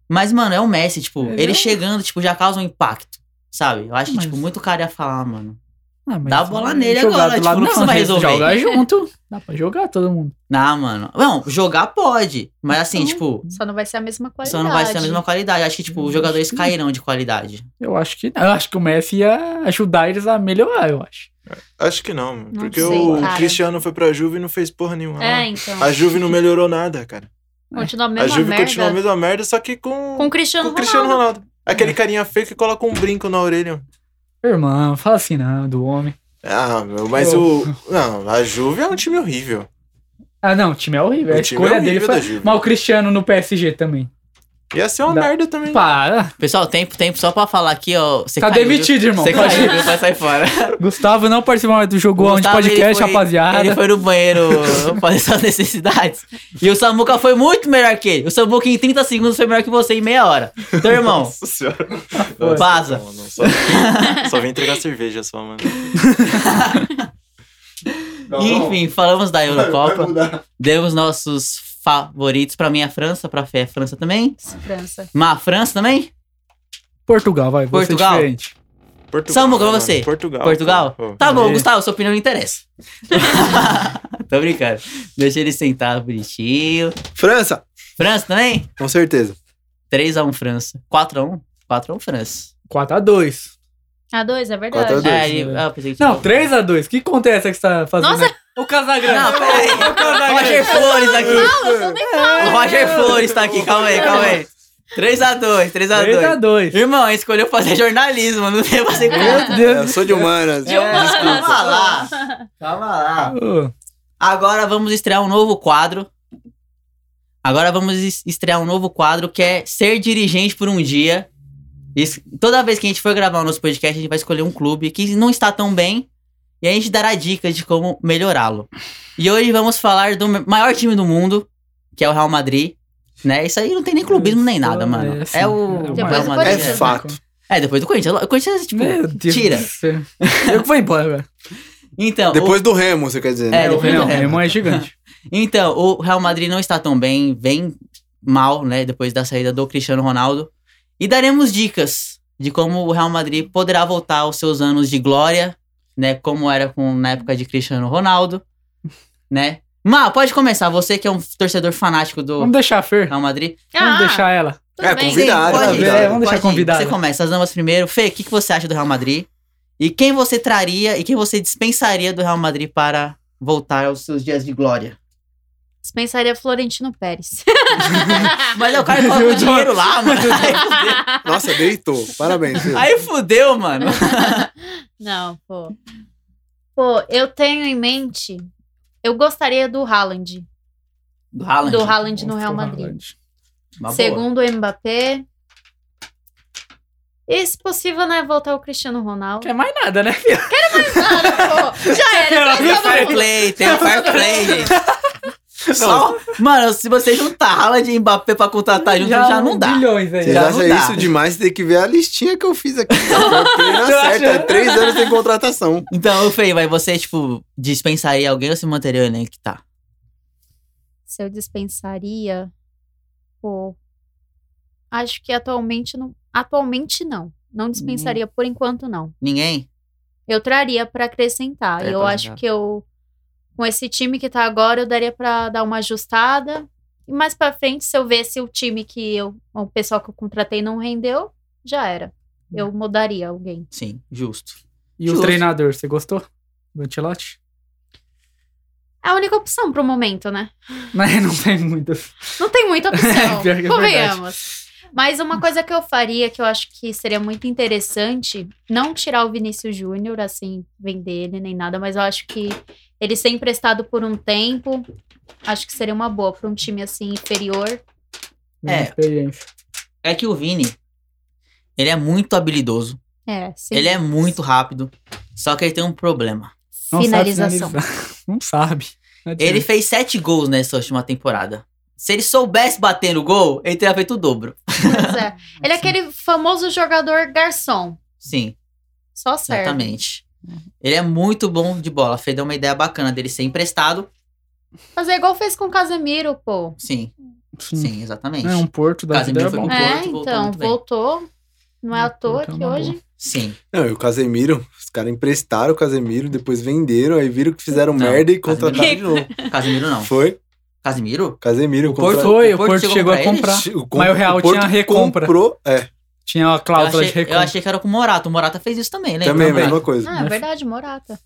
Speaker 1: Mas, mano, é o Messi, tipo,
Speaker 2: Ah. É,
Speaker 1: ele
Speaker 2: não.
Speaker 1: chegando, tipo, já causa um impacto. Sabe? Eu acho que,
Speaker 2: Mas-
Speaker 1: tipo, muito cara ia falar, ah, mano.
Speaker 2: Ah, mas
Speaker 1: Dá a bola
Speaker 2: se
Speaker 1: nele
Speaker 2: jogar
Speaker 1: agora,
Speaker 2: do
Speaker 1: tipo,
Speaker 2: lado-
Speaker 1: não precisa
Speaker 2: mas
Speaker 1: resolver.
Speaker 2: Jogar junto. Dá pra jogar todo mundo.
Speaker 1: Não, Ah, mano. Não, jogar pode. Mas assim,
Speaker 4: Então,
Speaker 1: tipo,
Speaker 4: Só não vai ser a mesma qualidade.
Speaker 1: só não vai ser a mesma qualidade. Acho que, tipo, os
Speaker 2: Eu
Speaker 1: jogadores
Speaker 2: acho que-
Speaker 1: cairão de qualidade.
Speaker 2: Eu acho que não. Eu acho que o Messi ia ajudar eles a melhorar, eu acho.
Speaker 5: Acho que não, mano.
Speaker 4: Não
Speaker 5: porque
Speaker 4: sei,
Speaker 5: o
Speaker 4: cara.
Speaker 5: Cristiano foi pra Juve e não fez porra nenhuma.
Speaker 4: É,
Speaker 5: lá.
Speaker 4: então.
Speaker 5: A Juve não melhorou nada, cara.
Speaker 4: Continua a mesma
Speaker 5: a Juve
Speaker 4: merda.
Speaker 5: continuou a mesma merda, só que com,
Speaker 4: Com o
Speaker 5: com
Speaker 4: Cristiano
Speaker 5: o Cristiano
Speaker 4: Ronaldo.
Speaker 5: Ronaldo. Aquele carinha feio que coloca um brinco na orelha.
Speaker 2: Irmão, fala assim não, do homem.
Speaker 5: Ah, meu, mas
Speaker 2: Eu-
Speaker 5: o. Não, a Juve é um time horrível.
Speaker 2: Ah, não, o time é horrível.
Speaker 5: O
Speaker 2: a
Speaker 5: time é
Speaker 2: escolha dele
Speaker 5: horrível
Speaker 2: foi.
Speaker 5: da Juve.
Speaker 2: Mas o Cristiano no PSG também.
Speaker 5: Ia ser uma
Speaker 2: Dá-
Speaker 5: merda também.
Speaker 2: Para.
Speaker 1: Pessoal, tempo, tempo. Só pra falar aqui, ó. Você
Speaker 2: Tá
Speaker 1: Hum. caiu, viu?
Speaker 2: demitido, irmão.
Speaker 1: Você caiu, viu? vai sair fora.
Speaker 2: Gustavo não participou mais do jogo onde
Speaker 1: Gustavo, ele
Speaker 2: podcast,
Speaker 1: foi-
Speaker 2: rapaziada.
Speaker 1: Ele foi no banheiro *laughs* fazer suas necessidades. E o Samuca foi muito melhor que ele. O Samuca em 30 segundos foi melhor que você em meia hora. Então,
Speaker 5: *laughs*
Speaker 1: irmão,
Speaker 5: Nossa senhora.
Speaker 1: Vaza.
Speaker 5: Não, não, só, só vim entregar cerveja só, mano.
Speaker 1: enfim, falamos da Eurocopa. Demos nossos favoritos. Pra mim, a França. Pra Fé, a França também.
Speaker 4: França.
Speaker 1: Mas a França também?
Speaker 2: Portugal, vai. vou ser
Speaker 1: Portugal.
Speaker 2: diferente.
Speaker 5: Portugal.
Speaker 1: Samuca, pra
Speaker 5: mano,
Speaker 1: você.
Speaker 5: Portugal.
Speaker 1: Portugal?
Speaker 5: pô.
Speaker 1: Tá bom,
Speaker 2: É.
Speaker 1: Gustavo, sua opinião não interessa. *laughs* Tô brincando. Deixa ele sentado bonitinho.
Speaker 3: França,
Speaker 1: França também?
Speaker 3: com certeza.
Speaker 1: 3x1 França. 4x1? 4x1 França.
Speaker 2: 4x2.
Speaker 4: A dois, é verdade.
Speaker 3: Quatro a dois.
Speaker 1: É, ele-
Speaker 2: né?
Speaker 1: ah, eu pensei que
Speaker 2: Não, 3x2. O que acontece que você tá fazendo?
Speaker 4: Nossa.
Speaker 2: aí? O Casagrande.
Speaker 1: Não, peraí.
Speaker 2: O Casagrande.
Speaker 1: Roger Flores aqui.
Speaker 4: Não, eu sou nem-
Speaker 1: O Roger Flores tá aqui, calma aí, calma aí. 3x2, 3x2.
Speaker 2: 3x2.
Speaker 1: Irmão, ele escolheu fazer jornalismo, não tem pra
Speaker 2: *laughs*
Speaker 1: ser
Speaker 2: Meu
Speaker 3: É, eu
Speaker 2: Deus.
Speaker 3: sou de humanas.
Speaker 1: De humanas.
Speaker 3: desculpa.
Speaker 1: Calma lá. Calma lá.
Speaker 2: Ô,
Speaker 1: Agora vamos estrear um novo quadro. Agora vamos es- estrear um novo quadro que é Ser Dirigente por um Dia. Isso- toda vez que a gente for gravar o nosso podcast, a gente vai escolher um clube que não está tão bem e a gente dará dicas de como melhorá-lo. E hoje vamos falar do me- maior time do mundo, que é o Real Madrid. Né? Isso aí não tem nem clubismo nem nada,
Speaker 2: Isso
Speaker 1: mano.
Speaker 2: é
Speaker 1: É,
Speaker 2: assim,
Speaker 1: o.
Speaker 2: é o
Speaker 1: Real
Speaker 4: Depois do
Speaker 1: Madrid,
Speaker 4: Corinthians,
Speaker 1: né?
Speaker 3: É fato.
Speaker 1: É, depois do Corinthians. O Corinthians, tipo,
Speaker 2: Meu Deus.
Speaker 1: tira.
Speaker 2: do céu. Eu que vou embora agora.
Speaker 1: Então, o-
Speaker 3: Depois do Remo, você quer dizer,
Speaker 1: É,
Speaker 3: né?
Speaker 1: depois do
Speaker 2: não,
Speaker 1: Remo.
Speaker 2: meu irmão é gigante.
Speaker 1: Então, o Real Madrid não está tão bem, vem mal, né, depois da saída do Cristiano Ronaldo. E daremos dicas de como o Real Madrid poderá voltar aos seus anos de glória, né, como era com, na época de Cristiano Ronaldo, né. Má, pode começar, você que é um torcedor fanático do
Speaker 2: Vamos deixar a Fer.
Speaker 1: Real Madrid.
Speaker 2: Vamos
Speaker 4: Ah,
Speaker 2: deixar ela.
Speaker 4: tudo
Speaker 3: É,
Speaker 4: bem.
Speaker 3: convidado,
Speaker 1: Pode ir,
Speaker 3: convidado.
Speaker 2: É, vamos deixar
Speaker 1: pode ir.
Speaker 2: convidado.
Speaker 1: Você começa, as damas primeiro. Fê, o que, que você acha do Real Madrid? E quem você traria e quem você dispensaria do Real Madrid para voltar aos seus dias de glória?
Speaker 4: Dispensaria Florentino Pérez. *laughs*
Speaker 1: Mas é o cara que coloca o dinheiro lá, mano.
Speaker 3: Nossa, deitou. Parabéns, viu?
Speaker 1: Aí fudeu, mano.
Speaker 4: Não, pô. Pô, eu tenho em mente. Eu gostaria do Haaland.
Speaker 1: Do Haaland.
Speaker 4: Do Haaland no Real Madrid.
Speaker 1: Uma boa.
Speaker 4: Segundo o Mbappé. E se possível, né? Voltar o Cristiano Ronaldo.
Speaker 2: Quer mais nada, né, filho?
Speaker 4: Ah, pô, *laughs* já era.
Speaker 1: Tem
Speaker 4: fez
Speaker 1: o
Speaker 4: todo
Speaker 1: fair
Speaker 4: mundo.
Speaker 1: play, tem o fair play, gente. Só- mano, se você juntar Haaland e Mbappé pra contratar junto, já, não dá.
Speaker 2: Bilhões um aí.
Speaker 3: Vocês
Speaker 1: Já não
Speaker 3: acham
Speaker 1: dá.
Speaker 3: isso demais? Você tem que ver a listinha que eu
Speaker 1: *laughs*
Speaker 3: fiz aqui. Não
Speaker 2: Tô
Speaker 3: certo, é
Speaker 2: achando.
Speaker 3: três anos sem contratação.
Speaker 1: Então, Fê, vai você, tipo, dispensaria alguém ou se manteria o elenco que tá?
Speaker 4: Se eu dispensaria. Pô. Acho que atualmente não. Atualmente não.
Speaker 1: Uhum.
Speaker 4: Não dispensaria por enquanto, não.
Speaker 1: Ninguém?
Speaker 4: Eu traria pra acrescentar.
Speaker 1: Traria
Speaker 4: eu
Speaker 1: É, pra
Speaker 4: acho
Speaker 1: ajudar.
Speaker 4: que eu com esse time que tá agora, eu daria pra dar uma ajustada. E mais pra frente, se eu ver se o time que eu, o pessoal que eu contratei não rendeu, já era.
Speaker 1: Hum.
Speaker 4: Eu mudaria alguém.
Speaker 1: Sim, justo.
Speaker 2: E o
Speaker 1: Justo.
Speaker 2: treinador, você gostou? Do Ancelotti? *laughs*
Speaker 4: É a única opção pro momento, né?
Speaker 2: Mas não tem muitas.
Speaker 4: Não tem muita opção.
Speaker 2: Pior que *laughs* é
Speaker 4: convenhamos. Mas uma coisa que eu faria, que eu acho que seria muito interessante, não tirar o Vinícius Júnior, assim, vender ele nem nada, mas eu acho que Ele ser emprestado por um tempo, acho que seria uma boa pra um time assim inferior.
Speaker 2: Minha
Speaker 1: É.
Speaker 2: experiência.
Speaker 1: É que o Vini, ele é muito habilidoso.
Speaker 4: É, sim.
Speaker 1: Ele é muito rápido. Só que ele tem um problema.
Speaker 2: Não sabe
Speaker 4: Finalização.
Speaker 2: finalizar. *laughs* Não sabe. Não
Speaker 1: Ele
Speaker 2: adianta.
Speaker 1: fez sete gols nessa última temporada. Se ele soubesse bater no gol, ele teria feito o dobro.
Speaker 4: *laughs* Pois é. Ele é aquele famoso jogador garçom.
Speaker 1: Sim,
Speaker 4: Só serve.
Speaker 1: exatamente. Ele é muito bom de bola. Fê deu uma ideia bacana dele ser emprestado.
Speaker 4: Fazer é igual fez com o Casemiro, pô.
Speaker 1: Sim,
Speaker 2: Sim.
Speaker 1: sim, exatamente.
Speaker 2: É um porto da vida
Speaker 1: Casemiro
Speaker 2: é
Speaker 1: foi
Speaker 2: bom.
Speaker 1: com-
Speaker 4: é,
Speaker 1: Porto voltou
Speaker 4: então,
Speaker 1: muito bem.
Speaker 4: voltou. Não é à toa
Speaker 2: Então,
Speaker 4: que
Speaker 2: uma
Speaker 4: hoje.
Speaker 1: Sim.
Speaker 3: Não, e o Casemiro, os caras emprestaram o Casemiro, depois venderam, aí viram que fizeram
Speaker 1: Não,
Speaker 3: merda e
Speaker 1: Casemiro-
Speaker 3: contrataram de novo.
Speaker 1: Casemiro não.
Speaker 3: Foi?
Speaker 1: Casemiro?
Speaker 3: Casemiro.
Speaker 1: O Porto-
Speaker 3: contra-
Speaker 2: É. Foi,
Speaker 1: o
Speaker 2: o
Speaker 1: Porto
Speaker 2: Porto
Speaker 1: chegou
Speaker 2: chegou
Speaker 1: pra
Speaker 2: a
Speaker 1: ele?
Speaker 2: comprar.
Speaker 3: o com-
Speaker 2: Mas o Real
Speaker 3: Porto
Speaker 2: tinha recompra.
Speaker 3: Comprou, é,
Speaker 2: Tinha uma
Speaker 1: Eu
Speaker 2: cláusula
Speaker 1: achei,
Speaker 2: de
Speaker 1: eu
Speaker 2: recompra.
Speaker 1: achei que era com o Morata. O Morata fez isso também, lembra?
Speaker 3: também a
Speaker 1: Lembra?
Speaker 3: mesma coisa.
Speaker 4: Ah, é verdade, Morata.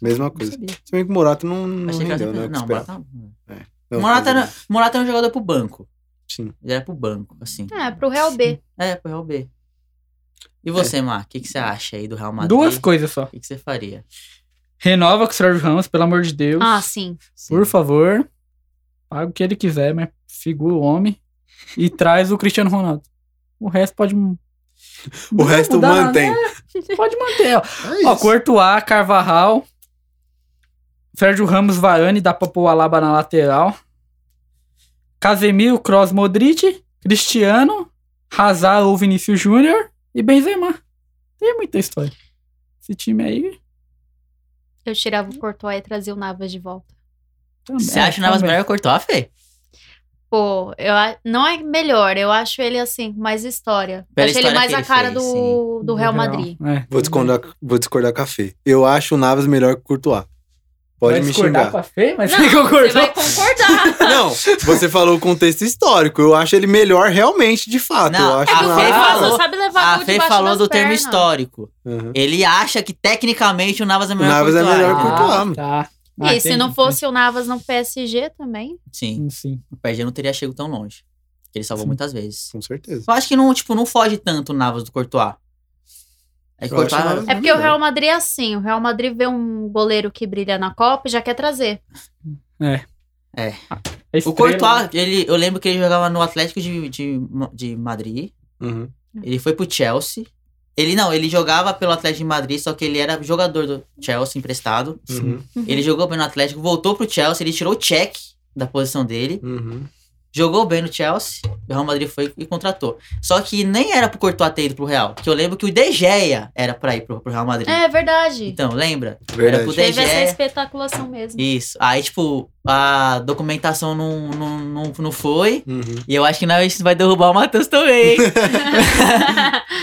Speaker 3: Mesma
Speaker 4: Não
Speaker 3: coisa.
Speaker 4: sabia.
Speaker 3: Se bem que o Morata não, não
Speaker 1: Achei que era assim.
Speaker 3: rendeu, né? o que
Speaker 1: Não,
Speaker 3: esperava.
Speaker 1: Morata.
Speaker 3: Não,
Speaker 1: Morata, era,
Speaker 3: Casemiro.
Speaker 1: Morata era um jogador pro banco.
Speaker 3: Sim.
Speaker 1: Ele era pro banco, assim.
Speaker 4: É, pro Real B.
Speaker 1: É, pro Real B. E você,
Speaker 3: É.
Speaker 1: Mar, o que, que você acha aí do Real Madrid?
Speaker 2: Duas coisas só.
Speaker 1: O que, que você faria?
Speaker 2: Renova com o Sérgio Ramos, pelo amor de Deus.
Speaker 4: Ah, sim.
Speaker 1: Sim.
Speaker 2: Por favor, paga o que ele quiser, mas figura o homem e
Speaker 3: *laughs*
Speaker 2: traz o Cristiano Ronaldo. O resto pode. m-
Speaker 3: O resto
Speaker 2: mudar nada.
Speaker 3: mantém.
Speaker 2: É, Pode manter,
Speaker 3: *laughs*
Speaker 2: ó.
Speaker 3: É
Speaker 2: Ó,
Speaker 3: isso.
Speaker 2: Courtois, Carvajal, Sérgio Ramos, Varane, dá pra pôr o Alaba na lateral. Casemiro, Kroos, Modric, Cristiano, Hazard ou Vinícius Júnior e Benzema. Tem muita história. Esse time aí
Speaker 4: Eu tirava o Courtois e trazia o Navas de volta.
Speaker 2: também. é
Speaker 1: Você acha o Navas
Speaker 2: também.
Speaker 1: melhor que o Courtois, Fê?
Speaker 4: Pô, eu, a- não é melhor. Eu acho ele, assim, com mais história.
Speaker 1: Pela
Speaker 4: acho
Speaker 1: história
Speaker 4: ele mais
Speaker 1: que
Speaker 4: a
Speaker 1: ele
Speaker 4: cara
Speaker 1: fez,
Speaker 4: do, do Real Madrid.
Speaker 2: É.
Speaker 3: Vou discordar, vou discordar com a Fê. Eu acho o Navas melhor que o Courtois. Pode
Speaker 2: Vai
Speaker 3: me
Speaker 2: discordar
Speaker 3: xingar.
Speaker 2: pra feio, mas *laughs*
Speaker 4: Não,
Speaker 2: você
Speaker 4: Você
Speaker 2: concordou.
Speaker 1: *laughs*
Speaker 4: vai concordar.
Speaker 3: Não, você falou o contexto histórico. Eu acho ele melhor realmente, de fato.
Speaker 1: Não,
Speaker 3: eu acho
Speaker 4: É que
Speaker 1: Ah,
Speaker 4: o
Speaker 3: o
Speaker 4: Fê
Speaker 1: não.
Speaker 3: Navas-
Speaker 4: falou, sabe levar
Speaker 1: A
Speaker 4: gol
Speaker 1: Ah, Fê
Speaker 4: debaixo
Speaker 1: falou
Speaker 4: das
Speaker 1: do termo
Speaker 4: pernas.
Speaker 1: histórico.
Speaker 3: Uhum.
Speaker 1: Ele acha que tecnicamente o Navas é melhor
Speaker 3: O Navas
Speaker 1: que
Speaker 3: é
Speaker 1: o Courtois.
Speaker 3: melhor que o
Speaker 1: Ah,
Speaker 3: Courtois.
Speaker 2: tá.
Speaker 4: E aí, se não fosse o Navas no PSG também,
Speaker 1: Ah, Sim,
Speaker 2: Sim.
Speaker 1: o PSG não teria chegado tão longe. Porque ele salvou
Speaker 2: Sim.
Speaker 1: muitas vezes.
Speaker 3: Com certeza.
Speaker 1: Eu acho que não, tipo, não foge tanto o Navas do Courtois. É que o
Speaker 3: Eu acho o
Speaker 1: Courtois...
Speaker 3: Navas-
Speaker 4: É
Speaker 3: Não,
Speaker 4: porque o
Speaker 3: não.
Speaker 4: Real Madrid é assim. O Real Madrid vê um goleiro que brilha na Copa e já quer trazer.
Speaker 2: É
Speaker 1: O
Speaker 2: estrela. *laughs*
Speaker 1: Courtois, ele, eu lembro que ele jogava no Atlético de, de, de Madrid.
Speaker 3: Uhum.
Speaker 1: Ele foi pro Chelsea. Ele não, ele jogava pelo Atlético de Madrid, só que ele era jogador do Chelsea emprestado.
Speaker 3: Uhum.
Speaker 1: Ele jogou bem no Atlético, voltou pro Chelsea, ele tirou o check da posição dele,
Speaker 3: Uhum.
Speaker 1: jogou bem no Chelsea, o Real Madrid foi e contratou. Só que nem era pro Courtois ter ido pro Real, que eu lembro que o De Gea era pra ir pro, pro Real Madrid.
Speaker 4: É verdade.
Speaker 1: Então, lembra?
Speaker 3: Verdade.
Speaker 1: pro De
Speaker 4: Teve essa
Speaker 1: Gea.
Speaker 4: espetaculação mesmo.
Speaker 1: Isso. Aí, tipo, a documentação não, não, não, não foi.
Speaker 3: Uhum.
Speaker 1: E eu acho que na isso vai derrubar o Matheus também, hein?
Speaker 3: *laughs*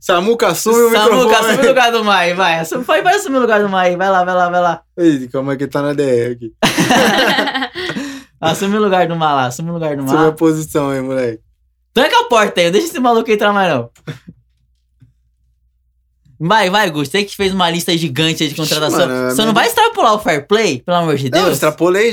Speaker 3: Samuca, assume o
Speaker 1: Samuca,
Speaker 3: microfone.
Speaker 1: assume o lugar do Mai, vai. Assume- Vai, vai assumir o lugar do Mai, vai lá, vai lá, vai lá.
Speaker 3: Ei, calma que tá na DR aqui.
Speaker 1: Assume o lugar do Mai lá, assume o lugar do
Speaker 3: Assume a
Speaker 1: Mai.
Speaker 3: posição aí, moleque.
Speaker 1: Tranca a é porta aí, não deixa esse maluco entrar mais não. Vai, vai, Gusto. Você que fez uma lista gigante aí de contratação.
Speaker 3: Mano, é
Speaker 1: Você não
Speaker 3: minha-
Speaker 1: vai extrapolar o fair play, pelo amor de
Speaker 3: Não, eu
Speaker 1: Deus?
Speaker 3: extrapolei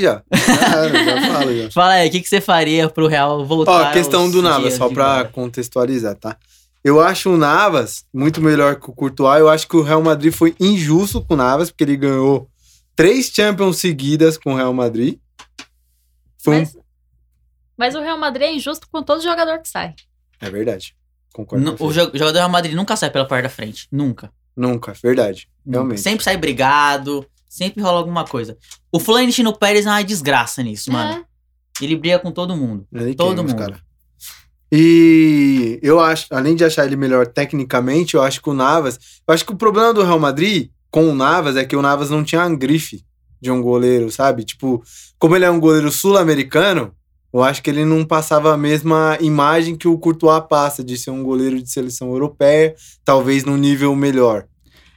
Speaker 1: *laughs*
Speaker 3: já. Já, já falo já.
Speaker 1: Fala aí, o que, que você faria pro Real voltar
Speaker 3: Ó, a questão
Speaker 1: aos
Speaker 3: do Navas,
Speaker 1: dias
Speaker 3: só
Speaker 1: de
Speaker 3: pra
Speaker 1: agora?
Speaker 3: contextualizar, tá? Eu acho o Navas muito melhor que o Courtois. Eu acho que o Real Madrid foi injusto com o Navas, porque ele ganhou três Champions seguidas com o Real Madrid. Foi um-
Speaker 4: Mas, mas o Real Madrid é injusto com todo jogador que sai.
Speaker 3: É verdade. Concordo.
Speaker 1: No-
Speaker 3: com
Speaker 1: O
Speaker 3: você.
Speaker 1: jo- jogador do Real Madrid nunca sai pela parte da frente. Nunca.
Speaker 3: Nunca, verdade. Realmente.
Speaker 1: Sempre sai brigado, sempre rola alguma coisa. O Florentino Pérez é uma desgraça nisso, mano.
Speaker 4: É.
Speaker 1: Ele briga com todo mundo.
Speaker 3: Ele
Speaker 1: Todo
Speaker 3: queima os
Speaker 1: mundo.
Speaker 3: é cara. E eu acho, além de achar ele melhor tecnicamente, eu acho que o Navas. Eu acho que o problema do Real Madrid com o Navas é que o Navas não tinha a grife de um goleiro, sabe? Tipo, como ele é um goleiro sul-americano, eu acho que ele não passava a mesma imagem que o Courtois passa de ser um goleiro de seleção europeia, talvez num nível melhor.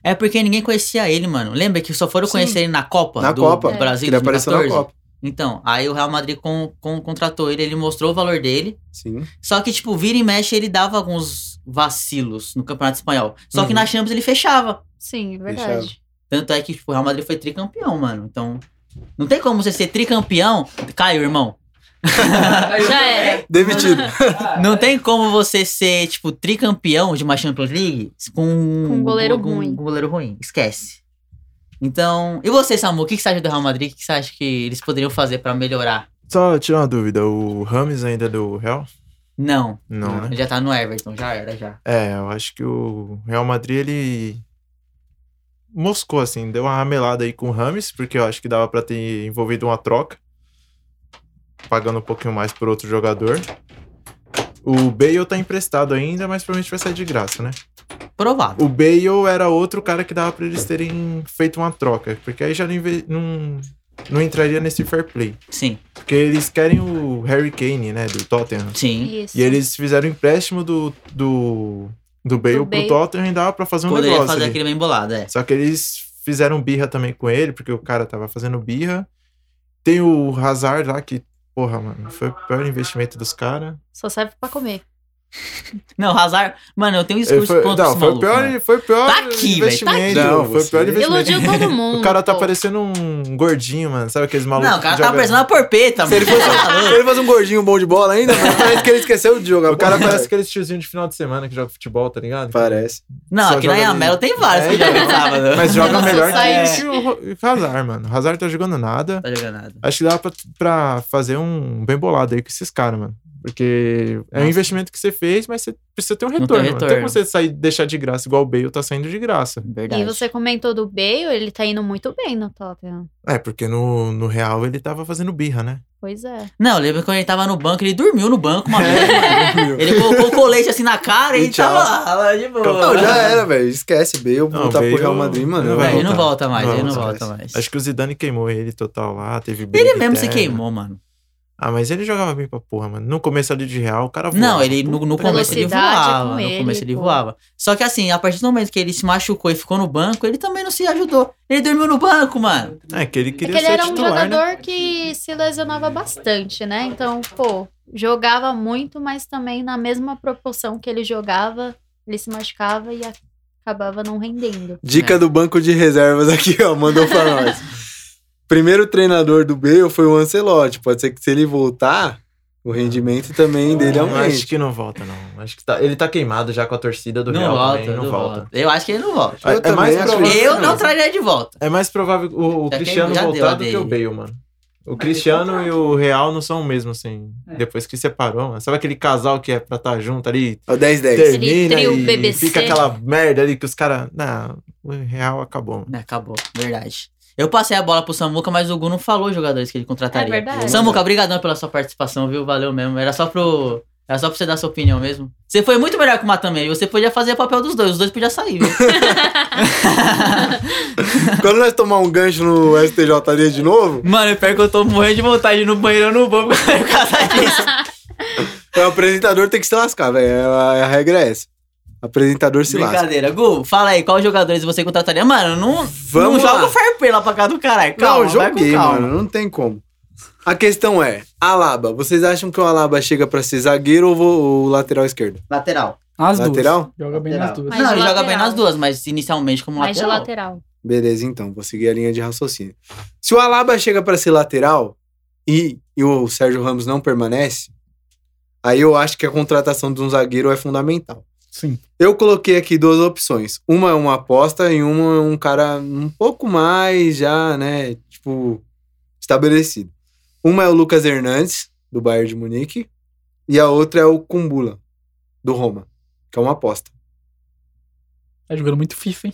Speaker 1: É porque ninguém conhecia ele, mano. Lembra que só foram
Speaker 3: Sim.
Speaker 1: conhecer ele na Copa
Speaker 3: na
Speaker 1: do
Speaker 3: Copa,
Speaker 1: Brasil
Speaker 3: que ele apareceu na
Speaker 1: 2014?
Speaker 3: Copa.
Speaker 1: Então, aí o Real Madrid con- con- contratou ele, ele mostrou o valor dele.
Speaker 3: Sim.
Speaker 1: Só que, tipo, vira e mexe, ele dava alguns vacilos no Campeonato Espanhol. Só que
Speaker 3: Uhum.
Speaker 1: na Champions ele fechava.
Speaker 4: Sim, é
Speaker 3: Deixava.
Speaker 4: verdade.
Speaker 1: Tanto é que, tipo, o Real Madrid foi tricampeão, mano. Então, não tem como você ser tricampeão. Caiu, irmão.
Speaker 2: Ah,
Speaker 4: Já era.
Speaker 1: *laughs*
Speaker 3: Demitido.
Speaker 1: Não tem como você ser, tipo, tricampeão de uma Champions League com,
Speaker 4: Com um goleiro
Speaker 1: com um
Speaker 4: ruim.
Speaker 1: goleiro ruim. Esquece. Então, e você, Samu, o que que você acha do Real Madrid? O que que você acha que eles poderiam fazer pra melhorar?
Speaker 5: Só tirar uma dúvida, o Rames ainda é do Real?
Speaker 1: Não.
Speaker 5: Não, né?
Speaker 1: Ele já tá no Everton, já era, já.
Speaker 5: É, eu acho que o Real Madrid, ele moscou, assim, deu uma ramelada aí com o Rames, porque eu acho que dava pra ter envolvido uma troca, pagando um pouquinho mais por outro jogador. O Bale tá emprestado ainda, mas provavelmente vai sair de graça, né?
Speaker 1: Provável.
Speaker 5: O Bale era outro cara que dava pra eles terem feito uma troca, porque aí já não, inve- não, não entraria nesse fair play.
Speaker 1: Sim,
Speaker 5: Porque eles querem o Harry Kane, né, do Tottenham.
Speaker 1: sim.
Speaker 4: Isso.
Speaker 5: E eles fizeram o empréstimo do, do, do Bale
Speaker 4: Do Bale.
Speaker 5: pro Tottenham e dava pra fazer um
Speaker 1: Poderia
Speaker 5: negócio
Speaker 1: fazer
Speaker 5: ali.
Speaker 1: aquele bem bolado, é.
Speaker 5: Só que eles fizeram birra também com ele, porque o cara tava fazendo birra. Tem o Hazard lá que, porra, mano, foi o pior investimento dos caras.
Speaker 4: Só serve pra comer.
Speaker 1: Não, Hazard... Mano, eu tenho um
Speaker 5: Ele
Speaker 1: discurso
Speaker 5: Foi,
Speaker 1: contra
Speaker 5: não,
Speaker 1: esse
Speaker 5: foi o
Speaker 1: maluco,
Speaker 5: pior,
Speaker 4: né?
Speaker 1: mano.
Speaker 5: foi o pior
Speaker 1: Tá aqui, velho, tá
Speaker 5: investimento.
Speaker 3: aqui.
Speaker 5: foi o pior
Speaker 3: Não, você-
Speaker 5: investimento.
Speaker 4: Iludiu todo mundo.
Speaker 5: *laughs* O cara tá
Speaker 4: pô.
Speaker 5: parecendo um gordinho, mano. Sabe aqueles malucos?
Speaker 1: Não, o cara
Speaker 5: que
Speaker 1: tá
Speaker 5: joga-
Speaker 1: parecendo uma porpeta, mano.
Speaker 3: Se
Speaker 1: *laughs*
Speaker 3: ele fosse, se ele fosse um gordinho bom de bola ainda, *laughs* mas parece que ele esqueceu de jogar.
Speaker 5: O cara
Speaker 3: bola,
Speaker 5: parece
Speaker 3: velho.
Speaker 5: aqueles tiozinhos de final de semana que joga futebol, tá ligado?
Speaker 3: Parece.
Speaker 1: Não,
Speaker 5: Só
Speaker 1: aqui na
Speaker 5: joga
Speaker 1: Yamelo tem vários
Speaker 5: É,
Speaker 1: que jogam
Speaker 5: então.
Speaker 1: sábado.
Speaker 5: Mas joga melhor
Speaker 1: É.
Speaker 4: Saiu.
Speaker 5: que o Ro- o Hazard, mano. O Hazard tá jogando nada.
Speaker 1: Tá jogando nada.
Speaker 5: Acho que dá pra, pra fazer um bem bolado aí com esses caras, mano. Porque é um
Speaker 1: Nossa.
Speaker 5: investimento que você fez, mas você precisa ter um
Speaker 1: tem
Speaker 5: retorno. Não tem,
Speaker 1: retorno.
Speaker 5: como você sair, deixar de graça, igual o Bale tá saindo de graça.
Speaker 1: Verdade.
Speaker 4: E você comentou do Bale, ele tá indo muito bem no Tottenham.
Speaker 5: É, porque no, no Real ele tava fazendo birra, né?
Speaker 4: Pois é.
Speaker 1: Não, eu lembro quando ele tava no banco, ele dormiu no banco
Speaker 5: É.
Speaker 1: uma vez, mano. Ele colocou o colete assim na cara e,
Speaker 3: E tchau.
Speaker 1: tava lá, lá de boa.
Speaker 3: *laughs* Não, já era, velho. Esquece. Bale voltar pro
Speaker 5: Bale-
Speaker 3: Real Madrid, mano.
Speaker 5: não
Speaker 1: Não,
Speaker 5: vai
Speaker 1: ele não
Speaker 5: voltar.
Speaker 1: volta mais,
Speaker 5: Não,
Speaker 1: ele não
Speaker 3: não
Speaker 1: volta
Speaker 3: vai.
Speaker 1: mais.
Speaker 5: Acho que o Zidane queimou ele total lá, teve briga
Speaker 1: Ele mesmo se
Speaker 5: interna.
Speaker 1: queimou, mano.
Speaker 5: Ah, mas ele jogava bem pra porra, mano. No começo ali de Real, o cara né? voava.
Speaker 1: Não, ele no, no
Speaker 5: Puta
Speaker 1: começo ele
Speaker 5: merda.
Speaker 4: Velocidade é
Speaker 1: voava.
Speaker 4: com
Speaker 1: No
Speaker 4: ele,
Speaker 1: começo ele
Speaker 4: pô.
Speaker 1: voava. Só que assim, a partir do momento que ele se machucou e ficou no banco, ele também não se ajudou. Ele dormiu no banco, mano.
Speaker 5: É, que ele
Speaker 4: É
Speaker 5: queria
Speaker 4: que ele
Speaker 5: ser
Speaker 4: era um
Speaker 5: titular, né?
Speaker 4: jogador que se lesionava bastante, né? Então, pô, jogava muito, mas também na mesma proporção que ele jogava, ele se machucava e a- acabava não rendendo.
Speaker 3: Dica
Speaker 1: né?
Speaker 3: do banco de reservas aqui, ó. Mandou
Speaker 5: *laughs*
Speaker 3: pra nós. Primeiro treinador do Bale foi o Ancelotti. Pode ser que se ele voltar, o rendimento também dele
Speaker 5: Não, acho
Speaker 3: aumente.
Speaker 5: que não volta, não. Acho que tá, ele tá queimado já com a torcida do
Speaker 1: não
Speaker 5: Real
Speaker 1: volta,
Speaker 5: também,
Speaker 1: não volta. Eu acho que ele não volta.
Speaker 5: É- é
Speaker 3: também
Speaker 5: mais
Speaker 3: acho
Speaker 5: provável-
Speaker 3: que
Speaker 1: Eu não traria de volta.
Speaker 5: É mais provável o, o
Speaker 1: Já
Speaker 5: Cristiano
Speaker 1: queimou, já deu a
Speaker 5: voltar do que o
Speaker 1: dele.
Speaker 5: Bale, mano. O Cristiano e o Real não são o mesmo, assim.
Speaker 1: É.
Speaker 5: Depois que separou, mano. Sabe aquele casal que é pra estar junto ali?
Speaker 3: Ó, 10-10.
Speaker 5: Termina
Speaker 4: trio
Speaker 5: e
Speaker 4: BBC.
Speaker 5: fica aquela merda ali que os caras... Não, o Real acabou, mano.
Speaker 1: Né, Acabou, verdade. Eu passei a bola pro Samuca, mas o Gu não falou os jogadores que ele
Speaker 4: É
Speaker 1: contrataria.
Speaker 4: verdade.
Speaker 1: Samuca, brigadão pela sua participação, viu? Valeu mesmo. Era só pro. Era só pra você dar sua opinião mesmo. Você foi muito melhor que o Matan mesmo. Você podia fazer o papel dos dois. Os dois podiam sair, viu?
Speaker 3: Quando nós tomar um gancho no STJD de novo,
Speaker 1: *laughs* Mano, pior que eu tô morrendo de vontade no banheiro, eu não vou por causa *laughs* disso.
Speaker 3: o apresentador tem que se lascar, velho. A, a regra é essa. O apresentador se lasca.
Speaker 1: Brincadeira. Gu, fala aí, quais jogadores você contrataria? Mano, não, não
Speaker 3: Vamos lá.
Speaker 1: joga o fair play lá pra cá do caralho. Calma,
Speaker 3: não,
Speaker 1: vai
Speaker 3: joguei,
Speaker 1: com calma.
Speaker 3: mano. Não tem como. A questão é, Alaba, vocês acham que o Alaba chega pra ser zagueiro ou vo- ou lateral esquerdo?
Speaker 1: Lateral.
Speaker 2: As
Speaker 3: Lateral?
Speaker 2: duas. Joga bem nas
Speaker 1: Lateral.
Speaker 2: duas.
Speaker 4: Mas
Speaker 1: não,
Speaker 4: de
Speaker 1: ele joga bem
Speaker 4: lateral.
Speaker 1: nas duas, mas inicialmente como
Speaker 4: Mas de
Speaker 1: Um lateral.
Speaker 4: lateral.
Speaker 3: Beleza, então, vou seguir a linha de raciocínio. Se o Alaba chega pra ser lateral e, e o Sérgio Ramos não permanece, aí eu acho que a contratação de um zagueiro é fundamental.
Speaker 2: Sim.
Speaker 3: Eu coloquei aqui duas opções. Uma é uma aposta e uma é um cara um pouco mais já, né, tipo, estabelecido. Uma é o Lucas Hernandes, do Bayern de Munique, e a outra é o Kumbula, do Roma, que é uma aposta.
Speaker 2: Tá jogando muito FIFA, hein?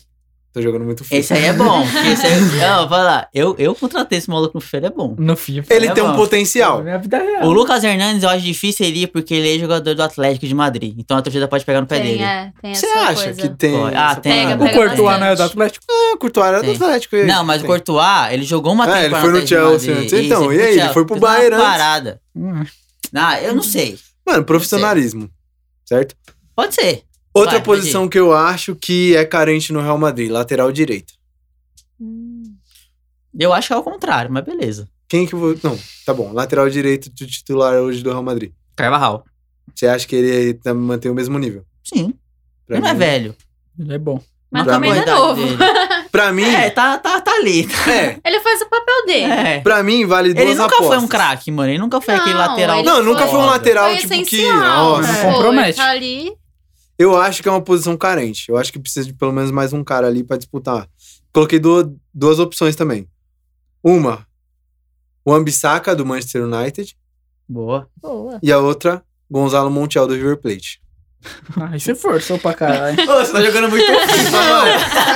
Speaker 3: Tá jogando muito futebol.
Speaker 1: Esse aí é bom. porque Esse aí, *laughs* não, vai lá. Eu, eu contratei esse maluco no feira, é bom.
Speaker 2: No FIFA.
Speaker 3: Ele
Speaker 1: é
Speaker 3: tem um
Speaker 1: bom.
Speaker 3: potencial.
Speaker 2: Minha vida é real.
Speaker 1: O Lucas Hernandes eu acho difícil ele ir porque ele é jogador do Atlético de Madrid. Então a torcida pode pegar no pé
Speaker 4: tem,
Speaker 1: dele.
Speaker 4: é, tem essa
Speaker 3: Você acha
Speaker 4: coisa.
Speaker 3: que tem?
Speaker 1: Pô, ah,
Speaker 3: essa
Speaker 1: tem.
Speaker 3: parada?
Speaker 4: Pega,
Speaker 2: O
Speaker 4: pega
Speaker 2: Courtois,
Speaker 4: bastante.
Speaker 2: né? Do Atlético.
Speaker 3: O Courtois era é do
Speaker 1: Tem.
Speaker 3: Atlético. ele.
Speaker 1: Não, mas o
Speaker 3: Tem.
Speaker 1: Courtois, ele jogou uma
Speaker 3: Ah,
Speaker 1: temporada.
Speaker 3: ele foi no
Speaker 1: no Atlético de
Speaker 3: Chelsea
Speaker 1: Madrid.
Speaker 3: antes. Então,
Speaker 1: Isso, foi pro
Speaker 3: e aí? Ele
Speaker 1: Chelsea.
Speaker 3: foi pro
Speaker 1: Fez uma
Speaker 3: Bayern antes.
Speaker 1: parada.
Speaker 2: Hum,
Speaker 1: Ah, eu não sei.
Speaker 3: Mano, profissionalismo. Certo?
Speaker 1: Pode ser.
Speaker 3: Outra
Speaker 1: Vai, pode
Speaker 3: posição que eu acho que é carente no Real Madrid, lateral direito.
Speaker 4: Hum,
Speaker 1: Eu acho que é o contrário, mas beleza.
Speaker 3: Quem que vou. Não, tá bom. Lateral direito do titular hoje do Real Madrid.
Speaker 1: Carvajal.
Speaker 3: Você acha que ele tá- mantém o mesmo nível?
Speaker 1: Sim.
Speaker 3: Pra
Speaker 1: ele não é
Speaker 3: mim-
Speaker 1: velho.
Speaker 2: Ele é bom.
Speaker 4: Mas
Speaker 1: Não tá
Speaker 4: também
Speaker 1: com a
Speaker 4: não é
Speaker 1: idade
Speaker 4: novo.
Speaker 1: dele.
Speaker 3: *laughs* Pra mim,
Speaker 1: É, tá, tá, tá ali.
Speaker 3: é.
Speaker 4: Ele faz o papel dele.
Speaker 1: É.
Speaker 3: Pra mim, vale duas
Speaker 1: Ele nunca
Speaker 3: apostas.
Speaker 1: foi um craque, mano. Ele nunca foi aquele
Speaker 4: Não,
Speaker 1: lateral.
Speaker 4: ele
Speaker 3: Não, nunca foi um
Speaker 1: foda.
Speaker 3: lateral
Speaker 4: Foi
Speaker 3: tipo que.
Speaker 4: essencial.
Speaker 3: Nossa.
Speaker 2: né?
Speaker 4: Foi,
Speaker 2: Compromete.
Speaker 4: tá ali.
Speaker 3: Eu acho que é uma posição carente. Eu acho que precisa de pelo menos mais um cara ali pra disputar. Coloquei du- duas opções também. Uma, o Ambissaca do Manchester United.
Speaker 1: Boa.
Speaker 4: Boa.
Speaker 3: E a outra, Gonzalo Montiel do River
Speaker 4: *laughs*
Speaker 3: Plate.
Speaker 2: Ah, Aí você forçou pra caralho.
Speaker 3: Ô, você tá jogando
Speaker 1: *laughs*
Speaker 3: muito FIFA, mano.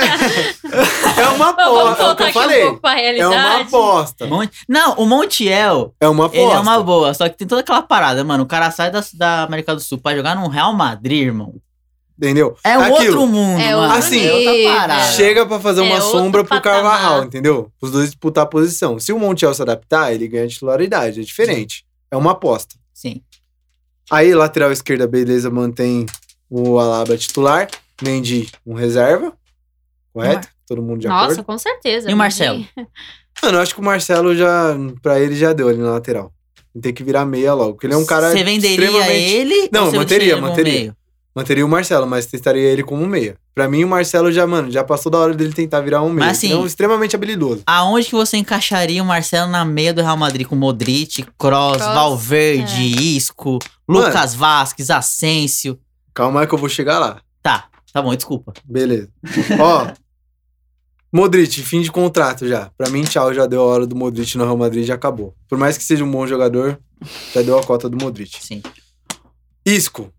Speaker 3: É uma
Speaker 4: Bom, vamos
Speaker 3: aposta, é o que eu
Speaker 4: voltar aqui um
Speaker 3: falei.
Speaker 4: pouco pra
Speaker 3: É uma
Speaker 4: realidade.
Speaker 3: aposta.
Speaker 1: Mon- Não, o Montiel,
Speaker 3: É uma aposta.
Speaker 1: ele é uma boa, só que tem toda aquela parada, mano. O cara sai da, da América do Sul pra jogar no Real Madrid, irmão.
Speaker 3: Entendeu?
Speaker 1: É um
Speaker 3: Aquilo.
Speaker 1: outro mundo,
Speaker 4: É
Speaker 1: mano.
Speaker 4: outro
Speaker 3: Assim,
Speaker 1: é
Speaker 4: nível.
Speaker 1: outra parada.
Speaker 3: Chega pra fazer
Speaker 4: É
Speaker 3: uma
Speaker 4: outro
Speaker 3: sombra pro
Speaker 4: patamar.
Speaker 3: Carvajal, entendeu? Os dois disputar a posição. Se o Montiel se adaptar, ele ganha titularidade. É diferente. É uma aposta.
Speaker 1: Sim.
Speaker 3: Aí, lateral esquerda, beleza, mantém o Alaba titular. Mendy, um reserva. Correto?
Speaker 1: Uhum.
Speaker 3: Todo mundo de
Speaker 4: Nossa,
Speaker 3: acordo?
Speaker 4: com certeza.
Speaker 1: E o Marcelo?
Speaker 3: Mano, eu acho que o Marcelo já. Pra ele já deu ali na lateral. Ele tem que virar meia logo. Porque ele é um cara.
Speaker 1: Você venderia
Speaker 3: extremamente...
Speaker 1: ele?
Speaker 3: Não,
Speaker 1: ou você
Speaker 3: manteria,
Speaker 1: deixaria ele no
Speaker 3: manteria.
Speaker 1: meio?
Speaker 3: Manteria o Marcelo, mas testaria ele como um meia. Pra mim, o Marcelo já, mano, já passou da hora dele tentar virar um meia.
Speaker 1: Mas, assim,
Speaker 3: Ele é um extremamente habilidoso.
Speaker 1: Aonde que você encaixaria o Marcelo na meia do Real Madrid com Modric, Cross,
Speaker 4: Kroos, é.
Speaker 1: Valverde, Isco,
Speaker 3: Mano.
Speaker 1: Lucas Vasquez, Asensio?
Speaker 3: Calma aí que eu vou chegar lá.
Speaker 1: Tá, tá bom, desculpa.
Speaker 3: Beleza. Ó. *laughs* Modric, fim de contrato já. Pra mim, tchau, já deu a hora do Modric no Real Madrid, já acabou. Por mais que seja um bom jogador, já deu a cota do Modric.
Speaker 1: Sim.
Speaker 3: Isco.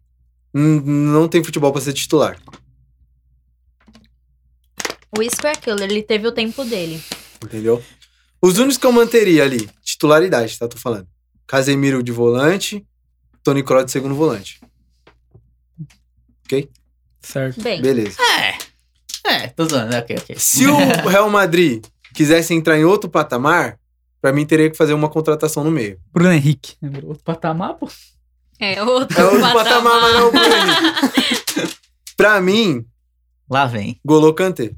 Speaker 3: Hum, Não tem futebol pra ser titular.
Speaker 4: O Isco é aquilo, ele teve o tempo dele.
Speaker 3: Entendeu? Os únicos que eu manteria ali, titularidade, tá? Tô falando. Casemiro de volante, Tony Kroos de segundo volante.
Speaker 2: Certo.
Speaker 4: Bem,
Speaker 3: Beleza.
Speaker 1: É, tô zoando, ok, ok.
Speaker 3: Se o Real Madrid quisesse entrar em outro patamar, pra mim teria que fazer uma contratação no meio.
Speaker 2: Bruno Henrique. Outro patamar, pô.
Speaker 4: é outro,
Speaker 3: É outro
Speaker 4: patamar.
Speaker 3: patamar, mas não é o Bruno
Speaker 4: *laughs*
Speaker 3: Henrique. Pra mim,
Speaker 1: Lá vem.
Speaker 3: Golô Kanté.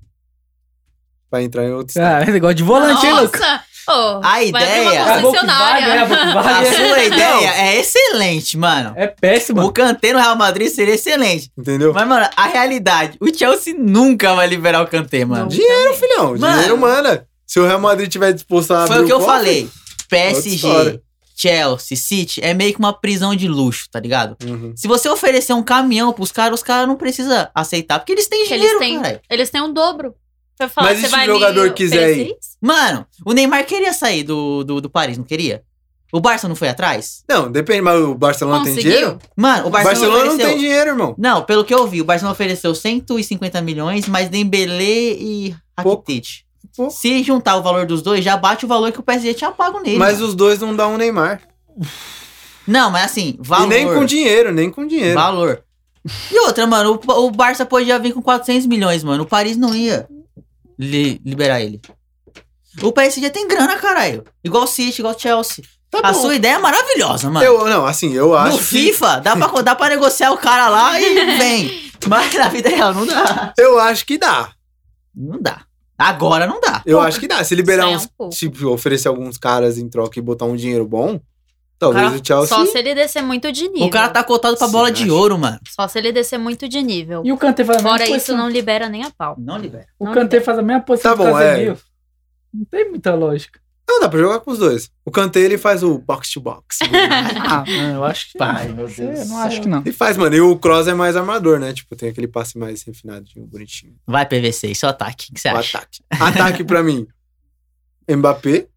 Speaker 3: Pra entrar em outro
Speaker 2: Ah, esse negócio de volante, hein, Lucas?
Speaker 4: Nossa! Ô,
Speaker 1: A
Speaker 4: vai abrir uma
Speaker 1: ideia-
Speaker 2: É a
Speaker 4: concessionária.
Speaker 2: Volkswagen, é a
Speaker 4: *laughs*
Speaker 1: A *laughs*
Speaker 2: Volkswagen.
Speaker 1: sua ideia é excelente, mano.
Speaker 2: É péssimo.
Speaker 1: O Kanté no Real Madrid seria excelente.
Speaker 3: Entendeu?
Speaker 1: Mas, mano, a realidade, o Chelsea nunca vai liberar o Kanté, mano.
Speaker 3: Dinheiro, filhão.
Speaker 1: Mano.
Speaker 3: Dinheiro, mana. Se o Real Madrid tiver disposto a abrir
Speaker 1: Foi o que eu
Speaker 3: cofre, é
Speaker 1: falei. PSG,
Speaker 3: história.
Speaker 1: Chelsea, City é meio que uma prisão de luxo, tá ligado?
Speaker 3: Uhum.
Speaker 1: Se você oferecer um caminhão pros caras, os caras não precisam aceitar, porque eles têm
Speaker 4: Porque
Speaker 1: dinheiro,
Speaker 4: eles têm,
Speaker 1: caralho.
Speaker 4: eles têm um dobro. Vai falar,
Speaker 3: Mas e
Speaker 4: "Você
Speaker 3: se o
Speaker 4: vai
Speaker 3: jogador
Speaker 4: me
Speaker 3: quiser ir?"
Speaker 4: oferecer isso?
Speaker 1: Mano, o Neymar queria sair do, do, do Paris, não queria? O Barça não foi atrás?
Speaker 3: Não, depende, mas o Barcelona tem dinheiro?
Speaker 4: Conseguiu?
Speaker 1: Mano, o
Speaker 3: O
Speaker 1: Barcelona,
Speaker 3: Barcelona não
Speaker 1: ofereceu...
Speaker 3: tem dinheiro, irmão.
Speaker 1: Não, pelo que eu vi, o Barcelona ofereceu 150 milhões, mas Dembélé e
Speaker 3: Pouco.
Speaker 1: Rakitic.
Speaker 3: Pouco.
Speaker 1: Se juntar o valor dos dois, já bate o valor que o PSG tinha pago nele.
Speaker 3: Mas
Speaker 1: mano.
Speaker 3: os dois não dão um Neymar.
Speaker 1: Não, mas assim, valor.
Speaker 3: E nem com dinheiro, nem com dinheiro.
Speaker 1: Valor. E outra, mano, o, o Barça podia vir com 400 milhões, mano. O Paris não ia li- liberar ele. O PSG tem grana, caralho. Igual o City, igual o Chelsea.
Speaker 3: Tá
Speaker 1: A
Speaker 3: bom.
Speaker 1: sua ideia é maravilhosa, mano.
Speaker 3: Eu, não, assim, eu acho
Speaker 1: no FIFA, dá, pra, dá pra negociar o cara lá
Speaker 3: *laughs*
Speaker 1: e vem. Mas na vida real não dá.
Speaker 3: que... Eu acho que dá.
Speaker 1: Não dá. Agora não dá.
Speaker 3: Eu acho que dá. Se liberar
Speaker 4: Isso aí é
Speaker 3: uns...
Speaker 4: um pouco.
Speaker 3: se oferecer alguns caras em troca e botar um dinheiro bom, talvez
Speaker 1: Cara,
Speaker 3: o Chelsea...
Speaker 4: Só se ele descer muito de nível.
Speaker 1: O cara tá cotado pra
Speaker 3: Sim,
Speaker 1: bola
Speaker 3: eu
Speaker 1: de
Speaker 3: acho.
Speaker 1: ouro, mano.
Speaker 4: Só se ele descer muito de nível.
Speaker 2: E o Kanté
Speaker 3: tá
Speaker 2: faz a mesma
Speaker 4: Fora
Speaker 2: posição.
Speaker 4: isso, não libera nem a pau.
Speaker 1: Não libera.
Speaker 2: O
Speaker 4: não
Speaker 2: Kanté faz a mesma posição
Speaker 3: Tá
Speaker 2: do
Speaker 3: bom, é.
Speaker 2: Casemiro. Não tem muita lógica.
Speaker 3: Não, dá pra jogar com os dois. O Kanté, ele faz o
Speaker 1: *laughs*
Speaker 3: box-to-box.
Speaker 2: Ah, mano, eu acho que...
Speaker 1: Pai,
Speaker 2: não,
Speaker 1: meu Deus
Speaker 2: eu
Speaker 1: do
Speaker 2: não
Speaker 1: céu.
Speaker 2: acho que não.
Speaker 3: e faz, mano. E o Kroos é mais armador, né? Tipo, tem aquele passe mais refinadinho, bonitinho.
Speaker 1: Vai, PVC, isso é o ataque. O que você
Speaker 3: O
Speaker 1: acha?
Speaker 3: ataque. Ataque pra mim.
Speaker 1: *laughs*
Speaker 3: Mbappé.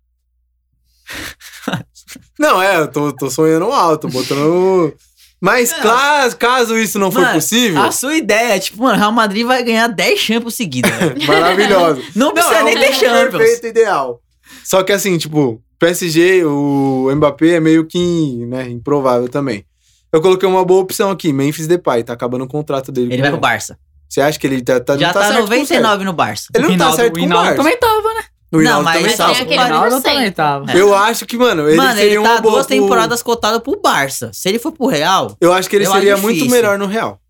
Speaker 3: Não, é, eu tô, tô sonhando alto, botando... Mas
Speaker 1: Não.
Speaker 3: cla- caso isso não for
Speaker 1: Mano,
Speaker 3: possível,
Speaker 1: A sua ideia é tipo, mano, Real Madrid vai ganhar 10 champions seguidas.
Speaker 3: *laughs*
Speaker 1: velho.
Speaker 3: maravilhoso.
Speaker 1: Não precisa nem
Speaker 3: é o
Speaker 1: ter
Speaker 3: mundo
Speaker 1: Champions.
Speaker 3: Perfeito, ideal. Só que assim, tipo, PSG, o Mbappé é meio que né, improvável também. Eu coloquei uma boa opção aqui, Memphis Depay, tá acabando o contrato dele.
Speaker 1: Ele vai pro Barça.
Speaker 3: Você acha que ele tá, tá,
Speaker 1: Já
Speaker 3: não tá,
Speaker 1: tá
Speaker 3: certo com o certo?
Speaker 1: 99 no Barça.
Speaker 3: Ele não
Speaker 2: Rinaldo-
Speaker 3: tá certo
Speaker 2: o
Speaker 3: com o
Speaker 2: Rinaldo
Speaker 3: Barça.
Speaker 2: também tava, né?
Speaker 3: O Rinaldo
Speaker 1: Não,
Speaker 3: também
Speaker 1: mas
Speaker 3: tá.
Speaker 4: tem
Speaker 2: O
Speaker 4: aquele
Speaker 2: Ronaldo
Speaker 4: 1%.
Speaker 2: também tava.
Speaker 1: É.
Speaker 3: Eu acho que, mano, ele
Speaker 1: Mano,
Speaker 3: seria
Speaker 1: ele
Speaker 3: uma
Speaker 1: tá
Speaker 3: boa
Speaker 1: duas
Speaker 3: pro-
Speaker 1: temporadas cotado pro Barça. Se ele for pro Real,
Speaker 3: Eu acho que ele
Speaker 1: Eu
Speaker 3: seria
Speaker 1: acho
Speaker 3: muito
Speaker 1: difícil.
Speaker 3: melhor no Real.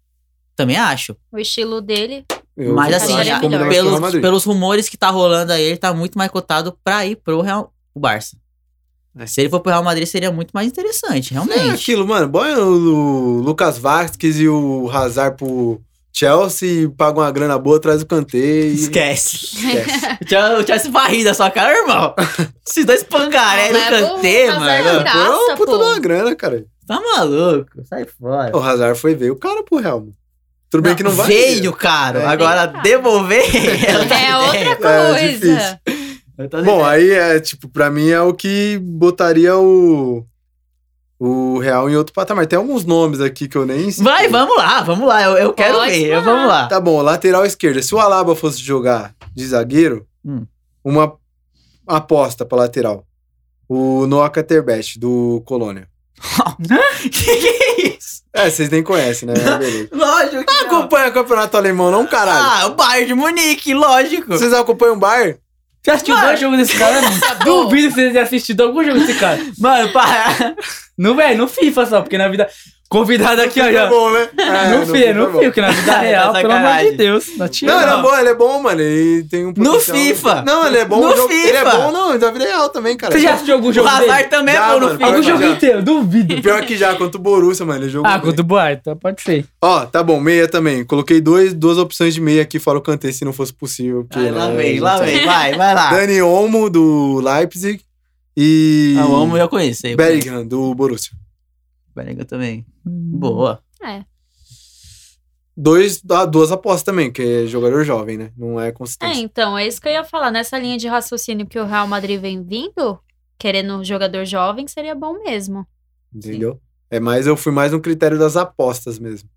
Speaker 1: também acho.
Speaker 4: O estilo dele.
Speaker 3: Eu
Speaker 1: Mas
Speaker 3: eu
Speaker 1: assim,
Speaker 3: acho
Speaker 4: já-
Speaker 3: que combina mais com o Real
Speaker 1: Pelos,
Speaker 3: Madrid.
Speaker 1: pelos rumores que tá rolando aí, ele tá muito mais cotado pra ir pro Real pro Barça.
Speaker 3: É.
Speaker 1: Se ele for pro Real Madrid, seria muito mais interessante,
Speaker 3: É
Speaker 1: realmente.
Speaker 3: aquilo, mano. Bora o Lucas Vasquez e o Hazard pro Chelsea, paga uma grana boa, traz o canteiro.
Speaker 1: Esquece. *laughs*
Speaker 3: Esquece.
Speaker 1: Tinha, tinha esse barrido da sua cara, irmão. Esses dois pangaré no
Speaker 4: Leva o
Speaker 1: cantê,
Speaker 4: Hazard
Speaker 1: mano.
Speaker 4: de graça,
Speaker 3: Pô, é uma puta
Speaker 4: pô.
Speaker 3: de uma grana, cara.
Speaker 1: Tá maluco? Sai fora.
Speaker 3: O Hazard foi ver o cara pro Real. mano. Tudo bem que não vai.
Speaker 1: Veio, caro.
Speaker 3: É.
Speaker 1: Agora,
Speaker 4: Veio, caro.
Speaker 1: devolver...
Speaker 4: É
Speaker 1: *laughs*
Speaker 4: outra
Speaker 3: É, difícil.
Speaker 4: coisa.
Speaker 1: né?
Speaker 3: Bom,
Speaker 1: assim,
Speaker 3: aí é tipo, pra mim é o que botaria o. O Real em outro patamar. Tem alguns nomes aqui que eu nem.
Speaker 1: Vai, vamos lá, vamos lá. Eu, eu quero
Speaker 4: Pode
Speaker 1: ver,
Speaker 4: falar.
Speaker 1: eu- vamos lá.
Speaker 3: Tá bom, lateral esquerda. Se o Alaba fosse jogar de zagueiro,
Speaker 2: Hum.
Speaker 3: uma aposta pra lateral. O Noah Caterbatch, do Colônia.
Speaker 1: que que é isso?
Speaker 3: É, vocês nem
Speaker 2: *laughs*
Speaker 3: conhecem, né? Beleza.
Speaker 1: *laughs* Lógico que
Speaker 4: Tá
Speaker 2: Ah.
Speaker 1: não.
Speaker 3: Acompanha o campeonato alemão, não, caralho.
Speaker 1: Ah, o Bayern de Munique, lógico.
Speaker 3: Vocês acompanham o Bayern?
Speaker 2: Você assistiu
Speaker 1: Mano.
Speaker 2: dois jogos desse cara? Não. Duvido que você tenha assistido algum jogo desse cara.
Speaker 1: Mano, para.
Speaker 2: Não, velho, no FIFA só, porque na vida. Convidado aqui, ó.
Speaker 3: é
Speaker 2: já.
Speaker 3: bom, né? É,
Speaker 2: no FIFA,
Speaker 3: é
Speaker 2: no
Speaker 3: bom.
Speaker 2: FIFA, que na *laughs* vida
Speaker 1: Tá
Speaker 2: real, pelo amor
Speaker 1: sacanagem.
Speaker 2: de Deus. Não tinha.
Speaker 3: Não, ele é
Speaker 2: não.
Speaker 3: bom, ele é bom, mano. Ele tem um potencial.
Speaker 1: FIFA.
Speaker 3: Não, ele é bom.
Speaker 1: No
Speaker 3: no jogo- Ele é
Speaker 1: FIFA.
Speaker 3: bom, não, da vida real também, cara.
Speaker 2: Você já assistiu algum
Speaker 1: O
Speaker 2: jogo dele?
Speaker 1: Hazard também é
Speaker 3: Já,
Speaker 1: bom no
Speaker 3: mano,
Speaker 1: FIFA.
Speaker 2: Algum
Speaker 3: Agora
Speaker 2: jogo
Speaker 3: já.
Speaker 2: inteiro, duvido.
Speaker 3: Pior que já, contra o Borussia, mano. Ele jogou
Speaker 2: Ah,
Speaker 3: bem.
Speaker 2: com o Dubai, então pode ser.
Speaker 3: Ó, tá bom, meia também. Coloquei dois, duas opções de meia aqui, fora o Kanté, se não fosse possível. porque,
Speaker 1: Ai, lá
Speaker 3: né,
Speaker 1: vem,
Speaker 3: gente,
Speaker 1: lá
Speaker 3: sabe.
Speaker 1: vem, vai, vai lá.
Speaker 3: Dani Olmo, do Leipzig. E.
Speaker 1: Ah, o Omo eu conheço. Eu conheço.
Speaker 3: Bellingham, do Borussia.
Speaker 1: Bellingham também. Boa.
Speaker 4: É.
Speaker 3: Dois, ah, duas apostas também, que é jogador jovem, né? Não é
Speaker 4: É,
Speaker 3: consistente.
Speaker 4: então, é isso que eu ia falar. Nessa linha de raciocínio que o Real Madrid vem vindo, querendo um jogador jovem, seria bom mesmo.
Speaker 3: entendeu? É mais, eu fui mais no critério das apostas mesmo.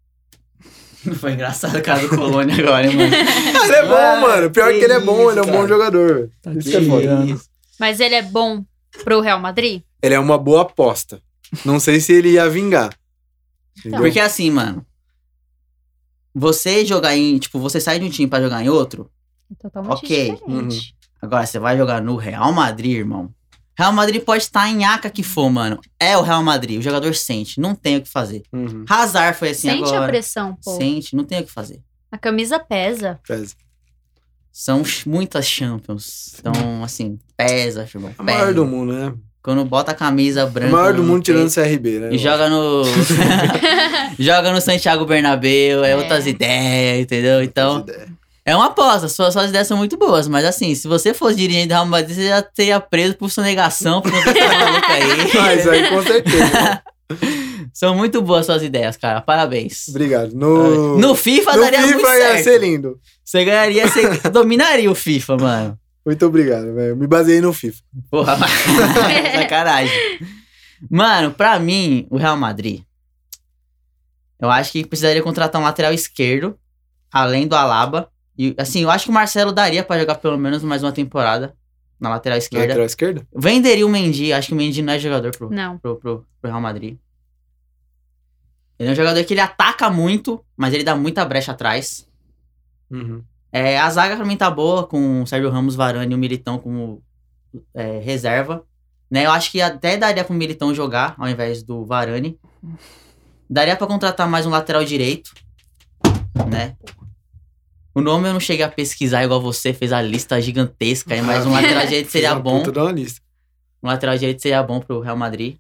Speaker 1: Foi engraçado o cara do Colônia agora, hein, mano.
Speaker 3: Ah, *laughs* ele é bom,
Speaker 1: Ah,
Speaker 3: mano. Pior que, ele é
Speaker 1: que
Speaker 3: bom,
Speaker 1: isso,
Speaker 3: ele é um bom
Speaker 1: cara.
Speaker 3: jogador.
Speaker 2: Tá
Speaker 3: Isso que é foda.
Speaker 2: tirando.
Speaker 4: Mas ele é bom pro Real Madrid?
Speaker 3: Ele é uma boa aposta. Não sei se ele ia vingar. Entendeu?
Speaker 1: Porque assim, mano. Você jogar em. Tipo, você sai de um time pra jogar em outro.
Speaker 4: É totalmente
Speaker 1: Ok.
Speaker 4: diferente.
Speaker 1: Agora você vai jogar no Real Madrid, irmão. Real Madrid pode estar em aca que for, mano. É o Real Madrid. O jogador sente. Não tem o que fazer.
Speaker 3: Uhum,
Speaker 1: Hazard foi assim
Speaker 4: Sente a
Speaker 1: agora.
Speaker 4: pressão, pô.
Speaker 1: Sente, não tem o que fazer.
Speaker 4: A camisa pesa.
Speaker 3: pesa.
Speaker 1: São ch- muitas Champions. Então, assim, pesa, irmão.
Speaker 3: A
Speaker 1: pesa.
Speaker 3: maior do mundo, né?
Speaker 1: Quando bota a camisa
Speaker 3: A
Speaker 1: branca.
Speaker 3: maior do
Speaker 1: no
Speaker 3: mundo tirando
Speaker 1: peito
Speaker 3: o CRB, né?
Speaker 1: E joga no.
Speaker 3: *laughs*
Speaker 1: joga no Santiago Bernabéu, é,
Speaker 4: É.
Speaker 1: outras ideias, entendeu? Então, é uma aposta. Suas, suas ideias são muito boas, mas assim, se você fosse dirigente do Real Madrid, você já teria preso por sonegação, por não ter essa maluca
Speaker 3: *laughs* Mas é.
Speaker 1: aí.
Speaker 3: aí
Speaker 1: *laughs*
Speaker 3: com certeza. né?
Speaker 1: são muito boas suas ideias, cara. Parabéns.
Speaker 3: Obrigado. No,
Speaker 1: No FIFA
Speaker 3: no
Speaker 1: daria muito
Speaker 3: FIFA ia
Speaker 1: certo.
Speaker 3: ser lindo.
Speaker 1: Você ganharia, você dominaria o FIFA, mano.
Speaker 3: Muito obrigado, velho. Me baseei no FIFA.
Speaker 1: Porra, mas- sacanagem. Mano, pra mim, o Real Madrid, eu acho que precisaria contratar um lateral esquerdo, além do Alaba. E, assim, eu acho que o Marcelo daria pra jogar pelo menos mais uma temporada na lateral
Speaker 3: Na
Speaker 1: esquerda.
Speaker 3: lateral esquerda?
Speaker 1: Venderia o Mendy, acho que o Mendy não é jogador pro,
Speaker 4: Não.
Speaker 1: pro, pro, pro Real Madrid. Ele é um jogador que ele ataca muito, mas ele dá muita brecha atrás.
Speaker 3: Uhum.
Speaker 1: É, a zaga pra mim tá boa, com o Sérgio Ramos, Varane e o Militão como é, reserva. Né, eu acho que até daria pro Militão jogar ao invés do Varane. Daria pra contratar mais um lateral direito, né? O nome eu não cheguei a pesquisar igual você, fez a lista gigantesca, aí, mas um lateral
Speaker 3: *laughs*
Speaker 1: direito seria
Speaker 3: Uma
Speaker 1: bom.
Speaker 3: Puta dá uma lista.
Speaker 1: Um lateral direito seria bom pro Real Madrid.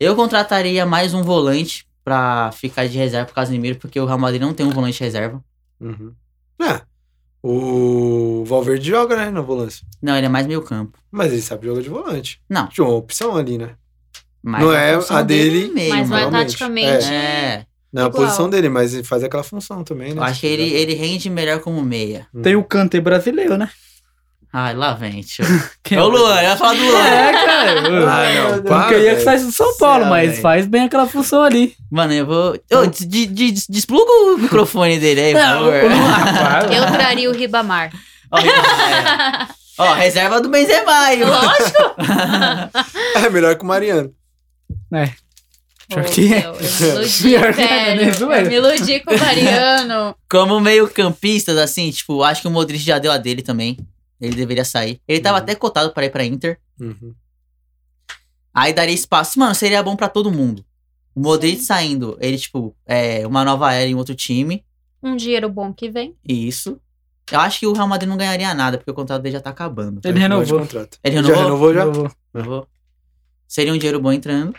Speaker 1: Eu contrataria mais um volante pra ficar de reserva pro Casemiro, porque o Real Madrid não tem um volante de reserva.
Speaker 3: Uhum. É. O Valverde joga, né? Na volância.
Speaker 1: Não, ele é mais meio campo.
Speaker 3: Mas ele sabe jogar de volante.
Speaker 1: Não.
Speaker 3: Tinha uma opção ali, né?
Speaker 1: Mas
Speaker 3: Não é
Speaker 1: função
Speaker 3: a dele,
Speaker 1: é meio,
Speaker 4: Mas não é
Speaker 1: mano.
Speaker 3: realmente.
Speaker 4: taticamente.
Speaker 1: É,
Speaker 3: Na
Speaker 4: Igual.
Speaker 3: posição dele, mas ele faz aquela função também, né?
Speaker 1: eu acho que ele, ele rende melhor como meia.
Speaker 2: Tem o Kanté brasileiro, né?
Speaker 1: Ai, lá vem,
Speaker 3: *laughs*
Speaker 1: tio.
Speaker 2: Que
Speaker 1: É o Luan, eu ia falar do Luan.
Speaker 2: É, cara.
Speaker 3: Ah, não,
Speaker 2: Eu
Speaker 3: para,
Speaker 2: queria é que
Speaker 3: velho.
Speaker 2: saísse do São Paulo,
Speaker 1: Céu,
Speaker 2: mas
Speaker 1: velho.
Speaker 2: faz bem aquela função ali.
Speaker 1: Mano, eu vou. Ô, des- de- de- des- despluga o microfone dele aí, por favor.
Speaker 3: É, *laughs*
Speaker 2: É.
Speaker 4: Eu traria o Ribamar.
Speaker 1: Ó, Ó, reserva do Benzema aí, mano.
Speaker 4: Lógico.
Speaker 3: É melhor que o Mariano.
Speaker 2: *laughs* Pior
Speaker 4: Ô,
Speaker 2: que é.
Speaker 4: meu, Eu me
Speaker 2: *laughs*
Speaker 4: iludi,
Speaker 2: Pior que é, né,
Speaker 4: velho.
Speaker 2: zoeira.
Speaker 4: Eu me iludi com
Speaker 1: *laughs*
Speaker 4: o Mariano.
Speaker 1: Como meio-campistas, assim, tipo, acho que o Modric já deu a dele também. Ele deveria sair. Ele tava
Speaker 3: Uhum.
Speaker 1: até cotado pra ir pra Inter.
Speaker 3: Uhum.
Speaker 1: Aí daria espaço. Mano, seria bom pra todo mundo. O Modric saindo, ele, tipo, é uma nova era em outro time.
Speaker 4: Um dinheiro bom que vem.
Speaker 1: Isso. Eu acho que o Real Madrid não ganharia nada, porque o contrato dele já tá acabando.
Speaker 2: Ele
Speaker 3: É, final de
Speaker 2: renovou.
Speaker 3: contrato.
Speaker 1: Ele
Speaker 3: Já
Speaker 1: renovou?
Speaker 3: renovou, já?
Speaker 1: Renovou. Seria um dinheiro bom entrando.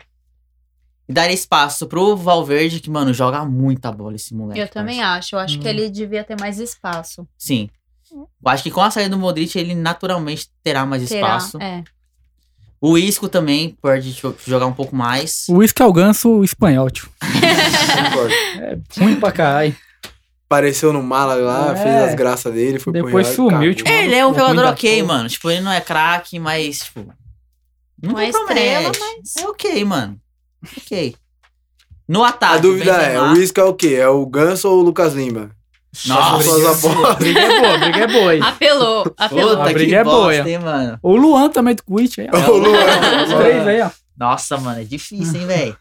Speaker 1: E daria espaço pro Valverde, que, mano, joga muita bola esse moleque.
Speaker 4: eu também
Speaker 1: parça.
Speaker 4: acho. Eu acho que
Speaker 2: Hum.
Speaker 4: ele devia ter mais espaço.
Speaker 1: Sim. Eu acho que com a saída do Modric, ele naturalmente terá mais
Speaker 4: Terá,
Speaker 1: espaço.
Speaker 4: é.
Speaker 1: O Isco também pode jo- jogar um pouco mais.
Speaker 2: O uísque é o ganso espanhol, tio.
Speaker 3: Concordo. *laughs*
Speaker 2: Ruim pra caralho.
Speaker 3: Apareceu no Málaga lá,
Speaker 2: É.
Speaker 3: fez as graças dele, foi pro
Speaker 2: Depois
Speaker 3: Real e
Speaker 2: sumiu,
Speaker 3: cagou.
Speaker 2: tipo,
Speaker 1: Ele é um
Speaker 2: O ruim
Speaker 1: jogador
Speaker 2: da
Speaker 1: ok,
Speaker 2: porra.
Speaker 1: mano. Tipo, ele não é craque, mas, tipo.
Speaker 4: Não é estrela, mas.
Speaker 1: É ok, mano. Ok. No ataque.
Speaker 3: A dúvida é,
Speaker 1: Benzema-
Speaker 3: o risco é o quê? É o Ganso ou o Lucas Lima?
Speaker 1: Nossa,
Speaker 3: Só as
Speaker 2: A briga é boa, a briga é boa aí.
Speaker 4: Apelou, apelou.
Speaker 1: Puta,
Speaker 2: A briga
Speaker 1: que
Speaker 2: é
Speaker 1: bosta,
Speaker 2: boia.
Speaker 1: hein, mano.
Speaker 2: O Luan também do Quit aí, ó.
Speaker 3: O Luan.
Speaker 2: Os três aí, ó.
Speaker 1: Nossa, mano, é difícil, hein, velho.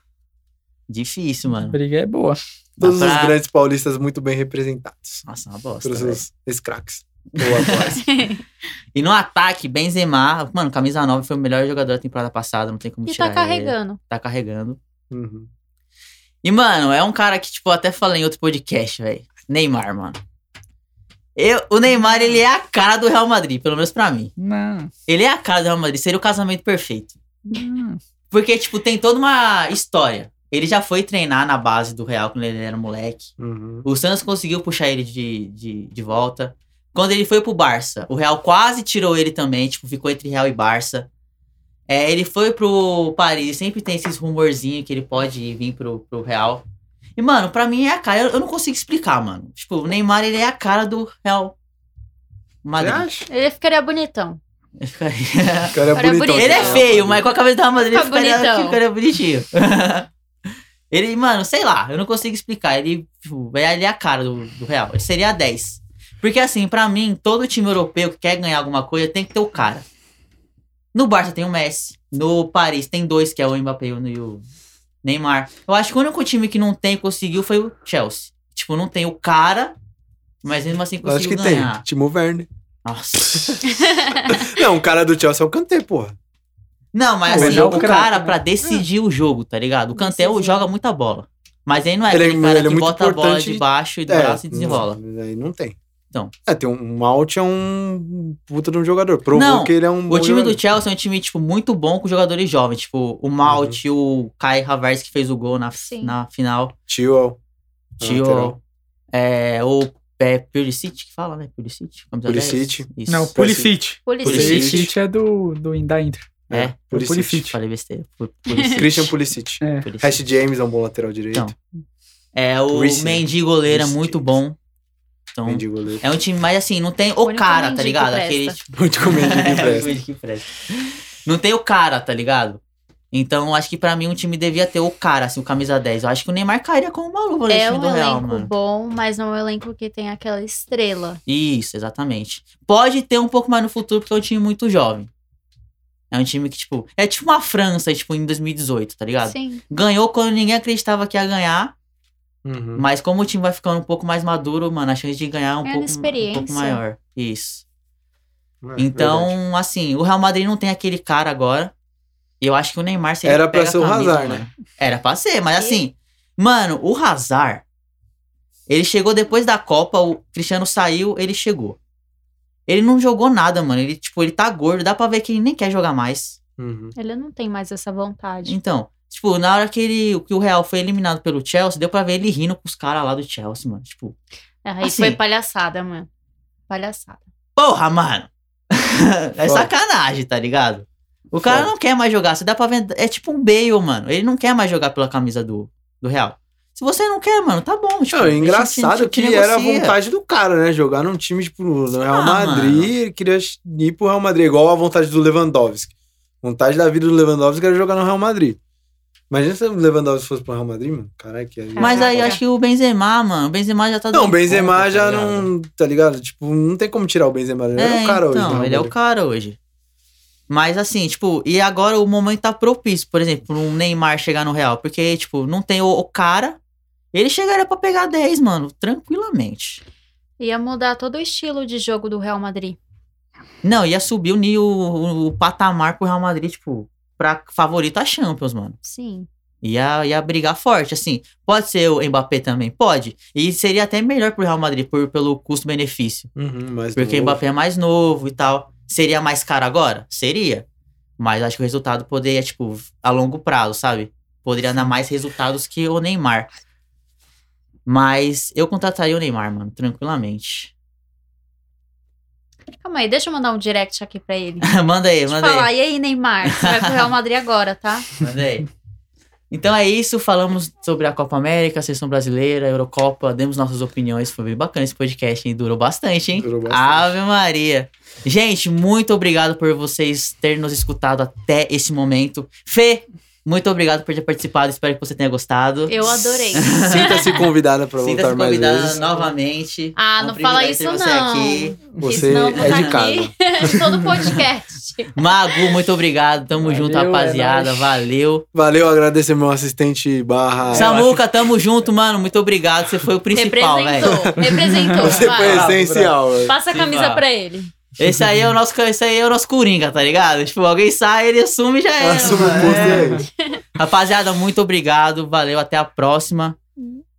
Speaker 1: Difícil,
Speaker 2: A
Speaker 1: mano.
Speaker 2: briga é boa.
Speaker 1: Dá
Speaker 3: *laughs* Todos os
Speaker 1: pra-
Speaker 3: grandes paulistas muito bem representados.
Speaker 1: Nossa, é uma bosta.
Speaker 3: Pelos
Speaker 1: velho.
Speaker 3: seus ex-craques. Ou
Speaker 1: *laughs*
Speaker 3: atuais.
Speaker 1: E no ataque, Benzema, mano, camisa 9 foi o melhor jogador da temporada passada, não tem como
Speaker 4: E
Speaker 1: tirar
Speaker 4: tá
Speaker 1: ele.
Speaker 4: carregando.
Speaker 1: Tá carregando.
Speaker 3: Uhum.
Speaker 1: E, mano, é um cara que, tipo, eu até falei em outro podcast, velho. Neymar, mano. Eu, o Neymar, ele é a cara do Real Madrid, pelo menos pra mim.
Speaker 2: Não.
Speaker 1: Ele é a cara do Real Madrid, seria o casamento perfeito.
Speaker 2: não.
Speaker 1: Porque, tipo, tem toda uma história. Ele já foi treinar na base do Real quando ele era moleque.
Speaker 3: Uhum.
Speaker 1: O Santos conseguiu puxar ele de, de, de volta. Quando ele foi pro Barça, o Real quase tirou ele também, tipo, ficou entre Real e Barça. É, ele foi pro Paris, sempre tem esses rumorzinhos que ele pode vir pro, pro Real. E, mano, pra mim é a cara, eu, eu não consigo explicar, mano. Tipo, o Neymar, ele é a cara do Real
Speaker 3: Você
Speaker 1: Madrid.
Speaker 3: acha?
Speaker 4: Ele ficaria bonitão.
Speaker 1: Ele *laughs* ficaria-
Speaker 3: O cara é
Speaker 4: Cara, é
Speaker 3: bonitão.
Speaker 4: bonito.
Speaker 1: ele é feio, mas com a cabeça do Real Madrid ele
Speaker 4: Fica
Speaker 1: ficaria,
Speaker 4: bonitão.
Speaker 1: ficaria bonitinho. *laughs* ele, mano, sei lá, eu não consigo explicar. Ele, tipo, é- ele é a cara do, do Real. Ele seria a 10. Porque assim, pra mim, todo time europeu que quer ganhar alguma coisa tem que ter o cara. No Barça tem o Messi, no Paris tem dois, que é o Mbappé e o- e o Neymar. Eu acho que o único time que não tem e conseguiu foi o Chelsea. Tipo, não tem o cara, mas mesmo assim
Speaker 3: Eu acho
Speaker 1: conseguiu
Speaker 3: que
Speaker 1: ganhar.
Speaker 3: tem. Timo Werner.
Speaker 1: Nossa.
Speaker 3: Não, o cara do Chelsea é o Kanté, porra.
Speaker 1: Não, mas
Speaker 2: Não,
Speaker 1: assim,
Speaker 2: ele é
Speaker 1: o
Speaker 2: o craque,
Speaker 1: cara
Speaker 2: né?
Speaker 1: pra decidir o jogo, tá ligado? O Kanté
Speaker 4: Decidir.
Speaker 1: joga muita bola. Mas aí não é
Speaker 3: Ele é-
Speaker 1: aquele cara
Speaker 3: ele é
Speaker 1: que
Speaker 3: muito
Speaker 1: bota a bola
Speaker 3: importante. É, um
Speaker 1: de baixo e do braço e desenrola.
Speaker 3: não- Aí não tem.
Speaker 1: Então.
Speaker 3: É, tem um, um Malt é um puta de um jogador. Provou
Speaker 1: Não,
Speaker 3: que ele é um bom
Speaker 1: O time
Speaker 3: jogador.
Speaker 1: do Chelsea é um time, tipo, muito bom com jogadores jovens. Tipo, o
Speaker 3: Uhum.
Speaker 1: Malt, o Kai Havertz, que fez o gol na,
Speaker 4: Sim.
Speaker 1: na final.
Speaker 3: Tio. é
Speaker 1: *laughs*
Speaker 3: Ah,
Speaker 1: Tio, é, o é, Pulisic, que fala, né? Pulisic? camisa 10.
Speaker 3: Pulisic.
Speaker 1: Isso.
Speaker 2: Não, o Pulisic.
Speaker 4: Policial.
Speaker 1: Pulisic.
Speaker 2: Pulisic é do, do da Inter.
Speaker 1: É,
Speaker 3: Pulisic.
Speaker 2: Pulisic.
Speaker 1: Falei besteira. Pu- Pulisic.
Speaker 3: Christian Pulisic.
Speaker 2: É.
Speaker 1: Pulisic.
Speaker 3: Hash James é um bom lateral direito.
Speaker 1: Então, É, o
Speaker 3: Pulisic.
Speaker 1: Mendy goleiro é
Speaker 3: Pulisic.
Speaker 1: muito bom. Então,
Speaker 3: Mendy goleiro.
Speaker 1: É um time, mas assim, não tem
Speaker 4: O
Speaker 1: o
Speaker 4: único
Speaker 1: cara,
Speaker 4: Mendy
Speaker 1: tá
Speaker 4: que
Speaker 1: ligado?
Speaker 4: presta.
Speaker 1: Aquele *laughs* tipo.
Speaker 3: Muito com Mendy que
Speaker 1: É, o
Speaker 3: presta.
Speaker 1: Mendy que presta. Não tem o cara, tá ligado? Então, acho que pra mim um time devia ter o cara, assim, o camisa 10. Eu acho que o Neymar cairia como uma luva nesse
Speaker 4: É
Speaker 1: time
Speaker 4: um
Speaker 1: do Real,
Speaker 4: elenco
Speaker 1: mano.
Speaker 4: bom, mas não é um elenco que tem aquela estrela.
Speaker 1: Isso, exatamente. Pode ter um pouco mais no futuro, porque é um time muito jovem. É um time que, tipo, é tipo uma França, tipo, em 2018, tá ligado?
Speaker 4: Sim.
Speaker 1: Ganhou quando ninguém acreditava que ia ganhar,
Speaker 3: Uhum.
Speaker 1: mas como o time vai ficando um pouco mais maduro, mano, a chance de ganhar é um,
Speaker 4: Ganhando
Speaker 1: pouco, um pouco
Speaker 4: experiência.
Speaker 1: maior. Isso.
Speaker 3: É,
Speaker 1: Então,
Speaker 3: verdade.
Speaker 1: assim, o Real Madrid não tem aquele cara agora. E Eu acho que o Neymar seria
Speaker 3: Era
Speaker 1: que pega
Speaker 3: pra ser o
Speaker 1: a camisa,
Speaker 3: Hazard, né?
Speaker 1: mano. Era pra ser, mas
Speaker 4: E-
Speaker 1: assim, mano, o Hazard, ele chegou depois da Copa, o Cristiano saiu, ele chegou. Ele não jogou nada, mano. Ele, tipo, ele tá gordo, dá pra ver que ele nem quer jogar mais.
Speaker 3: Uhum.
Speaker 4: Ele não tem mais essa vontade.
Speaker 1: Então, tipo, na hora que, ele, que o Real foi eliminado pelo Chelsea, deu pra ver ele rindo com os caras lá do Chelsea, mano. Tipo,
Speaker 4: É, Aí
Speaker 1: Assim.
Speaker 4: foi palhaçada, mano. Palhaçada.
Speaker 1: Porra, mano! *laughs* é
Speaker 3: Foda.
Speaker 1: sacanagem, tá ligado? O cara
Speaker 3: Foda.
Speaker 1: não quer mais jogar. Você dá pra ver. É tipo um Bale, mano. Ele não quer mais jogar pela camisa do, do Real. Se você não quer, mano, tá bom. Tipo,
Speaker 3: Não, é
Speaker 1: deixa-
Speaker 3: engraçado
Speaker 1: deixa-
Speaker 3: que
Speaker 1: negocia.
Speaker 3: era a vontade do cara, né? Jogar num time, tipo, no Real
Speaker 1: é. Ah,
Speaker 3: Madrid,
Speaker 1: mano.
Speaker 3: ele queria ir pro Real Madrid, igual a vontade do Lewandowski. Vontade da vida do Lewandowski era jogar no Real Madrid. Imagina se o Lewandowski fosse pro Real Madrid, mano. Caralho, que aí...
Speaker 1: Mas aí
Speaker 4: Caraca.
Speaker 1: eu acho que o Benzema, mano, o Benzema já tá
Speaker 3: Não, o
Speaker 1: dando
Speaker 3: Benzema
Speaker 1: conta, tá
Speaker 3: já
Speaker 1: ligado?
Speaker 3: não, tá ligado? Tipo, não tem como tirar o Benzema. Ele era
Speaker 1: É,
Speaker 3: o cara hoje. né,
Speaker 1: então,
Speaker 3: do Real
Speaker 1: ele é o
Speaker 3: Madrid.
Speaker 1: cara hoje. Mas assim, tipo, e agora o momento tá propício, por exemplo, um Neymar chegar no Real. Porque, tipo, não tem o, o cara. Ele chegaria pra pegar 10, mano, tranquilamente.
Speaker 4: Ia mudar todo o estilo de jogo do Real Madrid.
Speaker 1: Não, ia subir o, nível, o, o patamar pro Real Madrid, tipo, pra favorito a Champions, mano.
Speaker 4: Sim.
Speaker 1: Ia, ia brigar forte, assim. Pode ser o Mbappé também? Pode. E seria até melhor pro Real Madrid por, pelo custo-benefício.
Speaker 3: Uhum, mas
Speaker 1: Porque o
Speaker 3: novo.
Speaker 1: Mbappé é mais novo e tal. Seria mais caro agora? Seria. Mas acho que o resultado poderia, tipo, a longo prazo, sabe? Poderia dar mais resultados que o Neymar. Mas eu contrataria o Neymar, mano, tranquilamente. *laughs*
Speaker 4: Calma aí, deixa eu mandar um direct aqui pra ele.
Speaker 1: manda aí,
Speaker 4: Deixa eu
Speaker 1: manda
Speaker 4: falar,
Speaker 1: aí.
Speaker 4: e aí, Neymar? Você vai pro Real Madrid agora, tá?
Speaker 1: Manda aí. Então é isso, falamos sobre a Copa América, a Seleção Brasileira, a Eurocopa, demos nossas opiniões, foi bem bacana esse podcast, hein? Durou bastante, hein?
Speaker 3: Durou bastante.
Speaker 1: Ave Maria. Gente, muito obrigado por vocês terem nos escutado até esse momento. Fê, muito obrigado por ter participado, espero que você tenha gostado.
Speaker 4: Eu
Speaker 1: *laughs*
Speaker 4: adorei.
Speaker 3: *laughs* Sinta-se convidada pra
Speaker 1: Sinta-se
Speaker 3: voltar mais
Speaker 1: convidada
Speaker 3: vezes.
Speaker 1: novamente.
Speaker 4: Ah,
Speaker 1: É um
Speaker 4: não fala
Speaker 1: privilégio
Speaker 4: isso
Speaker 1: ter você
Speaker 4: não.
Speaker 1: aqui.
Speaker 3: Você
Speaker 4: Senão eu vou
Speaker 3: é de
Speaker 4: estar
Speaker 1: tá
Speaker 3: casa.
Speaker 4: aqui de *laughs* todo podcast.
Speaker 1: Magu, muito obrigado. Tamo
Speaker 2: Valeu,
Speaker 1: junto,
Speaker 2: é
Speaker 1: rapaziada.
Speaker 2: nóis.
Speaker 1: Valeu.
Speaker 3: Valeu, agradecer meu assistente barra.
Speaker 1: Samuca, tamo junto, mano. Muito obrigado. Você foi o principal, velho.
Speaker 4: representou,
Speaker 3: *laughs*
Speaker 4: representou.
Speaker 3: Você
Speaker 4: vai.
Speaker 3: foi
Speaker 2: Bravo,
Speaker 3: essencial, velho.
Speaker 4: Passa a
Speaker 1: Sim,
Speaker 4: camisa
Speaker 1: vai.
Speaker 4: pra ele.
Speaker 1: Esse aí é o nosso, esse aí é o nosso coringa, tá ligado? Tipo, alguém sai, ele assume e já era.
Speaker 3: Assume o
Speaker 1: mano.
Speaker 3: posto né?
Speaker 1: É.
Speaker 3: aí.
Speaker 1: Rapaziada, muito obrigado. Valeu, até a próxima.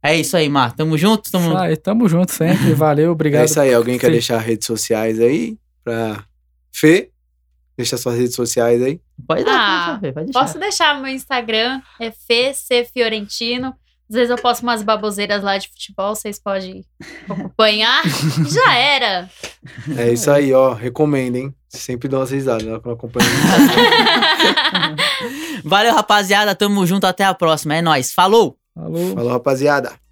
Speaker 1: É isso aí, Mar. Tamo junto? Tamo...
Speaker 2: Ah, e tamo junto sempre. Valeu,
Speaker 3: É
Speaker 2: obrigado.
Speaker 3: isso aí, alguém quer
Speaker 2: Sim.
Speaker 3: deixar redes sociais aí? Pra Fê, deixa suas redes sociais aí.
Speaker 1: Pode dar,
Speaker 4: Ah,
Speaker 1: pode deixar, pode deixar.
Speaker 4: Posso deixar meu Instagram, é FC Fiorentino. Às vezes eu posto umas baboseiras lá de futebol, vocês podem acompanhar.
Speaker 3: *laughs*
Speaker 4: Já era!
Speaker 3: É isso aí, ó. Recomendo, hein? Sempre dou umas risadas na companhia.
Speaker 1: Valeu, rapaziada. Tamo junto, até a próxima. É nóis. Falou!
Speaker 2: Falou.
Speaker 3: Falou, rapaziada.